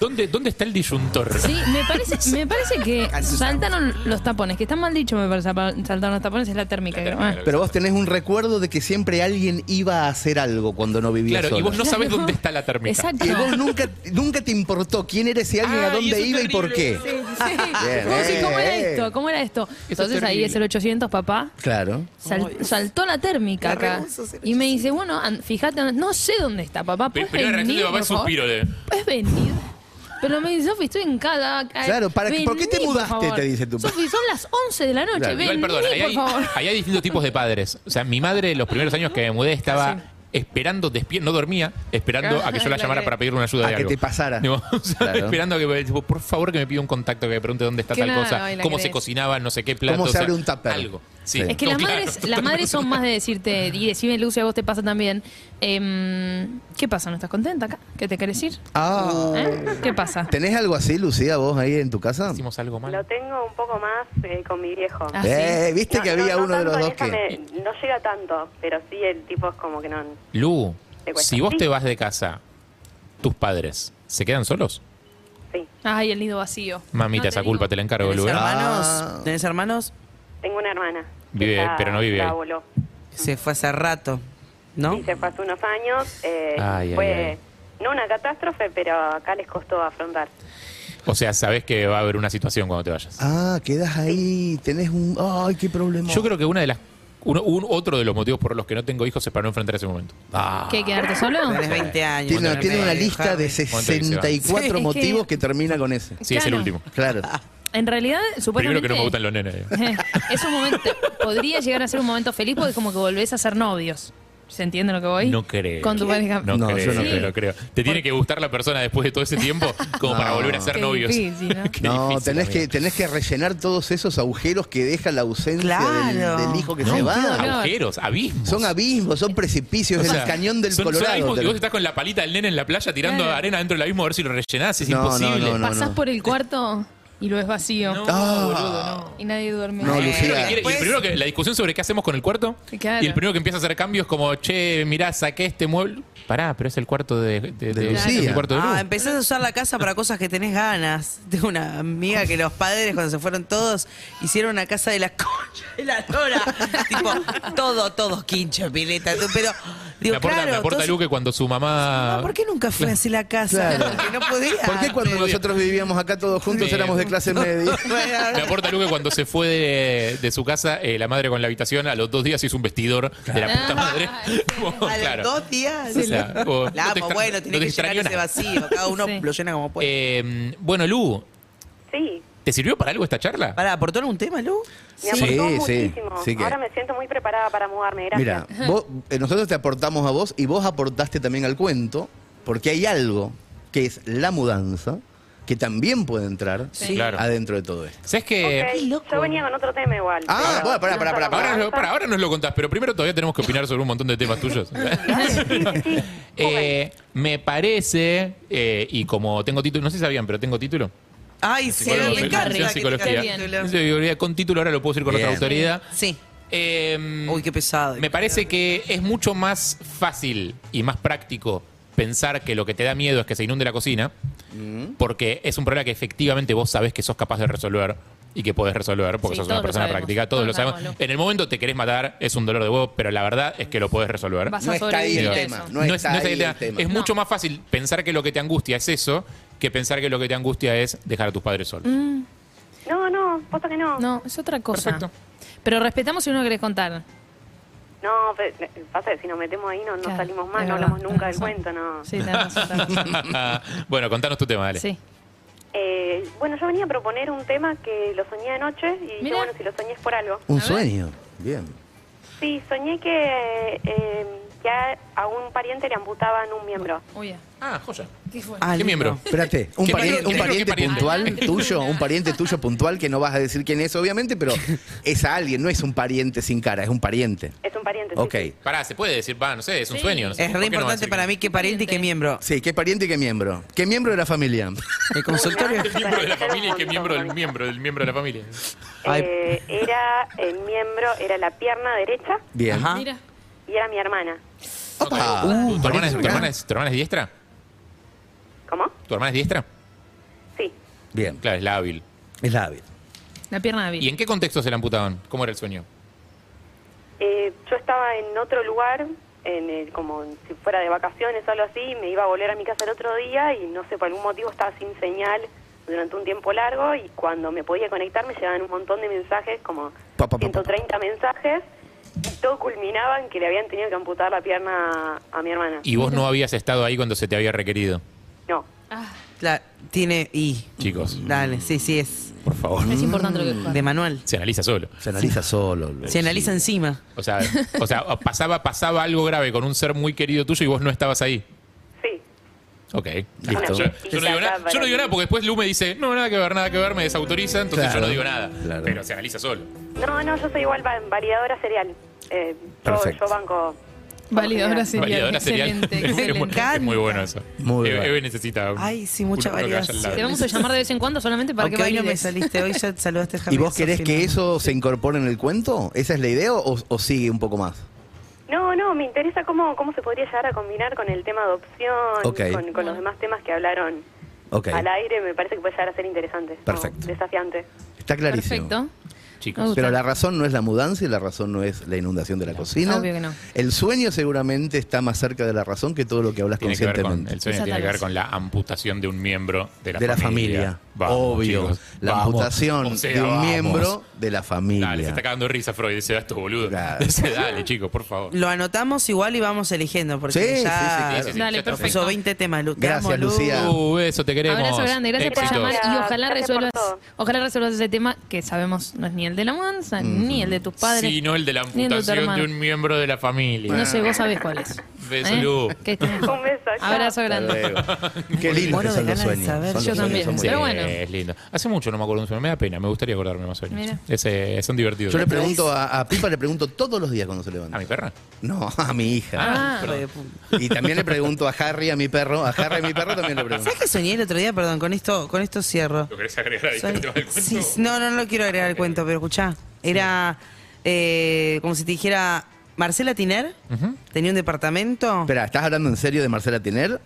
Speaker 6: ¿Dónde, ¿Dónde está el disyuntor?
Speaker 5: Sí, me parece, me parece que saltaron los tapones, que está mal dicho, me parece, saltaron los tapones, es la térmica. creo. Ah.
Speaker 8: Pero vos tenés un recuerdo de que siempre alguien iba a hacer algo cuando no vivía
Speaker 6: Claro, y
Speaker 8: sola.
Speaker 6: vos no sabés dónde está la térmica.
Speaker 5: Exacto.
Speaker 8: Y vos nunca, nunca te importó quién era ese alguien,
Speaker 6: Ah, y
Speaker 8: a
Speaker 6: eso
Speaker 8: dónde
Speaker 6: es
Speaker 8: iba y por qué.
Speaker 5: Sí, sí.
Speaker 6: Ah,
Speaker 8: Bien,
Speaker 5: Vos decís, ¿Cómo era
Speaker 8: eh, eh.
Speaker 5: esto? ¿Cómo era esto? Entonces ahí
Speaker 8: terrible.
Speaker 5: es el 800, papá.
Speaker 8: Claro.
Speaker 5: Sal- saltó la térmica
Speaker 6: La
Speaker 5: acá. Y me dice, bueno, an- fíjate, no sé dónde está, papá.
Speaker 6: Pri-
Speaker 5: ¿Puedes
Speaker 6: Primera reacción de
Speaker 5: venir,
Speaker 6: papá es
Speaker 5: por favor?
Speaker 6: suspiro de.
Speaker 5: ¿Puedes venir? Pero me dice, Sofi, estoy en cada... eh,
Speaker 6: Claro, ¿para qué- por qué te mudaste? Te dice tu pa-
Speaker 5: Sofi, son las 11 de la noche.
Speaker 6: Claro.
Speaker 5: Ven,
Speaker 6: Igual, perdón, ahí
Speaker 5: por
Speaker 6: hay,
Speaker 5: favor.
Speaker 6: ahí hay distintos tipos de padres. O sea, mi madre, los primeros años que me mudé,
Speaker 5: Ah,
Speaker 6: estaba esperando, despie- no dormía, esperando a que yo la
Speaker 8: Claro,
Speaker 6: llamara
Speaker 8: que-
Speaker 6: para pedirle una ayuda
Speaker 8: a
Speaker 6: de
Speaker 8: Ah, que
Speaker 6: algo.
Speaker 8: te pasara.
Speaker 6: Digo, o sea,
Speaker 8: Claro.
Speaker 6: Esperando a que, me- tipo, por favor, que me pida un contacto, que me pregunte dónde está
Speaker 5: Claro,
Speaker 6: tal cosa,
Speaker 5: y la
Speaker 6: cómo se
Speaker 5: querés.
Speaker 6: cocinaba, no sé qué plato.
Speaker 8: Cómo se
Speaker 6: o sea,
Speaker 8: abre un tupper.
Speaker 6: Algo. Sí.
Speaker 5: Es que
Speaker 6: No,
Speaker 5: las
Speaker 6: claro,
Speaker 5: madres, las
Speaker 6: totalmente.
Speaker 5: madres son más de decirte, y decime Lucia, a vos te pasa también, em, ¿qué pasa? ¿No estás contenta acá? ¿Qué te querés ir?
Speaker 8: Ah.
Speaker 5: ¿Eh? ¿Qué pasa?
Speaker 8: ¿Tenés algo así, Lucía, vos ahí en tu casa?
Speaker 6: Hicimos algo
Speaker 13: Lo tengo un poco más eh, con mi viejo.
Speaker 5: Ah,
Speaker 8: Eh, ¿viste que había uno de los
Speaker 13: tanto,
Speaker 8: dos
Speaker 13: esa
Speaker 8: que...?
Speaker 13: me- no llega tanto, pero sí el tipo es como que no.
Speaker 6: Lu,
Speaker 13: Te cuesta.
Speaker 6: si vos
Speaker 13: Sí.
Speaker 6: te vas de casa, tus padres, ¿se quedan solos?
Speaker 5: Ay, el nido vacío.
Speaker 6: Mamita, esa culpa te la encargo, Lu. ¿eh?
Speaker 8: Ah.
Speaker 7: hermanos? ¿Tenés hermanos?
Speaker 13: Tengo una hermana.
Speaker 6: Vive,
Speaker 13: Ya-
Speaker 6: pero no vive
Speaker 13: ya
Speaker 6: ahí.
Speaker 13: voló.
Speaker 7: Se fue hace rato, ¿no?
Speaker 13: Sí, se fue hace unos años. eh,
Speaker 6: Ay,
Speaker 13: fue
Speaker 6: ay, ay.
Speaker 13: no una catástrofe, pero acá les costó afrontar.
Speaker 6: O sea, sabés que va a haber una situación cuando te vayas.
Speaker 8: Ah, quedás ahí, tenés un... ¡Ay, qué problema!
Speaker 6: Yo creo que una de las uno- un- otro de los motivos por los que no tengo hijos es para no enfrentar ese momento.
Speaker 8: Ah.
Speaker 5: ¿Qué,
Speaker 6: Ah.
Speaker 5: quedarte solo?
Speaker 7: Tenés 20 años.
Speaker 8: Tiene,
Speaker 6: Cuando
Speaker 8: tiene
Speaker 6: te
Speaker 8: una
Speaker 6: dejaron.
Speaker 8: lista de
Speaker 6: Cuando te dejaron.
Speaker 5: Sí,
Speaker 8: 64
Speaker 5: es que-
Speaker 8: motivos que... termina con ese.
Speaker 6: Sí, es el Claro. último.
Speaker 8: Claro.
Speaker 5: En realidad,
Speaker 6: Primero
Speaker 5: supuestamente...
Speaker 6: que no me gustan los nenes. digo.
Speaker 5: es un momento... Podría llegar a ser un momento feliz porque como que volvés a ser novios. ¿Se entiende lo que voy?
Speaker 6: No creo.
Speaker 5: Con tu pareja.
Speaker 6: No,
Speaker 8: No,
Speaker 6: creo,
Speaker 8: yo no
Speaker 6: no
Speaker 8: creo.
Speaker 6: creo. Te tiene que gustar la persona después de todo ese tiempo como para
Speaker 8: No.
Speaker 6: volver a ser
Speaker 5: Qué
Speaker 6: novios.
Speaker 5: difícil, ¿no?
Speaker 6: Qué
Speaker 8: No,
Speaker 6: difícil,
Speaker 8: tenés
Speaker 6: amigo.
Speaker 8: que, tenés que rellenar todos esos agujeros que deja la ausencia del-
Speaker 7: Claro.
Speaker 8: del, hijo que
Speaker 6: No,
Speaker 8: se
Speaker 6: qué
Speaker 8: va.
Speaker 6: dolor. Agujeros, abismos.
Speaker 8: Son abismos, son precipicios,
Speaker 6: O
Speaker 8: es
Speaker 6: sea,
Speaker 8: el cañón del
Speaker 6: son- son
Speaker 8: Colorado.
Speaker 6: abismos y vos estás con la palita del nene en la playa tirando
Speaker 5: Claro.
Speaker 6: arena dentro del abismo a ver si lo rellenás. Es
Speaker 8: No, no,
Speaker 6: imposible.
Speaker 8: no, no,
Speaker 5: Pasás por el cuarto y lo ves vacío.
Speaker 8: Ah.
Speaker 5: Y nadie duerme.
Speaker 8: No,
Speaker 6: Y el primero
Speaker 8: Lucía.
Speaker 6: que Eh, quiere-
Speaker 5: Pues-
Speaker 6: y el primero que, la discusión sobre qué hacemos con el cuarto.
Speaker 5: Claro.
Speaker 6: Y el primero que empieza a hacer cambios como, che, mirá, saqué este mueble. Pará, pero es el cuarto de, de, de-
Speaker 8: De
Speaker 6: es
Speaker 8: Lucía.
Speaker 6: Eh, el cuarto de Lu.
Speaker 7: Ah, empezás a usar la casa para cosas que tenés ganas. Tengo una amiga que los padres, cuando se fueron todos, hicieron una casa de la concha de la lora. tipo, todo, todos quincho, pileta. tú, Pero, digo,
Speaker 6: me aporta,
Speaker 7: claro,
Speaker 6: me aporta
Speaker 7: entonces,
Speaker 6: Lu que cuando su mamá.
Speaker 7: ¿por qué nunca fue así la casa?
Speaker 8: Claro.
Speaker 7: Porque no podía.
Speaker 8: ¿Por qué cuando
Speaker 6: Medio.
Speaker 8: nosotros vivíamos acá todos juntos
Speaker 6: Medio.
Speaker 8: éramos de clase media?
Speaker 6: Me aporta Lu que cuando se fue de, de su casa, eh, la madre con la habitación, a los dos días hizo un vestidor de la puta madre. Como,
Speaker 7: Ah, A los
Speaker 6: claro.
Speaker 7: dos días.
Speaker 6: O sea, vos-
Speaker 7: la
Speaker 6: no te
Speaker 7: amo,
Speaker 6: extra-
Speaker 7: bueno,
Speaker 6: no
Speaker 7: tiene
Speaker 6: te
Speaker 7: que llenar
Speaker 6: extrañó
Speaker 7: ese
Speaker 6: nada.
Speaker 7: vacío. Cada uno
Speaker 5: Sí.
Speaker 7: lo llena como puede.
Speaker 6: Eh, bueno, Lu,
Speaker 13: Sí,
Speaker 6: ¿te sirvió para algo esta charla?
Speaker 7: Pará, ¿aportó algún tema, Lu?
Speaker 13: me aportó
Speaker 8: Sí, sí,
Speaker 13: muchísimo.
Speaker 8: sí que-
Speaker 13: Ahora me siento muy preparada para mudarme, gracias.
Speaker 8: Mira, vos- eh, nosotros te aportamos a vos y vos aportaste también al cuento, porque hay algo que es la mudanza, que también puede entrar
Speaker 6: Sí. Claro.
Speaker 8: adentro de todo esto.
Speaker 6: ¿Sabes que
Speaker 13: Ok, Yo venía con otro tema igual.
Speaker 8: Ah,
Speaker 13: pero
Speaker 8: bueno, pará,
Speaker 13: no
Speaker 8: pará, pará,
Speaker 13: solo
Speaker 8: pará.
Speaker 6: Ahora,
Speaker 13: mudanza.
Speaker 6: lo- pará, ahora nos lo contás, pero primero todavía tenemos que opinar sobre un montón de temas tuyos. Eh, me parece, eh, y como tengo título, no sé si sabían, pero tengo título.
Speaker 7: Ay, sí,
Speaker 6: Psicólogo,
Speaker 7: me
Speaker 6: soy
Speaker 7: encanta.
Speaker 6: licenciado en
Speaker 7: que tenga
Speaker 6: psicología.
Speaker 7: título.
Speaker 6: Licenciado en psicología Con título ahora lo puedo decir con otra
Speaker 8: Bien.
Speaker 6: autoridad.
Speaker 7: Sí.
Speaker 6: Eh,
Speaker 7: Uy, qué pesado.
Speaker 6: me parece que es mucho más fácil y más práctico pensar que lo que te da miedo es que se inunde la cocina, porque es un problema que efectivamente vos sabés que sos capaz de resolver y que podés resolver, porque
Speaker 5: Sí, todos
Speaker 6: sos una
Speaker 5: lo
Speaker 6: persona
Speaker 5: sabemos,
Speaker 6: práctica, todos,
Speaker 5: todos
Speaker 6: lo sabemos.
Speaker 5: sabemos, Lu.
Speaker 6: En el momento te querés matar, es un dolor de huevo, pero la verdad es que lo podés resolver.
Speaker 5: Vas
Speaker 8: No
Speaker 5: a
Speaker 8: está ahí
Speaker 5: sobrevivir
Speaker 8: el
Speaker 5: a
Speaker 8: tema,
Speaker 5: eso.
Speaker 8: no
Speaker 6: No es-
Speaker 8: está
Speaker 6: no es
Speaker 8: ahí
Speaker 6: el tema. Es
Speaker 5: No.
Speaker 6: mucho más fácil pensar que lo que te angustia es eso que pensar que lo que te angustia es dejar a tus padres solos.
Speaker 5: Mm,
Speaker 13: No, no, posta que no. No,
Speaker 5: no, es otra cosa.
Speaker 6: Perfecto.
Speaker 5: Pero respetamos si uno querés contar.
Speaker 13: pe- pasa que si nos metemos ahí no, no
Speaker 5: Claro,
Speaker 13: salimos más,
Speaker 5: es
Speaker 13: no
Speaker 5: verdad,
Speaker 13: hablamos nunca
Speaker 5: tenés razón.
Speaker 13: del cuento, no.
Speaker 5: Sí, tenés razón, tenés razón.
Speaker 6: bueno, contanos tu tema, dale.
Speaker 5: Sí.
Speaker 13: Eh, bueno, yo venía a proponer un tema que lo soñé anoche y dije,
Speaker 5: Mira.
Speaker 13: bueno, si lo soñé es por algo.
Speaker 8: Un sueño. Bien.
Speaker 13: Sí, soñé que eh, que a, a un pariente le amputaban un miembro.
Speaker 6: Ah, joya.
Speaker 5: ¿Qué fue?
Speaker 8: Ah, lindo.
Speaker 6: miembro?
Speaker 8: Espérate, un,
Speaker 6: ¿Qué
Speaker 8: pari-
Speaker 6: miembro?
Speaker 8: un
Speaker 6: ¿Qué
Speaker 8: pariente
Speaker 6: pariente?
Speaker 8: puntual tuyo, un pariente tuyo puntual que no vas a decir quién es, obviamente, pero es a alguien, no es un pariente sin cara, es un pariente.
Speaker 13: Es un pariente.
Speaker 8: Ok.
Speaker 6: Pará, se puede decir, va, no sé, es un sueño. no sé,
Speaker 7: Es
Speaker 6: ¿por
Speaker 7: re
Speaker 6: qué no va a
Speaker 7: importante
Speaker 6: decir
Speaker 7: para mí qué pariente y qué miembro.
Speaker 8: Sí, qué pariente y qué miembro. ¿Qué miembro de la familia?
Speaker 7: El consultorio.
Speaker 6: que- miembro de la familia y qué miembro del miembro del miembro de la familia?
Speaker 13: Eh, era el miembro, era la pierna derecha
Speaker 8: Bien.
Speaker 13: Mira. y era mi hermana.
Speaker 6: Ah,
Speaker 8: Uh,
Speaker 6: ¿Tu, tu hermana es, tu hermana es- tu hermana es diestra?
Speaker 13: ¿Cómo?
Speaker 6: ¿Tu hermana es diestra?
Speaker 13: Sí.
Speaker 8: Bien.
Speaker 6: Claro, es la hábil.
Speaker 8: Es la hábil.
Speaker 5: La pierna
Speaker 6: ¿Y en qué contexto se la amputaban? ¿Cómo era el sueño?
Speaker 13: Eh, yo estaba en otro lugar, en el- como si fuera de vacaciones o algo así, me iba a volver a mi casa el otro día y no sé, por algún motivo estaba sin señal durante un tiempo largo y cuando me podía conectar me llegaban un montón de mensajes, como 130 mensajes, y todo culminaba en que le habían tenido que amputar la pierna a mi hermana.
Speaker 6: Y vos no habías estado ahí cuando se te había requerido.
Speaker 13: No.
Speaker 7: La, tiene y.
Speaker 6: Chicos.
Speaker 7: Dale, sí, sí es.
Speaker 6: Por favor.
Speaker 7: Es importante
Speaker 13: Mm.
Speaker 7: lo que Juan. De manual.
Speaker 6: Se analiza solo.
Speaker 8: Se analiza solo.
Speaker 7: Se analiza encima.
Speaker 6: O sea, o sea pasaba, pasaba algo grave con un ser muy querido tuyo y vos no estabas ahí.
Speaker 13: Sí.
Speaker 6: Ok,
Speaker 8: Listo.
Speaker 6: Yo, yo no digo nada, yo no digo nada porque después Lu me dice, no, nada que ver, nada que ver, me desautoriza, entonces yo
Speaker 8: Claro,
Speaker 6: no digo nada. Pero se analiza solo.
Speaker 13: No, no, yo soy igual va- validadora serial. Eh, yo,
Speaker 6: Perfecto.
Speaker 13: yo banco...
Speaker 5: Validadora serial.
Speaker 6: Validadora serial.
Speaker 5: Excelente,
Speaker 6: Es muy-
Speaker 5: excelente.
Speaker 6: Es muy bueno eso.
Speaker 8: Muy
Speaker 6: Eve,
Speaker 8: bueno.
Speaker 6: Eve necesita.
Speaker 7: Ay, sí, mucha
Speaker 6: uno que vaya al
Speaker 7: variedad.
Speaker 6: lado.
Speaker 5: Te vamos a llamar de vez en cuando solamente para
Speaker 7: Aunque
Speaker 5: que
Speaker 7: hoy no me
Speaker 5: valides.
Speaker 7: saliste, hoy ya saludaste a
Speaker 8: ¿Y
Speaker 7: Javier
Speaker 8: vos querés
Speaker 7: Sofía,
Speaker 8: que
Speaker 7: ¿no?
Speaker 8: eso se incorpore en el cuento? ¿Esa es la idea o, o sigue un poco más?
Speaker 13: No, no, me interesa cómo, cómo se podría llegar a combinar con el tema adopción,
Speaker 8: Ok.
Speaker 13: con, con los demás temas que hablaron
Speaker 8: Ok.
Speaker 13: al aire, me parece que puede llegar a ser interesante. como
Speaker 8: Perfecto.
Speaker 13: desafiante.
Speaker 8: Está clarísimo.
Speaker 5: Me gusta.
Speaker 8: Pero la razón no es la mudanza y la razón no es la inundación de la cocina.
Speaker 5: Obvio que no.
Speaker 8: El sueño seguramente está más cerca de la razón que todo lo que hablas
Speaker 6: Tiene que ver con-
Speaker 8: conscientemente.
Speaker 6: el sueño tiene que ver con la amputación de un miembro de la
Speaker 8: de la
Speaker 6: familia.
Speaker 8: familia.
Speaker 6: Vamos,
Speaker 8: Obvio.
Speaker 6: chicos,
Speaker 8: la
Speaker 6: vamos.
Speaker 8: amputación
Speaker 6: O sea,
Speaker 8: de un
Speaker 6: vamos.
Speaker 8: miembro de la familia.
Speaker 6: Dale, se está cagando de risa Freud, dice, esto boludo. Dice, dale, chicos, por favor.
Speaker 7: Lo anotamos igual y vamos eligiendo, porque
Speaker 6: Sí, sí,
Speaker 7: ya
Speaker 6: sí, claro. Sí, sí, sí, Dale, ya está. perfecto.
Speaker 7: puso 20 temas, Lu. Te amo, Lu.
Speaker 6: Uh, eso te queremos.
Speaker 5: Abrazo grande, gracias por
Speaker 6: Éxitos.
Speaker 5: llamar y ojalá
Speaker 13: Gracias por
Speaker 5: resuelvas, ojalá resuelvas ese tema que sabemos no es ni el de la manza, ni el de tus padres.
Speaker 6: Sino Mm. el de la
Speaker 5: ni el de tu
Speaker 6: amputación de
Speaker 5: hermano.
Speaker 6: un miembro de la familia.
Speaker 5: No sé, vos sabés cuál es.
Speaker 6: Beso,
Speaker 5: ¿Eh?
Speaker 6: Lu.
Speaker 5: Que estés mejor.
Speaker 13: Un beso. chao.
Speaker 5: Abrazo grande.
Speaker 8: Qué lindo
Speaker 6: Muero
Speaker 8: que
Speaker 6: de
Speaker 8: son los
Speaker 6: ganas de
Speaker 8: sueños.
Speaker 6: saber.
Speaker 8: Son los
Speaker 5: Yo
Speaker 8: sueños,
Speaker 5: también,
Speaker 8: son muy
Speaker 5: pero
Speaker 8: lindos.
Speaker 5: bueno.
Speaker 6: Es lindo. Hace mucho no me acuerdo de un sueño. Me da pena, me gustaría acordarme más sueños.
Speaker 5: Mira.
Speaker 6: Ese- son divertidos.
Speaker 8: Yo le pregunto a, a Pipa, le pregunto todos los días cuando se levanta. ¿A
Speaker 6: mi perra?
Speaker 8: No, a mi hija.
Speaker 7: Ah, hijo de puta.
Speaker 8: Y también le pregunto a Harry, a mi perro. A Harry, a mi perro también le pregunto.
Speaker 7: ¿Sabes qué soñé el otro día? Perdón, con esto, con esto cierro.
Speaker 6: ¿Lo querés agregar
Speaker 7: Soñé- Sí, sí, no, no, no lo quiero agregar al cuento, pero escuchá. Era eh, como si te dijera Marcela Tiner. Tenía un departamento.
Speaker 8: Espera, ¿estás hablando en serio de Marcela Tiner?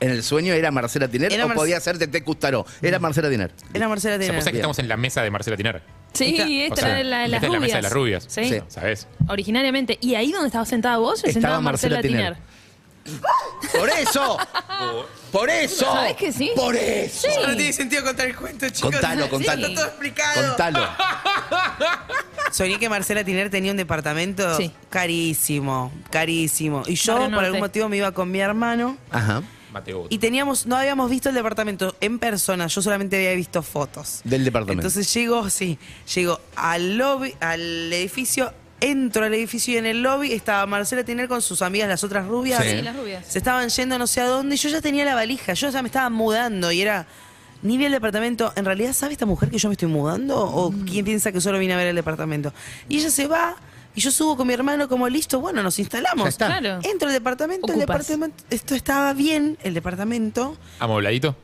Speaker 8: ¿En el sueño era Marcela Tiner
Speaker 7: Era
Speaker 8: o
Speaker 7: Marce-
Speaker 8: podía ser Tete Custaró? Era Marcela Tiner.
Speaker 7: Era Marcela
Speaker 6: O sea,
Speaker 7: Tiner.
Speaker 6: vos sabés que estamos en la mesa de Marcela Tiner.
Speaker 5: Sí, esta
Speaker 6: O sea,
Speaker 5: era la de las
Speaker 6: esta es
Speaker 5: rubias.
Speaker 6: la mesa de las rubias.
Speaker 5: Sí.
Speaker 6: ¿Sabés?
Speaker 5: Originariamente. Y ahí donde estabas sentada vos, se
Speaker 6: Estaba
Speaker 5: sentaba Marcela,
Speaker 6: Marcela Tiner.
Speaker 5: Tiner.
Speaker 8: ¡Por eso! ¡Por eso!
Speaker 5: ¿Sabés que sí?
Speaker 8: ¡Por eso!
Speaker 7: Ya no tiene sentido contar el cuento, chicos.
Speaker 8: Contalo, contalo.
Speaker 7: Está todo explicado.
Speaker 8: Contalo.
Speaker 7: Soñé que Marcela Tiner tenía un departamento
Speaker 5: Sí.
Speaker 7: carísimo, carísimo. Y yo,
Speaker 5: Barrio
Speaker 7: por
Speaker 5: Norte.
Speaker 7: algún motivo, me iba con mi hermano.
Speaker 8: Ajá.
Speaker 6: Mateo.
Speaker 7: Y teníamos, no habíamos visto el departamento en persona, yo solamente había visto fotos.
Speaker 8: Del departamento.
Speaker 7: Entonces llego, sí, llego al lobby, al edificio, entro al edificio y en el lobby estaba Marcela Tiner con sus amigas, las otras rubias.
Speaker 5: Sí, las rubias.
Speaker 7: Se estaban yendo no sé a dónde, y yo ya tenía la valija, yo ya me estaba mudando y era. Ni vi el departamento. En realidad, ¿sabe esta mujer que yo me estoy mudando? ¿O
Speaker 5: Mm.
Speaker 7: quién piensa que solo vine a ver el departamento? Y ella se va y yo subo con mi hermano como listo, bueno, nos instalamos.
Speaker 8: Ya está. Claro.
Speaker 7: Entro al departamento, el
Speaker 5: Ocupas.
Speaker 7: departamento, esto estaba bien, el departamento,
Speaker 6: Amobladito.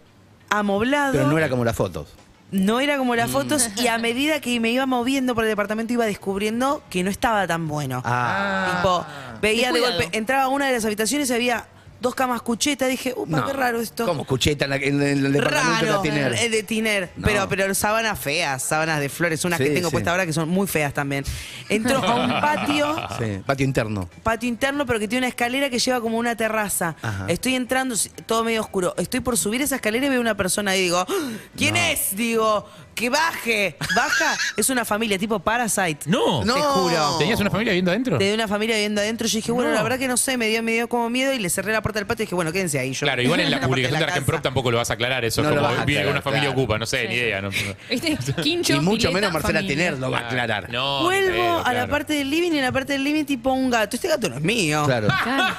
Speaker 7: amoblado.
Speaker 8: Pero no era como las fotos.
Speaker 7: No era como
Speaker 8: Mm.
Speaker 7: las fotos y a medida que me iba moviendo por el departamento iba descubriendo que no estaba tan bueno.
Speaker 8: Ah.
Speaker 7: Tipo, veía de
Speaker 5: Descuidado.
Speaker 7: golpe, entraba a una de las habitaciones y había dos camas cuchetas. Dije, upa,
Speaker 8: No.
Speaker 7: qué raro esto.
Speaker 8: Como cucheta en, la- en- en el departamento
Speaker 7: Raro,
Speaker 8: de la Tiner.
Speaker 7: eh, de tiner.
Speaker 8: No.
Speaker 7: Pero, pero sábanas feas, sábanas de flores, unas
Speaker 8: Sí,
Speaker 7: que tengo
Speaker 8: sí.
Speaker 7: puesta ahora que son muy feas también. Entró a un patio
Speaker 8: Sí, patio interno.
Speaker 7: patio interno, pero que tiene una escalera que lleva como una terraza.
Speaker 8: Ajá.
Speaker 7: Estoy entrando, s- todo medio oscuro. Estoy por subir esa escalera y veo una persona y digo, "¡Ah! ¿quién es? Digo, que baje. Baja, es una familia tipo Parasite.
Speaker 6: No.
Speaker 7: Te juro.
Speaker 6: ¿Tenías una familia viviendo adentro?
Speaker 7: De una familia viviendo adentro. Yo dije, bueno,
Speaker 6: No.
Speaker 7: la verdad que no sé, me dio, me dio como miedo y le cerré la puerta del patio y dije, bueno, quédense ahí. Yo
Speaker 6: Claro, igual en la
Speaker 7: parte de
Speaker 6: publicación de Argen Prop tampoco lo vas a aclarar, eso
Speaker 8: No
Speaker 6: es
Speaker 8: lo
Speaker 6: como
Speaker 8: vas a
Speaker 6: viene
Speaker 8: aclarar,
Speaker 6: una familia
Speaker 8: claro.
Speaker 6: ocupa, no sé, ni idea. No,
Speaker 5: ¿Viste? Quincho,
Speaker 8: y mucho
Speaker 5: pileta,
Speaker 8: menos Marcela
Speaker 5: familia.
Speaker 8: Tener lo va a aclarar.
Speaker 6: No,
Speaker 7: Vuelvo
Speaker 6: creo,
Speaker 7: a la
Speaker 6: claro.
Speaker 7: parte del living y en la parte del living tipo un gato. Este gato no es mío.
Speaker 8: Claro.
Speaker 5: Claro.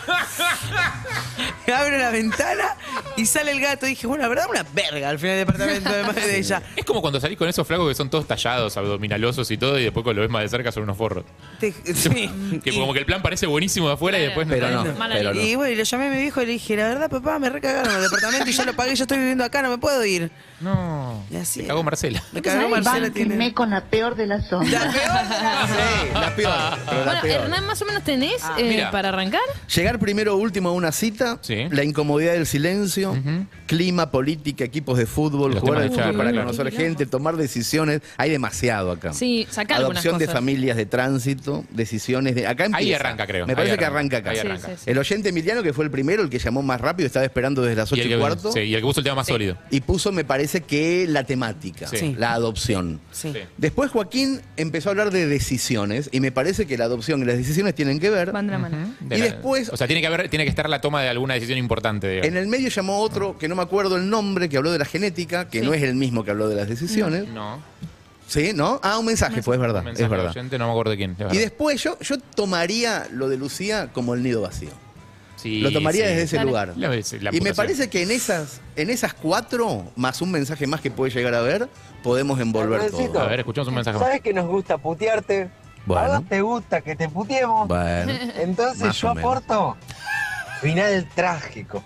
Speaker 7: Abro la ventana y sale el gato. Y dije, bueno, la verdad, una verga al final del departamento de madre de ella.
Speaker 6: Es como cuando salís con esos flacos que son todos tallados, abdominalosos y todo, y después cuando lo ves más de cerca son unos forros.
Speaker 7: Te- sí.
Speaker 6: Que como que el plan parece buenísimo de afuera y después
Speaker 8: Pero no,
Speaker 6: tanto.
Speaker 5: Mala
Speaker 8: pero no.
Speaker 7: Y bueno, y lo llamé a mi viejo y le dije, la verdad, papá, me recagaron el departamento y ya lo pagué, yo estoy viviendo acá, no me puedo ir.
Speaker 6: No.
Speaker 7: Y así.
Speaker 6: Te cagó Marcela.
Speaker 7: Me cagó Marcela tiene.
Speaker 14: con la peor de las
Speaker 7: La
Speaker 14: ondas.
Speaker 7: peor.
Speaker 8: Sí, la peor. pero la
Speaker 5: Bueno,
Speaker 8: peor.
Speaker 5: Hernán, más o menos tenés
Speaker 7: Ah,
Speaker 5: eh,
Speaker 6: mira.
Speaker 5: para arrancar.
Speaker 8: Llegar primero o último a una cita,
Speaker 6: Sí.
Speaker 8: la incomodidad del silencio,
Speaker 6: Ujú.
Speaker 8: clima, política, equipos de fútbol,
Speaker 6: Los temas
Speaker 8: jugar al
Speaker 6: de
Speaker 8: fútbol
Speaker 6: charla.
Speaker 8: para
Speaker 6: Uy,
Speaker 8: conocer
Speaker 5: qué
Speaker 8: gente, tomar decisiones. Hay demasiado acá.
Speaker 5: Sí, sacá algunas
Speaker 8: Adopción de
Speaker 5: cosas.
Speaker 8: familias de tránsito, decisiones de. Acá empieza.
Speaker 6: arranca, creo.
Speaker 8: Me
Speaker 6: Ahí
Speaker 8: parece que
Speaker 6: arranca,
Speaker 8: arranca
Speaker 6: ahí
Speaker 8: acá.
Speaker 6: Sí, arranca. sí,
Speaker 5: sí.
Speaker 8: El oyente Emiliano, que fue el primero, el que llamó más rápido, estaba esperando desde las
Speaker 6: Y
Speaker 8: 8
Speaker 6: el
Speaker 8: y,
Speaker 6: que-
Speaker 8: cuarto.
Speaker 6: Sí, y el que puso el tema más sólido.
Speaker 8: Y puso, me parece que la temática,
Speaker 6: Sí.
Speaker 8: la adopción.
Speaker 7: Sí.
Speaker 8: Después Joaquín empezó a hablar de decisiones y me parece que la adopción y las decisiones tienen que ver.
Speaker 5: Van de la mano.
Speaker 6: De
Speaker 8: Y
Speaker 6: la-
Speaker 8: después-
Speaker 6: O sea, tiene que haber, tiene que estar la toma de alguna decisión importante. digamos.
Speaker 8: En el medio llamó otro, que no me acuerdo el nombre, que habló de la genética, que
Speaker 5: Sí.
Speaker 8: no es el mismo que habló de las decisiones.
Speaker 6: No.
Speaker 8: ¿Sí? ¿No? Ah, un mensaje, pues es verdad,
Speaker 6: Mensaje
Speaker 8: es verdad.
Speaker 6: oyente, no me acuerdo quién. es verdad.
Speaker 8: Y después yo, yo tomaría lo de Lucía como el nido vacío.
Speaker 6: Sí,
Speaker 8: lo tomaría
Speaker 6: sí.
Speaker 8: desde ese
Speaker 5: Dale.
Speaker 8: lugar.
Speaker 6: La- sí, la
Speaker 8: y me
Speaker 6: amputación.
Speaker 8: parece que en esas, en esas cuatro, más un mensaje más que puede llegar a ver, podemos envolver todo.
Speaker 6: A ver, escuchamos un mensaje más.
Speaker 2: que nos gusta putearte?
Speaker 8: Bueno.
Speaker 2: te gusta que te puteemos?
Speaker 8: Bueno.
Speaker 2: Entonces
Speaker 8: Más yo o menos.
Speaker 2: aporto final trágico.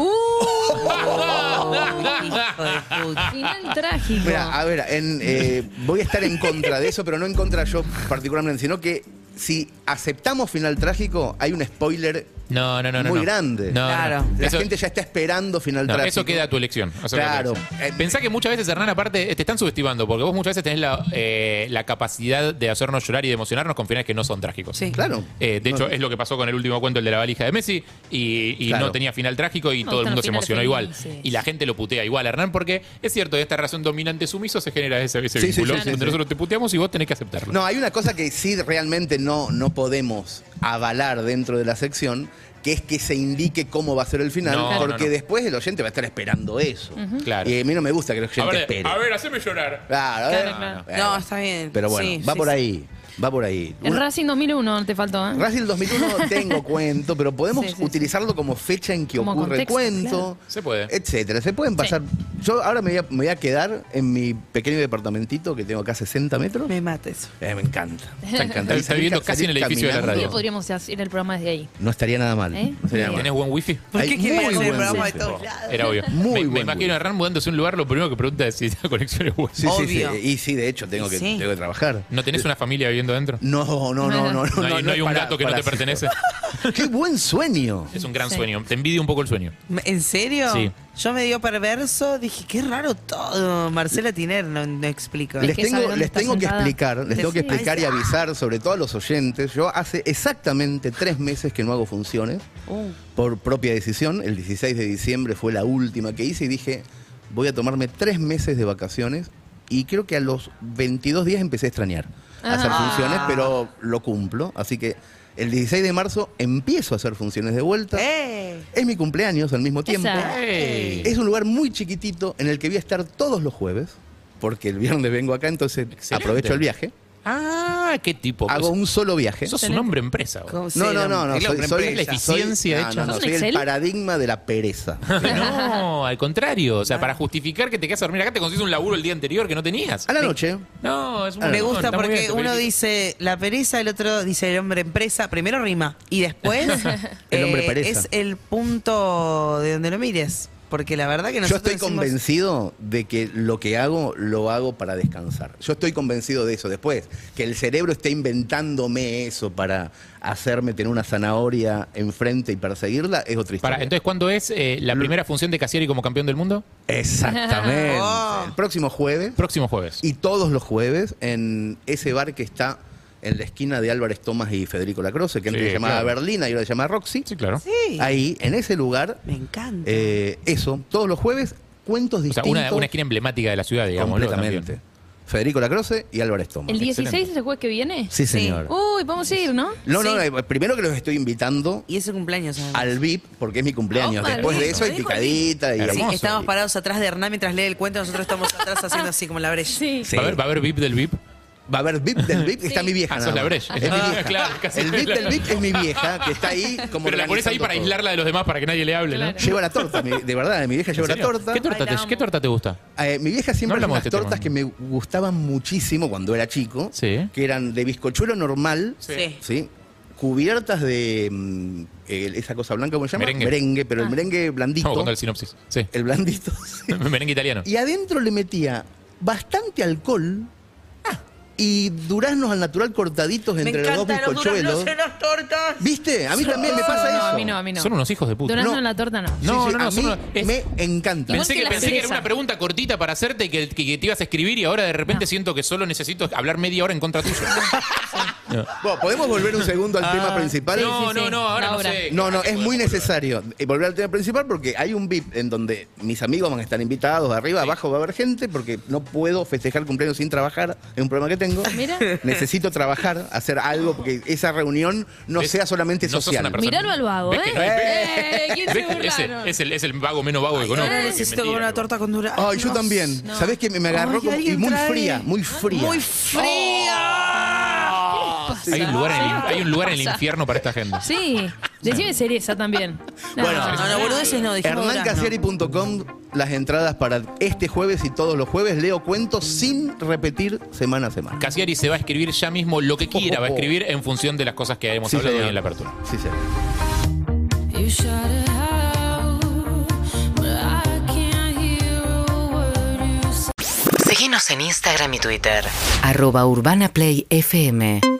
Speaker 7: Oh, Hijo de puta.
Speaker 5: Final trágico.
Speaker 8: Mira, a ver, en, eh, voy a estar en contra de eso, pero no en contra yo particularmente, sino que si aceptamos final trágico, hay un spoiler
Speaker 6: No, no, no, no.
Speaker 8: muy
Speaker 6: no.
Speaker 8: grande.
Speaker 6: No, no,
Speaker 7: Claro.
Speaker 6: no.
Speaker 8: La
Speaker 6: Eso-
Speaker 8: gente ya está esperando final
Speaker 6: No,
Speaker 8: trágico.
Speaker 6: eso queda a tu elección. eso queda a tu
Speaker 8: Claro.
Speaker 6: elección. Eh, Pensá que muchas veces, Hernán, aparte, eh, te están subestimando, porque vos muchas veces tenés la, eh, la capacidad de hacernos llorar y de emocionarnos con finales que no son trágicos.
Speaker 7: Sí.
Speaker 8: Claro.
Speaker 6: Eh, de hecho, es lo que pasó con el último cuento, el de la valija de Messi, y, y
Speaker 8: Claro.
Speaker 6: no tenía final trágico y
Speaker 5: Me
Speaker 6: todo el
Speaker 5: gustan
Speaker 6: mundo
Speaker 5: los
Speaker 6: se emocionó igual.
Speaker 5: finales felices.
Speaker 6: Y la gente lo putea igual, Hernán, porque es cierto, de esta razón dominante sumiso se genera ese, ese
Speaker 8: Sí, sí,
Speaker 6: vínculo
Speaker 8: sí, sí,
Speaker 6: donde
Speaker 8: sí.
Speaker 6: nosotros te puteamos y vos tenés que aceptarlo.
Speaker 8: No, hay una cosa que sí realmente no, no podemos avalar dentro de la sección, que es que se indique cómo va a ser el final,
Speaker 6: No, no,
Speaker 8: porque
Speaker 6: no.
Speaker 8: después el oyente va a estar esperando eso.
Speaker 6: Claro.
Speaker 8: Y a mí no me gusta que el oyente
Speaker 6: a, ver,
Speaker 8: espere.
Speaker 6: a ver, haceme llorar.
Speaker 8: Claro, eh. a ver.
Speaker 5: Claro, claro.
Speaker 8: Bueno,
Speaker 7: No, está bien.
Speaker 8: Pero bueno,
Speaker 7: Sí,
Speaker 8: va
Speaker 7: sí,
Speaker 8: por
Speaker 7: sí.
Speaker 8: ahí, va por ahí.
Speaker 5: El
Speaker 8: Una-
Speaker 5: Racing 2001 te faltó, ¿eh?
Speaker 8: Racing 2001 tengo cuento, pero podemos
Speaker 5: Sí, sí, sí.
Speaker 8: utilizarlo como fecha en que
Speaker 5: Como
Speaker 8: ocurre
Speaker 5: contexto,
Speaker 8: el cuento,
Speaker 6: Se puede.
Speaker 8: etcétera. Se pueden pasar. Yo ahora me voy, a, me voy a quedar en mi pequeño departamentito que tengo acá a 60 metros.
Speaker 7: Me mata eso.
Speaker 8: Eh, me encanta.
Speaker 6: Te encanta.
Speaker 8: Y
Speaker 6: Está
Speaker 8: salir-
Speaker 6: viviendo
Speaker 8: salir
Speaker 6: casi en el edificio de la
Speaker 8: caminando.
Speaker 5: Yo
Speaker 6: radio.
Speaker 5: podríamos hacer el programa desde ahí.
Speaker 8: No estaría nada mal.
Speaker 5: ¿Eh?
Speaker 8: No estaría nada mal.
Speaker 6: ¿Tenés buen wifi?
Speaker 7: ¿Por
Speaker 8: Hay
Speaker 7: qué querías hacer
Speaker 8: muy
Speaker 7: el
Speaker 8: buen
Speaker 7: programa de
Speaker 8: wifi.
Speaker 7: todos lados?
Speaker 6: Era obio.
Speaker 8: Muy
Speaker 6: me,
Speaker 8: buen
Speaker 6: me imagino
Speaker 8: wifi.
Speaker 6: a Hernán mudándose a un lugar, lo primero que pregunta es si la conexión es buena.
Speaker 8: Sí, sí, sí.
Speaker 7: Obvio.
Speaker 8: Y sí, de hecho, tengo
Speaker 7: Y
Speaker 8: que,
Speaker 7: sí.
Speaker 8: tengo que trabajar.
Speaker 6: ¿No tenés una familia viviendo adentro?
Speaker 8: No, no, no, no. No, no,
Speaker 6: No hay, no
Speaker 8: no
Speaker 6: hay
Speaker 8: es
Speaker 6: un
Speaker 8: para-
Speaker 6: gato que no
Speaker 8: para
Speaker 6: te
Speaker 8: hacer.
Speaker 6: pertenece.
Speaker 8: ¡Qué buen sueño!
Speaker 6: Es un gran
Speaker 5: Sí.
Speaker 6: sueño. Te envidio un poco el sueño.
Speaker 7: ¿En serio?
Speaker 6: Sí.
Speaker 7: Yo me dio perverso, dije, qué raro todo. Marcela Tiner no, no explica.
Speaker 8: Les
Speaker 5: que sabe
Speaker 8: tengo,
Speaker 5: dónde
Speaker 8: les
Speaker 5: está
Speaker 8: tengo que
Speaker 5: sentada.
Speaker 8: explicar, les tengo que
Speaker 5: Sí.
Speaker 8: explicar y avisar, sobre todo a los oyentes. Yo hace exactamente tres meses que no hago funciones por propia decisión. El 16 de diciembre fue la última que hice y dije, voy a tomarme tres meses de vacaciones. Y creo que a los 22 días empecé a extrañar a hacer
Speaker 5: Ah.
Speaker 8: funciones, pero lo cumplo. Así que el 16 de marzo empiezo a hacer funciones de vuelta.
Speaker 7: ¡Eh!
Speaker 8: Es mi cumpleaños al mismo tiempo.
Speaker 5: Esa.
Speaker 6: ¡Ey!
Speaker 8: Es un lugar muy chiquitito en el que voy a estar todos los jueves, porque el viernes vengo acá, entonces
Speaker 6: Excelente.
Speaker 8: aprovecho el viaje.
Speaker 6: Ah, qué tipo.
Speaker 8: Hago un solo viaje.
Speaker 6: Sos un hombre empresa. vos.
Speaker 7: ¿Cómo se
Speaker 8: No, no,
Speaker 7: llama?
Speaker 8: no, no.
Speaker 7: El
Speaker 8: Soy,
Speaker 7: hombre
Speaker 8: soy-
Speaker 6: empresa.
Speaker 8: soy-
Speaker 6: Eficiencia Ah,
Speaker 8: no,
Speaker 6: hecha.
Speaker 8: no, no,
Speaker 5: ¿Sos un
Speaker 8: soy el
Speaker 5: Excel?
Speaker 8: paradigma de la pereza.
Speaker 6: No, al contrario. O
Speaker 7: Ah.
Speaker 6: sea, para justificar que te quedas a dormir acá, te consigues un laburo el día anterior que no tenías.
Speaker 8: A la noche.
Speaker 6: No, es un
Speaker 7: Me
Speaker 6: montón,
Speaker 7: gusta
Speaker 6: está muy bien,
Speaker 7: porque
Speaker 6: te
Speaker 7: uno
Speaker 6: felicito.
Speaker 7: dice la pereza, el otro dice el hombre empresa. Primero rima y después eh,
Speaker 8: El hombre pereza.
Speaker 7: es el punto de donde lo mires. Porque la verdad que
Speaker 8: Yo
Speaker 7: nosotros
Speaker 8: estoy
Speaker 7: decimos-
Speaker 8: convencido de que lo que hago, lo hago para descansar. Yo estoy convencido de eso. Después, que el cerebro esté inventándome eso para hacerme tener una zanahoria enfrente y perseguirla, es otra
Speaker 6: Para,
Speaker 8: historia.
Speaker 6: entonces, ¿cuándo es eh,
Speaker 8: Mm.
Speaker 6: la primera función de Casieri como campeón del mundo?
Speaker 8: Exactamente.
Speaker 7: Oh.
Speaker 8: El próximo jueves.
Speaker 6: Próximo jueves.
Speaker 8: Y todos los jueves en ese bar que está en la esquina de Álvarez Tomás y Federico Lacroce, que antes
Speaker 6: Sí,
Speaker 8: se llamaba
Speaker 6: claro.
Speaker 8: Berlina y ahora se llama Roxy.
Speaker 6: Sí, claro.
Speaker 7: Sí,
Speaker 8: Ahí, en ese lugar,
Speaker 7: me encanta.
Speaker 8: eh, eso, todos los jueves, cuentos
Speaker 6: O sea,
Speaker 8: distintos.
Speaker 6: una, una esquina emblemática de la ciudad, digamos. ¿no?
Speaker 8: completamente.
Speaker 6: También.
Speaker 8: Federico Lacroce y Álvarez Thomas.
Speaker 5: ¿El 16 es el jueves que viene?
Speaker 8: Sí, señor.
Speaker 7: Uh,
Speaker 5: Uy, vamos a ir, ¿no?
Speaker 8: No, no, eh, primero que los estoy invitando
Speaker 7: Y es el cumpleaños. además.
Speaker 8: al VIP, porque es mi cumpleaños.
Speaker 7: Vamos al
Speaker 8: Después de
Speaker 7: VIP,
Speaker 8: eso hay
Speaker 7: ¿no?
Speaker 8: picadita y
Speaker 7: eh, Sí,
Speaker 8: hermoso.
Speaker 7: estamos parados atrás de Hernán mientras lee el cuento, nosotros estamos atrás haciendo así como la brecha.
Speaker 8: Sí.
Speaker 6: ¿Va, a haber, ¿Va a haber VIP del VIP?
Speaker 8: Va a haber VIP del VIP, está mi vieja.
Speaker 6: Ah,
Speaker 8: nada
Speaker 6: sos la
Speaker 8: más.
Speaker 6: Breche.
Speaker 8: Es mi
Speaker 6: Ah,
Speaker 8: vieja.
Speaker 6: claro, casi
Speaker 8: el VIP
Speaker 6: la-
Speaker 8: del VIP es mi vieja, que está ahí como.
Speaker 6: Pero la pones ahí
Speaker 8: organizando
Speaker 6: para
Speaker 8: todo.
Speaker 6: aislarla de los demás, para que nadie le hable, ¿no?
Speaker 8: Lleva la torta, mi- de verdad, mi vieja
Speaker 6: ¿En
Speaker 8: lleva la
Speaker 6: serio?
Speaker 8: torta.
Speaker 6: ¿Qué torta, te, ¿Qué torta te gusta?
Speaker 8: Eh, mi vieja
Speaker 6: No
Speaker 8: siempre hacía
Speaker 6: hablamos
Speaker 8: unas
Speaker 6: de este
Speaker 8: tortas que me gustaban muchísimo cuando era chico, que eran de bizcochuelo normal,
Speaker 7: Sí.
Speaker 8: ¿sí? cubiertas de mm, eh, esa cosa blanca, ¿cómo se llama?
Speaker 6: Merengue.
Speaker 8: pero
Speaker 6: Ah.
Speaker 8: el merengue
Speaker 6: No,
Speaker 8: blandito.
Speaker 6: cuando el sinopsis. Sí.
Speaker 8: el blandito.
Speaker 6: Merengue italiano.
Speaker 8: Y adentro le metía bastante alcohol y duraznos al natural cortaditos entre los dos bizcochuelos.
Speaker 7: las tortas.
Speaker 8: ¿Viste? A mí también me pasa
Speaker 5: No,
Speaker 8: eso.
Speaker 5: a mí no, a mí no.
Speaker 6: Son unos hijos de puta.
Speaker 5: Durazno
Speaker 6: No.
Speaker 5: en la torta no.
Speaker 6: No,
Speaker 8: Sí, sí,
Speaker 6: no, no,
Speaker 8: a
Speaker 6: son
Speaker 8: mí
Speaker 6: unos- es-
Speaker 8: me encanta.
Speaker 6: Pensé que,
Speaker 5: la
Speaker 6: pensé que era
Speaker 5: cereza.
Speaker 6: una pregunta cortita para hacerte y que, que te ibas a escribir y ahora de repente siento que solo necesito hablar media hora en contra tuyo.
Speaker 8: Bueno, ¿Podemos volver un segundo al tema principal?
Speaker 6: Ah, No, no, no, ahora
Speaker 5: la
Speaker 6: no
Speaker 5: obra.
Speaker 6: sé. Ah,
Speaker 8: No, no, es muy necesario eh, volver al tema principal porque hay un VIP en donde mis amigos van a estar invitados, arriba, abajo va a haber gente porque no puedo festejar cumpleaños sin trabajar, es un problema que tengo.
Speaker 5: Mira.
Speaker 8: Necesito trabajar, hacer algo porque esa reunión no sea solamente
Speaker 6: No sos
Speaker 8: social.
Speaker 6: una persona-
Speaker 5: Miralo al vago, ¿eh?
Speaker 6: ¿Ves que no hay-
Speaker 5: ¡Eh! ¿Quién se
Speaker 6: ¿Ves? Ese-
Speaker 5: burlaron?
Speaker 6: es, el, es el vago menos vago que conozco.
Speaker 7: Ahora
Speaker 6: Qué
Speaker 7: necesito
Speaker 6: mentira,
Speaker 7: comer una
Speaker 6: que-
Speaker 7: torta con duraznos.
Speaker 8: Ay, yo también.
Speaker 5: No.
Speaker 8: ¿Sabés que me, me
Speaker 7: Ay,
Speaker 8: agarró como- y
Speaker 7: alguien
Speaker 8: muy
Speaker 7: trae-
Speaker 8: fría, muy fría?
Speaker 7: Muy fría.
Speaker 6: Hay un lugar en el, hay un lugar en el
Speaker 5: Pasa.
Speaker 6: infierno para esta gente.
Speaker 5: Sí, decime cereza también. No,
Speaker 8: Bueno,
Speaker 5: no,
Speaker 7: No, no, boludeces no, dijimos durazno.
Speaker 8: HernánCasieri.com las entradas para este jueves y todos los jueves leo cuentos sin repetir semana a semana.
Speaker 6: Casiari se va a escribir ya mismo lo que quiera, va a escribir en función de las cosas que hemos
Speaker 8: Sí,
Speaker 6: hablado
Speaker 8: señor.
Speaker 6: hoy en la apertura.
Speaker 8: Sí, sí.
Speaker 3: You shouted out, but I can't hear a word you say.
Speaker 14: Seguinos en Instagram y Twitter.
Speaker 15: Arroba Urbana Play FM.